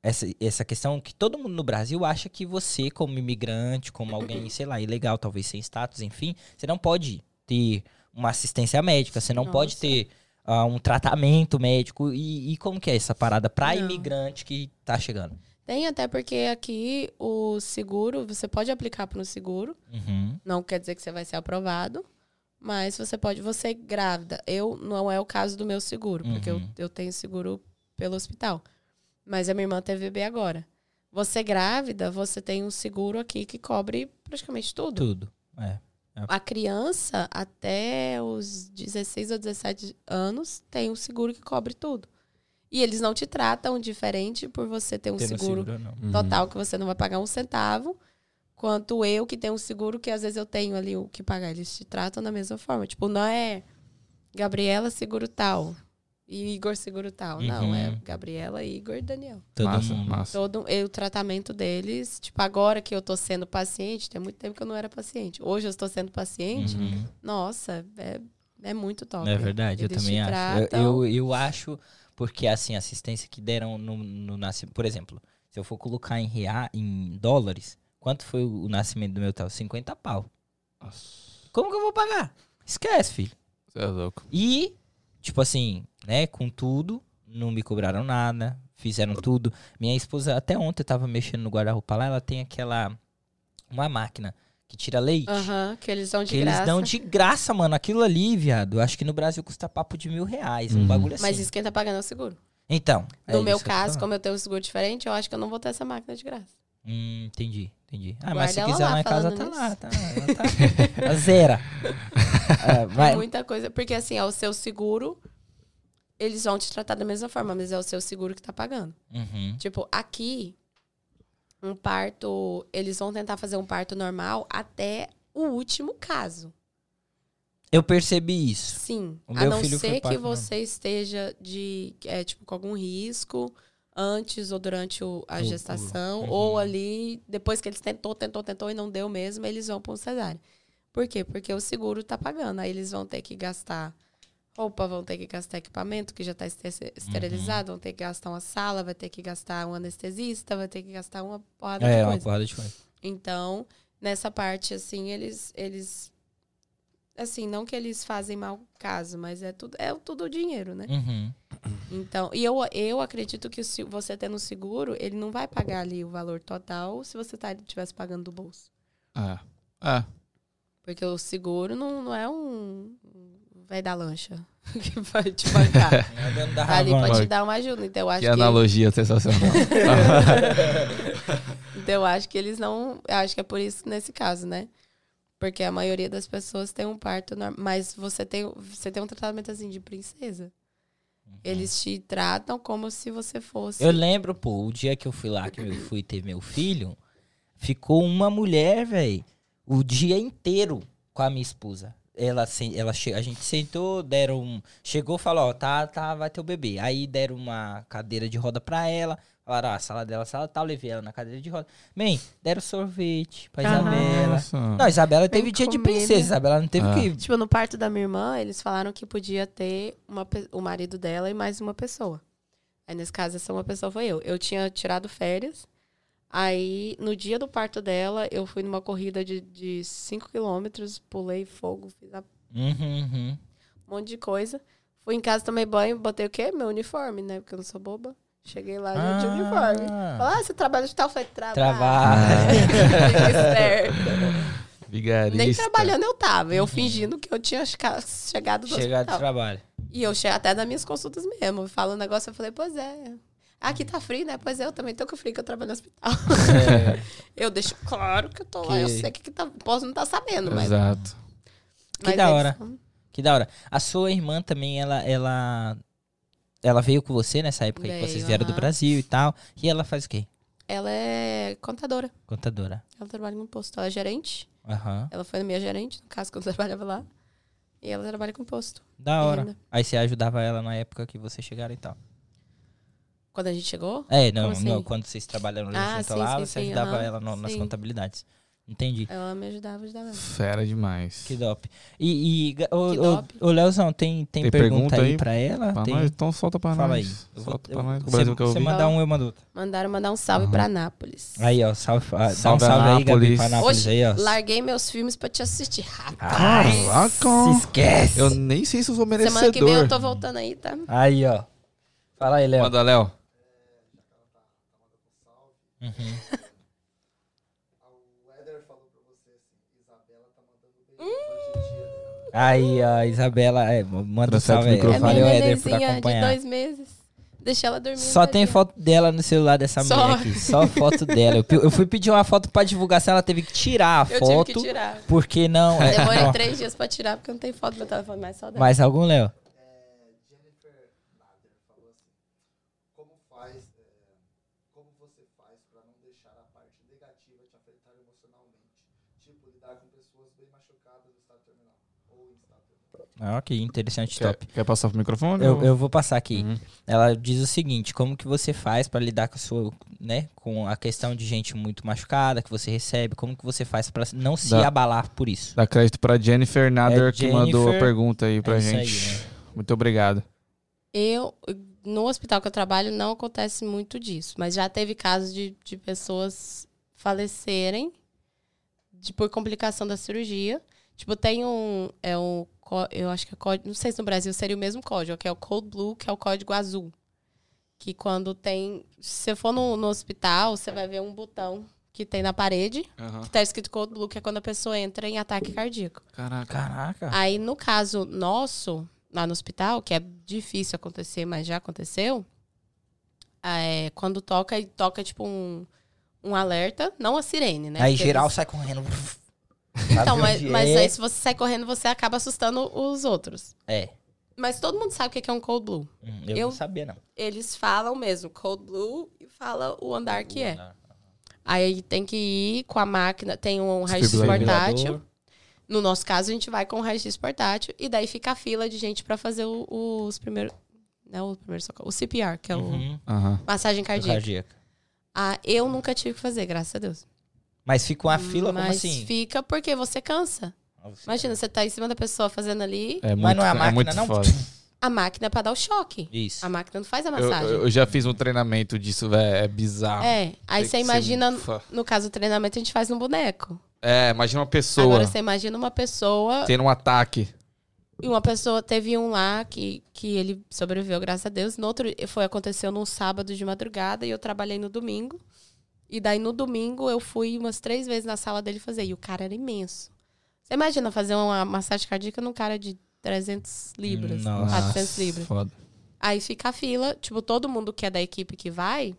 Speaker 1: essa, essa questão que todo mundo no Brasil acha que você, como imigrante, como alguém, sei lá, ilegal, talvez sem status, enfim, você não pode ter uma assistência médica, você não pode
Speaker 3: Nossa.
Speaker 1: ter ah, um tratamento médico. E, e como que é essa parada pra
Speaker 3: Não.
Speaker 1: imigrante que tá chegando?
Speaker 3: Tem até porque aqui o seguro, você pode aplicar para um seguro.
Speaker 1: Uhum.
Speaker 3: Não quer dizer que você vai ser aprovado. Mas você pode, você é grávida. Eu não é o caso do meu seguro, porque eu,
Speaker 1: Uhum.
Speaker 3: eu tenho seguro pelo hospital. Mas a minha irmã teve bebê agora. Você é grávida, você tem um seguro aqui que cobre praticamente tudo.
Speaker 1: Tudo. É.
Speaker 3: A criança, até os 16 ou 17 anos, tem um seguro que cobre tudo. E eles não te tratam diferente por você ter um
Speaker 1: Ter no
Speaker 3: seguro
Speaker 1: ou não.
Speaker 2: Uhum.
Speaker 3: total que você não vai pagar um centavo, quanto eu que tenho um seguro que às vezes eu tenho ali o que pagar. Eles te tratam da mesma forma. Tipo, não é Gabriela seguro tal e Igor seguro tal. Não,
Speaker 1: Uhum.
Speaker 3: é Gabriela, Igor e Daniel.
Speaker 1: Todo
Speaker 2: massa,
Speaker 1: mundo.
Speaker 2: massa.
Speaker 3: Todo e o tratamento deles, tipo, agora que eu tô sendo paciente, tem muito tempo que eu não era paciente. Hoje eu estou sendo paciente,
Speaker 1: Uhum.
Speaker 3: nossa, é, é muito top.
Speaker 1: É verdade, eu
Speaker 3: Eles
Speaker 1: também
Speaker 3: te
Speaker 1: acho. Eu-
Speaker 3: tratam-
Speaker 1: Eu, eu acho, porque assim, a assistência que deram no, no nascimento. Por exemplo, se eu for colocar em, rea, em dólares, quanto foi o o nascimento do meu tal? 50 pau.
Speaker 2: Nossa,
Speaker 1: Como que eu vou pagar? Esquece, filho.
Speaker 2: Você é louco.
Speaker 1: E, tipo assim, né, com tudo, não me cobraram nada, fizeram tudo. Minha esposa, até ontem eu tava mexendo no guarda-roupa lá, ela tem aquela. Uma máquina que tira leite.
Speaker 3: Aham, que eles dão de
Speaker 1: Que eles
Speaker 3: graça.
Speaker 1: dão de graça, mano. Aquilo ali, viado. eu Acho que no Brasil custa papo de mil reais. Um
Speaker 2: Uhum.
Speaker 1: bagulho assim.
Speaker 3: Mas isso quem tá pagando é o seguro.
Speaker 1: Então. é
Speaker 3: No meu
Speaker 1: isso que eu tô
Speaker 3: caso,
Speaker 1: falando.
Speaker 3: como eu tenho um seguro diferente, eu acho que eu não vou ter essa máquina de graça.
Speaker 1: Hum, entendi, entendi. Ah,
Speaker 3: Guarda
Speaker 1: mas se
Speaker 3: ela
Speaker 1: quiser
Speaker 3: lá,
Speaker 1: lá, em casa, tá
Speaker 3: falando
Speaker 1: lá, tá, ela tá- tá zera. É, vai-
Speaker 3: É muita coisa. Porque assim, é o seu seguro, eles vão te tratar da mesma forma, mas é o seu seguro que tá pagando.
Speaker 1: Uhum,
Speaker 3: Tipo, aqui, um parto, eles vão tentar fazer um parto normal até o último caso.
Speaker 1: Eu percebi isso.
Speaker 3: Sim.
Speaker 1: O
Speaker 3: a
Speaker 1: meu
Speaker 3: não
Speaker 1: filho foi
Speaker 3: ser que
Speaker 1: parto
Speaker 3: você esteja de, é, tipo, com algum risco antes ou durante o- a
Speaker 1: O- o-
Speaker 3: gestação,
Speaker 1: uhum.
Speaker 3: ou ali, depois que eles tentou, tentou, tentou e não deu mesmo, eles vão para um cesárea. Por quê? Porque o seguro tá pagando. Aí eles vão ter que gastar roupa, vão ter que gastar equipamento que já está esterilizado,
Speaker 1: Uhum.
Speaker 3: vão ter que gastar uma sala, vai ter que gastar um anestesista, vai ter que gastar uma porrada
Speaker 1: É,
Speaker 3: de
Speaker 1: uma
Speaker 3: coisa.
Speaker 1: porrada de coisa.
Speaker 3: Então, nessa parte, assim, eles. eles assim, não que eles fazem mal caso, mas é tudo, é tudo dinheiro, né?
Speaker 1: Uhum.
Speaker 3: Então, e eu, eu acredito que se você tendo um seguro, ele não vai pagar ali o valor total se você tá, tivesse pagando do bolso.
Speaker 2: Ah. Ah.
Speaker 3: Porque o seguro não, não é um um velho da lancha que vai te bancar.
Speaker 1: Não é dono da
Speaker 3: Tá ali
Speaker 1: Havana.
Speaker 3: pra te
Speaker 2: Vai.
Speaker 3: dar uma ajuda. Então, eu acho
Speaker 2: Que
Speaker 3: que,
Speaker 2: analogia sensacional.
Speaker 3: Então, eu acho que eles não. Eu acho que é por isso que nesse caso, né? Porque a maioria das pessoas tem um parto normal. Mas você tem, você tem um tratamento assim de princesa. Eles te tratam como se você fosse.
Speaker 1: Eu lembro, pô, o dia que eu fui lá, que eu fui ter meu filho, ficou uma mulher, velho, o dia inteiro com a minha esposa. Ela, se- ela che- a gente sentou, deram um, chegou, falou, ó, tá, tá, vai ter o bebê. Aí deram uma cadeira de roda pra ela, falaram, ó, a sala dela, a sala tal, levei ela na cadeira de roda. Man, deram sorvete pra
Speaker 4: Aham.
Speaker 1: Isabela.
Speaker 2: Nossa.
Speaker 1: Não, Isabela teve
Speaker 4: Tem
Speaker 1: dia de
Speaker 4: comida.
Speaker 1: princesa, Isabela não teve
Speaker 2: Ah.
Speaker 1: que...
Speaker 4: Tipo, no parto da minha irmã,
Speaker 3: Eles falaram que podia ter uma pe- o marido dela e mais uma pessoa. Aí, nesse caso, essa uma pessoa foi eu. Eu tinha tirado férias. Aí, no dia do parto dela, eu fui numa corrida de- de 5 quilômetros, pulei fogo, fiz a
Speaker 1: Uhum, uhum.
Speaker 3: um monte de coisa. Fui em casa, tomei banho, botei o quê? Meu uniforme, né? Porque eu não sou boba. Cheguei lá, já tinha uniforme.
Speaker 1: Ah,
Speaker 3: Falei, ah, você trabalha de tal? Eu falei, trabalho.
Speaker 1: Trabalho.
Speaker 3: Fica esperta.
Speaker 2: Vigarista.
Speaker 3: Nem trabalhando eu tava. Eu fingindo que eu tinha checa- chegado do
Speaker 1: Chegar do
Speaker 3: hospital.
Speaker 1: trabalho.
Speaker 3: E eu chego até nas minhas consultas mesmo. Falo um negócio, eu falei, pois é. Aqui tá frio, né? Pois é, eu também tô com frio, que eu trabalho no hospital. eu deixo claro que eu tô lá. Eu
Speaker 1: Que-
Speaker 3: sei que, que tá, posso não tá sabendo, mas...
Speaker 2: Exato.
Speaker 1: Que
Speaker 3: mas
Speaker 1: da
Speaker 3: eles-
Speaker 1: hora. Que da hora. A sua irmã também, ela, ela, ela veio com você nessa época aí que
Speaker 3: Veio,
Speaker 1: vocês vieram do
Speaker 3: aham.
Speaker 1: Brasil e tal. E ela faz o quê?
Speaker 3: Ela é contadora.
Speaker 1: Contadora.
Speaker 3: Ela trabalha no posto. Ela é gerente.
Speaker 1: Aham.
Speaker 3: Ela foi minha gerente, no caso, quando eu trabalhava lá. E ela trabalha com posto.
Speaker 1: Da hora.
Speaker 3: Ainda.
Speaker 1: Aí você ajudava ela na época que vocês chegaram e tal.
Speaker 3: Quando a gente chegou,
Speaker 1: É, não,
Speaker 3: Como
Speaker 1: não,
Speaker 3: assim?
Speaker 1: quando vocês trabalharam
Speaker 3: Ah,
Speaker 1: junto
Speaker 3: sim,
Speaker 1: lá,
Speaker 3: sim,
Speaker 1: você
Speaker 3: sim,
Speaker 1: ajudava
Speaker 3: aham,
Speaker 1: ela no- nas
Speaker 3: sim. Ah.
Speaker 1: contabilidades. Entendi.
Speaker 3: ela me ajudava, ajudava. ela.
Speaker 2: Fera demais.
Speaker 1: Que dope. E, e ga- ô,
Speaker 3: Que
Speaker 1: ô,
Speaker 3: dope.
Speaker 1: ô, Leozão, tem, tem,
Speaker 2: Tem
Speaker 1: pergunta,
Speaker 2: pergunta
Speaker 1: aí
Speaker 2: aí?
Speaker 1: pra ela?
Speaker 2: Pra
Speaker 1: tem?
Speaker 2: nós, então solta pra
Speaker 1: Fala aí.
Speaker 2: nós.
Speaker 1: Eu vou-
Speaker 2: Solta
Speaker 1: eu-
Speaker 2: pra nós. com O
Speaker 1: você-
Speaker 2: Brasil que eu
Speaker 1: Você
Speaker 2: vi.
Speaker 1: mandar um, eu mando outro.
Speaker 3: Mandaram mandar um salve
Speaker 2: Aham.
Speaker 3: pra Nápoles.
Speaker 1: Uhum. Aí, ó, salve, ah, dá um
Speaker 2: Salve,
Speaker 1: salve aí, Gabi, pra
Speaker 2: Anápolis.
Speaker 1: Anápolis
Speaker 3: Oxe,
Speaker 1: aí, ó.
Speaker 3: Larguei meus filmes pra te assistir Ah, rápido.
Speaker 1: Ai,
Speaker 2: Caraca.
Speaker 1: Se esquece.
Speaker 2: Eu nem sei se eu sou merecedor.
Speaker 3: Semana que vem eu tô voltando aí, tá?
Speaker 1: Aí, ó. Fala aí, Léo.
Speaker 2: Manda, Léo.
Speaker 1: Aí, ó, Isabela. É, manda um
Speaker 2: Trouxe
Speaker 1: salve
Speaker 2: outro
Speaker 1: aí.
Speaker 2: microfone.
Speaker 1: Valeu,
Speaker 3: É minha
Speaker 1: Éder, por
Speaker 3: nenenzinha de
Speaker 1: acompanhar.
Speaker 3: dois meses. Deixa ela dormir.
Speaker 1: Só tem
Speaker 3: tadinha.
Speaker 1: foto dela no celular dessa
Speaker 3: Só.
Speaker 1: mulher aqui. Só foto dela. Eu, pe- eu fui pedir uma foto pra divulgação, ela teve que tirar a
Speaker 3: Eu
Speaker 1: foto.
Speaker 3: tive que tirar.
Speaker 1: Porque não. é,
Speaker 3: Demorei
Speaker 1: não.
Speaker 3: três dias pra tirar, porque não tem foto no meu telefone mais só dela.
Speaker 1: Mais algum, Léo? Ah, ok, interessante,
Speaker 2: Quer,
Speaker 1: top.
Speaker 2: quer passar pro microfone?
Speaker 1: Eu,
Speaker 2: ou-
Speaker 1: eu vou passar aqui.
Speaker 2: Uhum.
Speaker 1: Ela diz o seguinte: como que você faz pra lidar com a sua, né, com a questão de gente muito machucada que você recebe? Como que você faz pra não se
Speaker 2: Dá-
Speaker 1: abalar por isso?
Speaker 2: Dá crédito pra Jennifer Nader,
Speaker 1: É
Speaker 2: que mandou a
Speaker 1: Jennifer.
Speaker 2: pergunta aí pra
Speaker 1: É isso aí,
Speaker 2: gente. Muito obrigado.
Speaker 3: Eu, no hospital que eu trabalho, não acontece muito disso, mas já teve casos de, de pessoas falecerem de, por complicação da cirurgia. Tipo, tem um. É um có- eu acho que é código. Não sei se no Brasil seria o mesmo código, que é o Cold Blue, que é o código azul. Que quando tem. Se você for no, no hospital, você vai ver um botão que tem na parede, que tá escrito Cold Blue, que é quando a pessoa entra em ataque cardíaco.
Speaker 2: Caraca.
Speaker 1: Caraca.
Speaker 3: Aí, no caso nosso, lá no hospital, que é difícil acontecer, mas já aconteceu, é, quando toca, e toca tipo um, um alerta, não a sirene, né?
Speaker 1: Aí
Speaker 3: Porque
Speaker 1: geral
Speaker 3: eles-
Speaker 1: sai correndo.
Speaker 3: Então,
Speaker 1: Sabe
Speaker 3: mas,
Speaker 1: onde
Speaker 3: mas
Speaker 1: é?
Speaker 3: aí se você sai correndo, você acaba assustando os outros.
Speaker 1: É.
Speaker 3: Mas todo mundo sabe o que é um cold blue.
Speaker 1: Hum, Eu,
Speaker 3: Eu-
Speaker 1: não sabia, não.
Speaker 3: Eles falam mesmo, cold blue, e fala o andar que é.
Speaker 2: Uhum.
Speaker 3: Aí tem que ir com a máquina, tem um raio-x
Speaker 2: Desfibrilador.
Speaker 3: portátil. No nosso caso, a gente vai com o raio-x portátil e daí fica a fila de gente pra fazer o- os primeiros. Não, o primeiro socorro. O CPR, que é o
Speaker 1: Uhum.
Speaker 2: Aham.
Speaker 3: massagem cardíaca.
Speaker 1: Cardíaca.
Speaker 3: Ah, eu nunca tive que fazer, graças a Deus.
Speaker 1: Mas fica uma fila, como
Speaker 3: Mas
Speaker 1: assim?
Speaker 3: fica porque você cansa. Imagina, você tá em cima da pessoa fazendo ali.
Speaker 2: É muito,
Speaker 1: não é a máquina,
Speaker 2: muito
Speaker 1: não?
Speaker 2: foda.
Speaker 3: A máquina é pra dar o choque.
Speaker 1: Isso.
Speaker 3: A máquina não faz a
Speaker 2: Eu,
Speaker 3: massagem.
Speaker 2: eu- eu já fiz um treinamento disso, velho. É bizarro.
Speaker 3: É. Aí
Speaker 2: Tem que
Speaker 3: você
Speaker 2: ser
Speaker 3: imagina,
Speaker 2: muito fo-
Speaker 3: no caso do treinamento, a gente faz no boneco.
Speaker 2: É, imagina uma pessoa
Speaker 3: Agora você imagina uma pessoa
Speaker 2: tendo um ataque.
Speaker 3: E uma pessoa, teve um lá que, que ele sobreviveu, graças a Deus. No outro, foi, aconteceu num sábado de madrugada e eu trabalhei no domingo. E daí no domingo eu fui umas três vezes na sala dele fazer. E o cara era imenso. Você imagina fazer uma massagem cardíaca num cara de 300 libras,
Speaker 1: Nossa.
Speaker 3: 400 libras.
Speaker 2: Foda.
Speaker 3: Aí fica a fila, tipo, todo mundo que é da equipe que vai,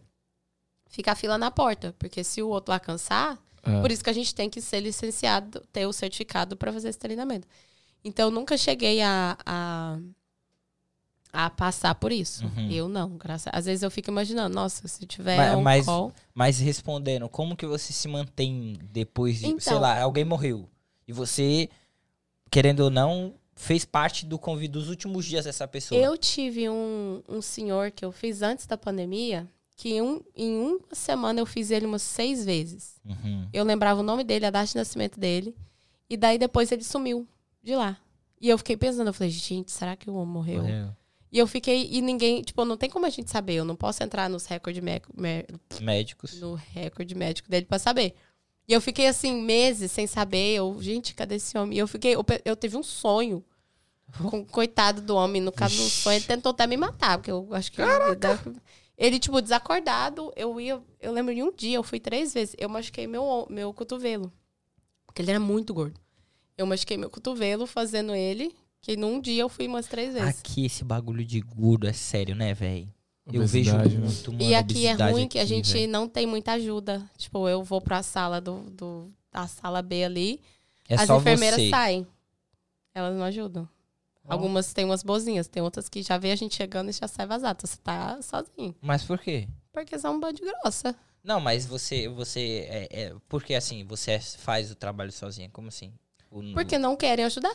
Speaker 3: fica a fila na porta. Porque se o outro lá cansar,
Speaker 2: É.
Speaker 3: por isso que a gente tem que ser licenciado, ter o certificado para fazer esse treinamento. Então, eu nunca cheguei a, a, a passar por isso.
Speaker 1: Uhum.
Speaker 3: Eu não, graças a- Às vezes eu fico imaginando, nossa, se tiver
Speaker 1: Ma-
Speaker 3: um
Speaker 1: mas-
Speaker 3: call...
Speaker 1: Mas respondendo, como que você se mantém depois de. Sei
Speaker 3: Então.
Speaker 1: lá, alguém morreu. E você querendo ou não, fez parte do convívio dos últimos dias dessa pessoa.
Speaker 3: Eu tive um, um senhor que eu fiz antes da pandemia, que um, em uma semana eu fiz ele umas seis vezes.
Speaker 1: Uhum.
Speaker 3: Eu lembrava o nome dele, a data de nascimento dele. E daí depois ele sumiu de lá. E eu fiquei pensando, eu falei, gente, será que o homem morreu?
Speaker 2: É,
Speaker 3: E eu fiquei, e ninguém, tipo, não tem como a gente saber. Eu não posso entrar nos recordes
Speaker 1: Médicos.
Speaker 3: no recorde médico dele pra saber. E eu fiquei assim meses sem saber, eu, gente, cadê esse homem? E eu fiquei, eu, pe- eu tive um sonho com o coitado do homem, no caso do
Speaker 2: Vixe.
Speaker 3: sonho, ele tentou até me matar, porque eu acho que ele- ele, tipo desacordado, eu ia, eu lembro de um dia, eu fui três vezes, eu machuquei meu om- meu cotovelo. Porque ele era muito gordo. Eu machuquei meu cotovelo fazendo ele, que num dia eu fui umas três vezes.
Speaker 1: Aqui esse bagulho de gordo é sério, né, velho? Eu vejo um-
Speaker 2: Obesidade, né?
Speaker 1: muito, mano.
Speaker 3: E aqui é
Speaker 1: obesidade
Speaker 3: ruim que a
Speaker 1: aqui,
Speaker 3: gente
Speaker 1: velho.
Speaker 3: não tem muita ajuda. Tipo, eu vou pra sala do, do- da sala B ali,
Speaker 1: É
Speaker 3: as
Speaker 1: só
Speaker 3: enfermeiras
Speaker 1: você.
Speaker 3: saem. Elas não ajudam.
Speaker 1: Ó.
Speaker 3: Algumas têm umas bozinhas, tem outras que já vê a gente chegando e já sai vazado. Então, Você tá sozinho.
Speaker 1: Mas por quê?
Speaker 3: Porque são um bando de grossa.
Speaker 1: Não, mas você. você é, é- porque assim, você faz o trabalho sozinha. Como assim? O-
Speaker 3: Porque não querem ajudar.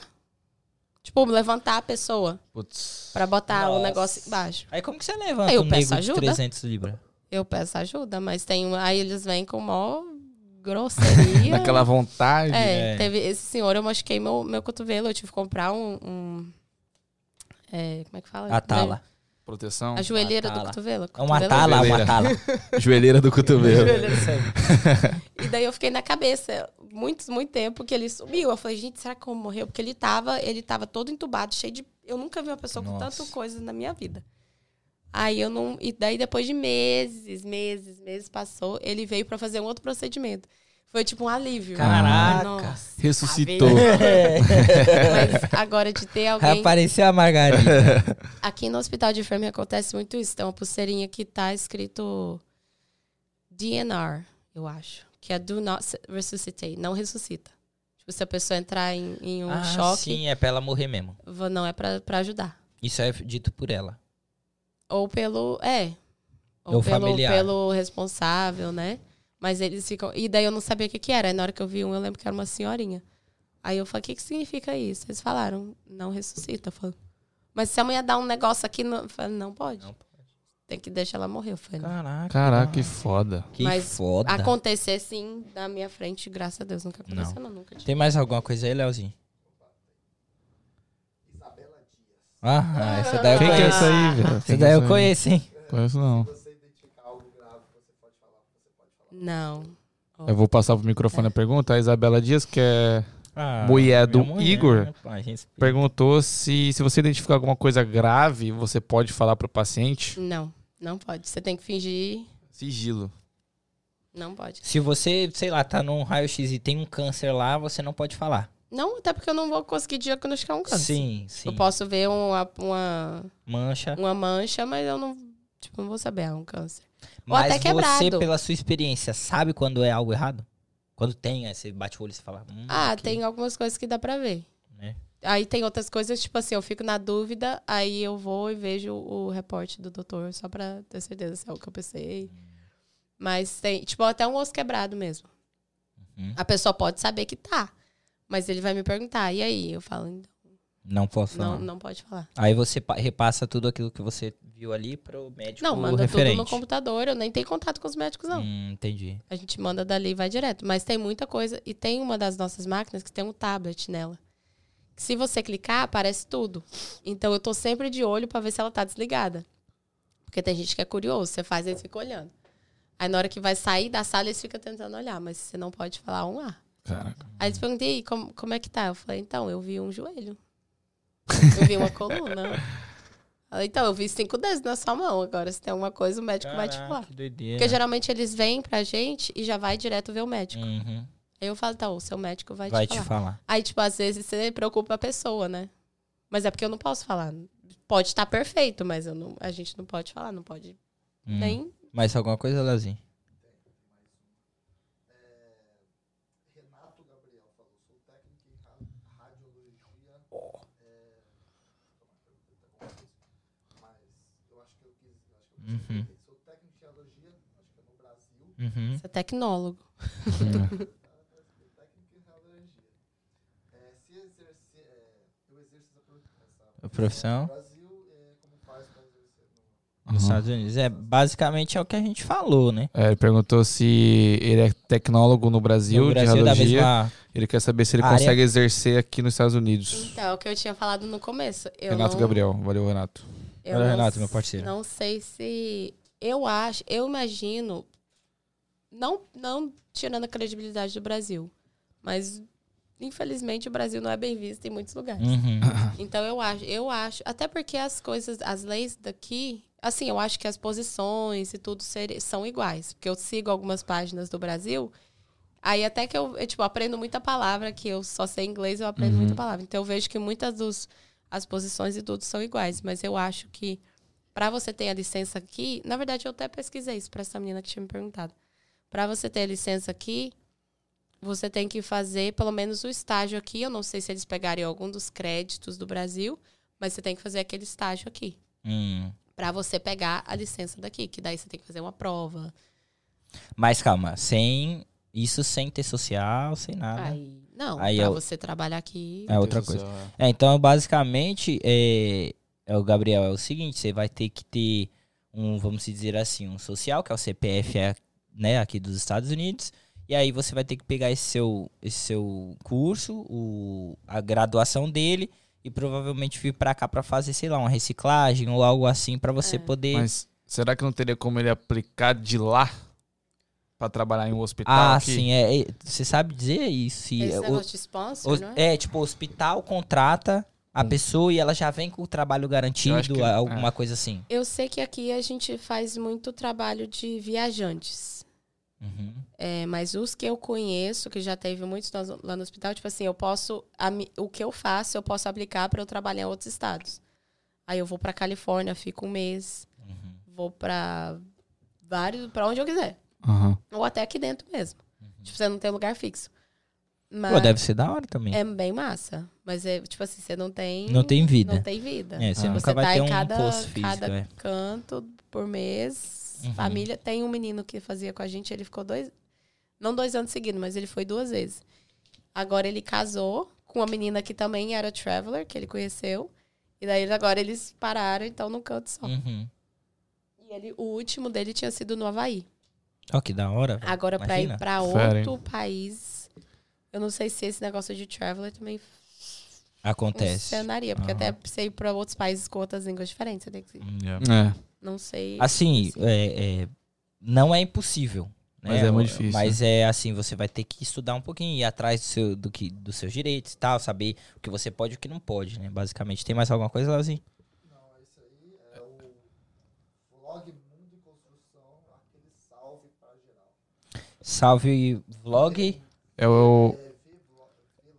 Speaker 3: Tipo, levantar a pessoa
Speaker 2: Putz.
Speaker 3: pra botar o
Speaker 1: Nossa.
Speaker 3: negócio embaixo.
Speaker 1: Aí como que você levanta
Speaker 3: Aí Ah, eu
Speaker 1: um
Speaker 3: peço
Speaker 1: nego
Speaker 3: ajuda.
Speaker 1: de 300 libras?
Speaker 3: Eu peço ajuda, mas tem uma. Aí eles vêm com mó grosseria.
Speaker 2: Naquela vontade.
Speaker 1: É.
Speaker 3: É, teve esse senhor, eu machuquei meu, meu cotovelo, eu tive que comprar um. um- é, como é que fala? Né?
Speaker 1: A tala.
Speaker 2: Proteção.
Speaker 3: A joelheira do
Speaker 1: Atala.
Speaker 3: cotovelo.
Speaker 1: É uma
Speaker 3: cotovelo.
Speaker 1: tala, uma
Speaker 2: Cotoveleira.
Speaker 1: tala.
Speaker 2: Joelheira do cotovelo.
Speaker 3: E daí eu fiquei na cabeça muito, muito tempo que ele sumiu. Eu falei, gente, será que eu morreu? Porque ele tava, ele tava todo entubado, cheio de. Eu nunca vi uma pessoa com
Speaker 1: Nossa.
Speaker 3: tanta coisa na minha vida. Aí eu não. E daí, depois de meses, meses, meses passou, ele veio pra fazer um outro procedimento. Foi tipo um alívio.
Speaker 1: Caraca.
Speaker 3: Nossa.
Speaker 2: Ressuscitou.
Speaker 3: Mas agora de ter alguém.
Speaker 1: É. Apareceu a Margarida.
Speaker 3: Aqui no hospital de enfermeira acontece muito isso. Tem uma pulseirinha que tá escrito DNR, eu acho. Que é Do Not Resuscitate. Não ressuscita. Tipo, se a pessoa entrar em, em um
Speaker 1: ah,
Speaker 3: choque,
Speaker 1: sim, é pra ela morrer mesmo.
Speaker 3: vo- não é pra, pra ajudar.
Speaker 1: Isso é dito por ela.
Speaker 3: Ou pelo. É. Ou
Speaker 1: Ou
Speaker 3: pelo,
Speaker 1: familiar.
Speaker 3: pelo responsável, né? Mas eles ficam. E daí eu não sabia o que, que era. Aí na hora que eu vi um, eu lembro que era uma senhorinha. Aí eu falei, o que, que significa isso? Eles falaram, não ressuscita. Eu falei, mas se amanhã dar um negócio aqui, não, eu falei, não pode.
Speaker 1: Não
Speaker 3: Tem que deixar ela morrer. Eu falei, não.
Speaker 1: Caraca.
Speaker 2: Caraca, que foda.
Speaker 1: Que
Speaker 3: Mas
Speaker 1: foda.
Speaker 3: acontecer sim na minha frente, graças a Deus, nunca aconteceu, não, nunca tive.
Speaker 1: Tem mais alguma coisa aí, Leozinho? Ah, essa daí eu
Speaker 2: Quem que é
Speaker 1: conheço.
Speaker 2: essa aí, velho?
Speaker 1: Essa daí eu conheço, hein?
Speaker 2: Conheço não.
Speaker 3: Não.
Speaker 2: Eu vou passar pro microfone a pergunta. A Isabela Dias, que é
Speaker 1: Ah,
Speaker 2: mulher do
Speaker 1: minha mulher,
Speaker 2: Igor,
Speaker 1: né, pô, a gente-
Speaker 2: perguntou se, se você identificar alguma coisa grave, você pode falar pro paciente.
Speaker 3: Não, não pode. Você tem que fingir.
Speaker 2: Sigilo.
Speaker 3: Não pode.
Speaker 1: Se você, sei lá, tá num raio-x e tem um câncer lá, você não pode falar.
Speaker 3: Não, até porque eu não vou conseguir diagnosticar um câncer.
Speaker 1: Sim, sim.
Speaker 3: Eu posso ver uma, uma,
Speaker 1: Mancha.
Speaker 3: uma mancha, mas eu não, tipo, não vou saber, ah, um câncer. Ou
Speaker 1: Mas
Speaker 3: até quebrado.
Speaker 1: você, pela sua experiência, sabe quando é algo errado? Quando tem, aí você bate o olho e você fala. "Hum,
Speaker 3: Ah,
Speaker 1: aqui",
Speaker 3: tem algumas coisas que dá pra ver.
Speaker 1: né?
Speaker 3: Aí tem outras coisas, tipo assim, eu fico na dúvida, aí eu vou e vejo o reporte do doutor, só pra ter certeza se é o que eu pensei.
Speaker 1: Hum.
Speaker 3: Mas tem, tipo, até um osso quebrado mesmo.
Speaker 1: Uhum.
Speaker 3: A pessoa pode saber que tá, mas ele vai me perguntar, e aí? Eu falo,
Speaker 1: Não posso falar.
Speaker 3: não, não pode falar.
Speaker 1: Aí você pa- repassa tudo aquilo que você viu ali pro médico
Speaker 3: Não,
Speaker 1: Tipo,
Speaker 3: manda
Speaker 1: referente.
Speaker 3: tudo no computador, eu nem tenho contato com os médicos, não.
Speaker 1: Hum, entendi.
Speaker 3: A gente manda dali e vai direto. Mas tem muita coisa. E tem uma das nossas máquinas que tem um tablet nela. Que se você clicar, aparece tudo. Então eu tô sempre de olho pra ver se ela tá desligada. Porque tem gente que é curioso. Você faz, eles ficam olhando. Aí na hora que vai sair da sala, eles ficam tentando olhar. Mas você não pode falar um A.
Speaker 2: Caraca.
Speaker 3: Aí eles perguntam, e aí, como, como é que tá? Eu falei, então, eu vi um joelho. Eu vi uma coluna. Falei, então, eu vi cinco dedos na sua mão. Agora, se tem alguma coisa, o médico vai te
Speaker 1: Caraca,
Speaker 3: falar.
Speaker 1: que doideira.
Speaker 3: Porque geralmente eles vêm pra gente e já vai direto ver o médico.
Speaker 1: Uhum,
Speaker 3: Aí eu falo, tá, o seu médico vai,
Speaker 1: Vai
Speaker 3: te
Speaker 1: te
Speaker 3: falar.
Speaker 1: falar.
Speaker 3: Aí, tipo, às vezes você preocupa a pessoa, né? Mas é porque eu não posso falar. Pode estar perfeito, mas eu não- a gente não pode falar, não pode
Speaker 1: Hum.
Speaker 3: nem.
Speaker 1: Mais alguma coisa, Leozinho? Uhum. Uhum.
Speaker 3: Você é tecnólogo.
Speaker 2: É.
Speaker 4: técnica em radiologia. É, se exercer,
Speaker 1: profissão? Nos Estados Unidos. É, basicamente é o que a gente falou, né?
Speaker 2: Uhum. É, ele perguntou se ele é tecnólogo no Brasil,
Speaker 1: No um Brasil
Speaker 2: de
Speaker 1: da
Speaker 2: radiologia.
Speaker 1: mesma. Ah, é?
Speaker 2: Ele quer saber se ele
Speaker 1: área.
Speaker 2: consegue exercer aqui nos Estados Unidos.
Speaker 3: Então, é o que eu tinha falado no começo. Eu
Speaker 2: Renato
Speaker 3: não,
Speaker 2: Gabriel. Valeu, Renato.
Speaker 3: Eu
Speaker 1: Olha o
Speaker 3: não
Speaker 1: Renato, meu
Speaker 3: s-
Speaker 1: parceiro.
Speaker 3: Não sei se. Eu acho, eu imagino. Não, não tirando a credibilidade do Brasil. Mas, infelizmente, o Brasil não é bem visto em muitos lugares.
Speaker 1: Uhum.
Speaker 3: Então eu acho, eu acho, até porque as coisas, as leis daqui, assim, eu acho que as posições e tudo ser- são iguais, porque eu sigo algumas páginas do Brasil, aí até que eu, eu, tipo aprendo muita palavra que eu só sei inglês, eu aprendo
Speaker 2: Uhum.
Speaker 3: muita palavra. Então eu vejo que muitas dos as posições e tudo são iguais, mas eu acho que para você ter a licença aqui, na verdade eu até pesquisei isso para essa menina que tinha me perguntado. Para você ter a licença aqui, você tem que fazer pelo menos o estágio aqui. Eu não sei se eles pegarem algum dos créditos do Brasil, mas você tem que fazer aquele estágio aqui.
Speaker 1: Hum.
Speaker 3: Pra você pegar a licença daqui, que daí você tem que fazer uma prova.
Speaker 1: Mas calma, sem. Isso sem ter social, sem nada.
Speaker 3: Aí, não,
Speaker 1: Ah, né? Aí
Speaker 3: pra
Speaker 1: eu-
Speaker 3: você trabalhar aqui.
Speaker 1: É outra coisa. É, então basicamente, é, é o Gabriel, é o seguinte, você vai ter que ter um, vamos dizer assim, um social, que é o CPF é, né, aqui dos Estados Unidos, e aí você vai ter que pegar esse seu, esse seu curso, o, a graduação dele, e provavelmente vir pra cá pra fazer, sei lá, uma reciclagem ou algo assim pra você
Speaker 3: É.
Speaker 1: poder...
Speaker 2: Mas será que não teria como ele aplicar de lá pra trabalhar em um hospital
Speaker 1: ah,
Speaker 2: aqui?
Speaker 1: sim, é, é, você sabe dizer isso? se-
Speaker 3: Esse
Speaker 1: é, o-
Speaker 3: negócio de sponsor,
Speaker 1: Os-
Speaker 3: não é?
Speaker 1: é? tipo, o hospital contrata a
Speaker 2: Hum.
Speaker 1: pessoa e ela já vem com o trabalho garantido,
Speaker 2: que- é,
Speaker 1: a- alguma coisa assim.
Speaker 3: Eu sei que aqui a gente faz muito trabalho de viajantes.
Speaker 1: Uhum.
Speaker 3: É, mas os que eu conheço, que já teve muitos nós- lá no hospital, tipo assim, eu posso. a mi- o que eu faço, eu posso aplicar pra eu trabalhar em outros estados. Aí eu vou pra Califórnia, fico um mês.
Speaker 1: Uhum.
Speaker 3: Vou pra vários, pra onde eu quiser.
Speaker 2: Aham.
Speaker 3: Ou até aqui dentro mesmo. Tipo, você não tem lugar fixo. Mas
Speaker 1: Uhum. Pô, deve ser da hora também.
Speaker 3: é bem massa. Mas é, tipo assim, você não tem.
Speaker 1: não tem vida.
Speaker 3: Não tem vida.
Speaker 1: É, você
Speaker 2: Ah.
Speaker 1: nunca
Speaker 3: você
Speaker 1: vai
Speaker 3: tá
Speaker 1: ter
Speaker 3: em
Speaker 1: um
Speaker 3: cada,
Speaker 1: posto físico,
Speaker 3: cada
Speaker 1: é.
Speaker 3: canto por mês.
Speaker 1: Uhum.
Speaker 3: Família. Tem um menino que fazia com a gente, ele ficou dois. Não dois anos seguidos, mas ele foi duas vezes. Agora ele casou com uma menina que também era traveler, que ele conheceu. E daí agora eles pararam, então, num canto só.
Speaker 1: Uhum.
Speaker 3: E ele, o último dele tinha sido no Havaí.
Speaker 1: Ó, que da hora. velho.
Speaker 3: Agora, pra
Speaker 1: Imagina.
Speaker 3: ir
Speaker 2: Fera,
Speaker 3: pra
Speaker 2: hein?
Speaker 3: outro país, eu não sei se esse negócio de traveler também Ah,
Speaker 1: Acontece.
Speaker 3: funcionaria. Porque
Speaker 1: Aham.
Speaker 3: até pra você ir pra outros países com outras línguas diferentes, você tem que.
Speaker 2: É.
Speaker 3: Não sei.
Speaker 1: Assim,
Speaker 3: Sim.
Speaker 1: é, é, não é impossível. né?
Speaker 2: Mas é muito difícil,
Speaker 1: Mas é assim, você vai ter que estudar um pouquinho, ir atrás do seu, do que, dos seus direitos e tal, saber o que você pode e o que não pode, né? Basicamente. Tem mais alguma coisa, Leozinho?
Speaker 4: Não, isso aí é o vlog Mundo e Construção, aquele salve pra geral.
Speaker 1: Salve vlog.
Speaker 4: É
Speaker 2: É o,
Speaker 4: vlog,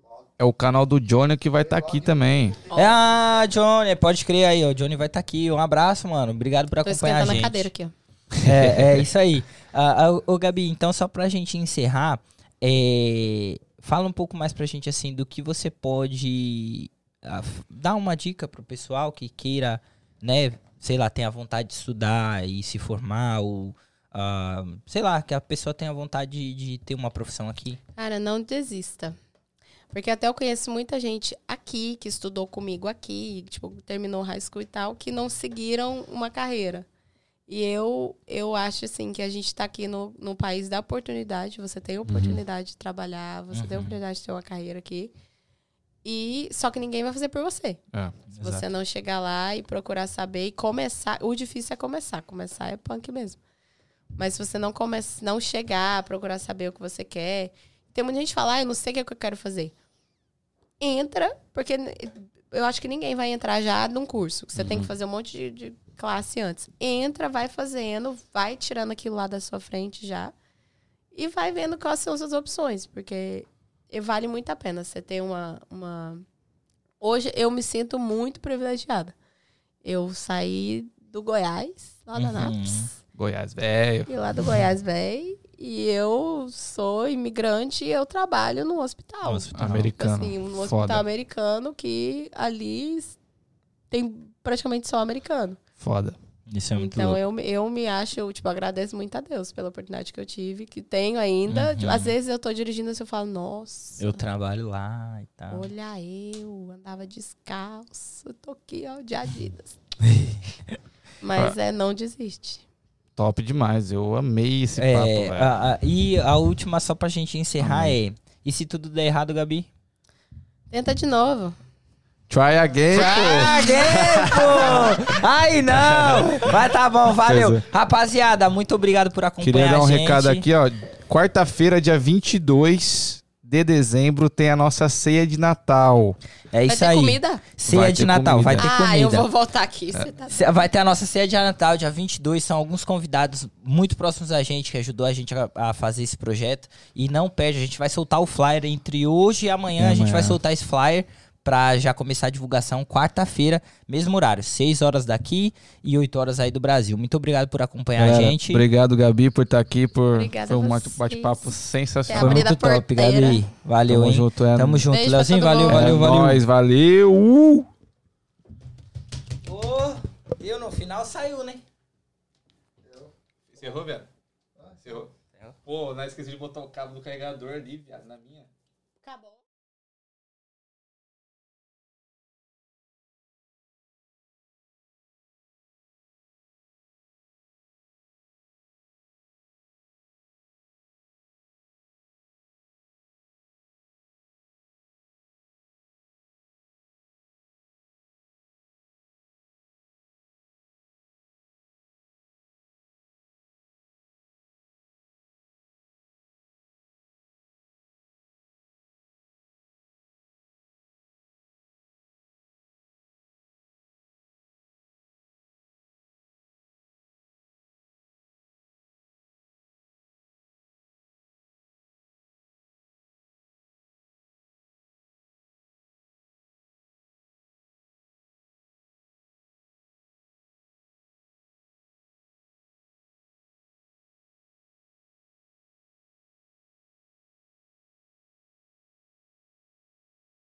Speaker 4: vlog.
Speaker 2: é o canal do Johnny que vai estar aqui também.
Speaker 3: Ó,
Speaker 1: Ah, Johnny, pode crer aí, ó. Johnny vai estar aqui. Um abraço, mano. Obrigado por
Speaker 3: Tô
Speaker 1: acompanhar a
Speaker 3: esquentando
Speaker 1: gente.
Speaker 3: a cadeira aqui, ó.
Speaker 1: É, é isso aí. Ah, ah, Ô, Gabi, então só pra gente encerrar, é, fala um pouco mais pra gente assim do que você pode ah, f- dar uma dica pro pessoal que queira, né, sei lá, tenha vontade de estudar e se formar ou ah, sei lá, que a pessoa tenha vontade de, de ter uma profissão aqui.
Speaker 3: Cara, não desista. Porque até eu conheço muita gente aqui, que estudou comigo aqui, tipo, terminou high school e tal, que não seguiram uma carreira. E eu, eu acho, assim, que a gente está aqui no, no país da oportunidade. Você tem a oportunidade de trabalhar, você tem a
Speaker 1: Uhum.
Speaker 3: oportunidade de ter uma carreira aqui. E só que ninguém vai fazer por você.
Speaker 2: É.
Speaker 3: Se você não chegar lá e procurar saber e começar, o difícil é começar. Começar é punk mesmo. Mas se você não começa, não chegar, procurar saber o que você quer, tem muita gente que fala, ah, eu não sei o que é que eu quero fazer. Entra, porque n- eu acho que ninguém vai entrar já num curso. que Você tem que fazer um monte de, de classe antes. Entra, vai fazendo, vai tirando aquilo lá da sua frente já e vai vendo quais são as suas opções, porque vale muito a pena você ter uma, uma... Hoje eu me sinto muito privilegiada. Eu saí do Goiás, lá da
Speaker 1: Uhum.
Speaker 3: NAPS,
Speaker 2: Goiás, velho.
Speaker 3: e lá do Goiás vem, e eu sou imigrante e eu trabalho no hospital.
Speaker 2: Americano.
Speaker 3: Assim, um hospital
Speaker 2: Foda.
Speaker 3: americano que ali s- tem praticamente só americano.
Speaker 2: Foda.
Speaker 1: Isso é muito
Speaker 3: Então
Speaker 1: louco.
Speaker 3: eu, eu me acho, eu, tipo, agradeço muito a Deus pela oportunidade que eu tive, que tenho ainda. Tipo, às vezes eu tô dirigindo assim, eu falo, nossa,
Speaker 1: Eu trabalho lá e tal.
Speaker 3: olha eu, andava descalço, tô aqui, ó, de Adidas. Mas é, não desiste.
Speaker 2: Top demais. Eu amei esse
Speaker 1: É,
Speaker 2: papo, velho.
Speaker 1: a- a- e a última, só pra gente encerrar, é. E se tudo der errado, Gabi?
Speaker 3: Tenta de novo.
Speaker 2: Try again, pô.
Speaker 1: pô! Ai, não! Mas tá bom, valeu.
Speaker 2: Pois
Speaker 1: Rapaziada, muito obrigado por acompanhar
Speaker 2: Queria dar um
Speaker 1: a gente.
Speaker 2: recado aqui, ó. Quarta-feira, dia 22 de dezembro, tem a nossa ceia de Natal.
Speaker 1: É
Speaker 3: Vai
Speaker 1: isso
Speaker 3: ter
Speaker 1: aí.
Speaker 3: comida?
Speaker 1: Ceia
Speaker 2: Vai
Speaker 1: de
Speaker 2: ter
Speaker 1: Natal,
Speaker 2: comida.
Speaker 1: vai ter
Speaker 3: ah,
Speaker 1: comida.
Speaker 3: eu vou voltar aqui. Você tá...
Speaker 1: Ce- Vai ter a nossa ceia de Natal, dia 22. São alguns convidados muito próximos a gente, que ajudou a gente a, a fazer esse projeto. E não perde, a gente vai soltar o flyer entre hoje e amanhã.
Speaker 2: E
Speaker 1: a gente
Speaker 2: amanhã.
Speaker 1: vai soltar esse flyer pra já começar a divulgação quarta-feira, mesmo horário. 6 horas daqui e 8 horas aí do Brasil. Muito obrigado por acompanhar
Speaker 2: Galera,
Speaker 1: É, a gente.
Speaker 2: Obrigado, Gabi, por estar aqui. Por...
Speaker 3: Obrigada
Speaker 2: Foi um
Speaker 3: a
Speaker 2: bate-
Speaker 3: vocês.
Speaker 2: bate-papo
Speaker 1: Foi
Speaker 2: sensacional.
Speaker 3: É, Abre
Speaker 1: muito
Speaker 3: da
Speaker 1: top,
Speaker 3: porteira.
Speaker 1: Gabi. Valeu,
Speaker 2: Tamo
Speaker 1: hein?
Speaker 2: junto, é.
Speaker 1: Tamo junto.
Speaker 3: Beijo pra
Speaker 1: Leozinho,
Speaker 3: todo
Speaker 1: valeu,
Speaker 3: mundo.
Speaker 1: valeu,
Speaker 2: é
Speaker 1: valeu.
Speaker 2: nóis, valeu. Uh!
Speaker 1: eu no final saiu, né?
Speaker 2: Você errou, viado? Ah, Você errou. Pô, não esqueci de botar o cabo do carregador ali, viado, na minha.
Speaker 3: Acabou.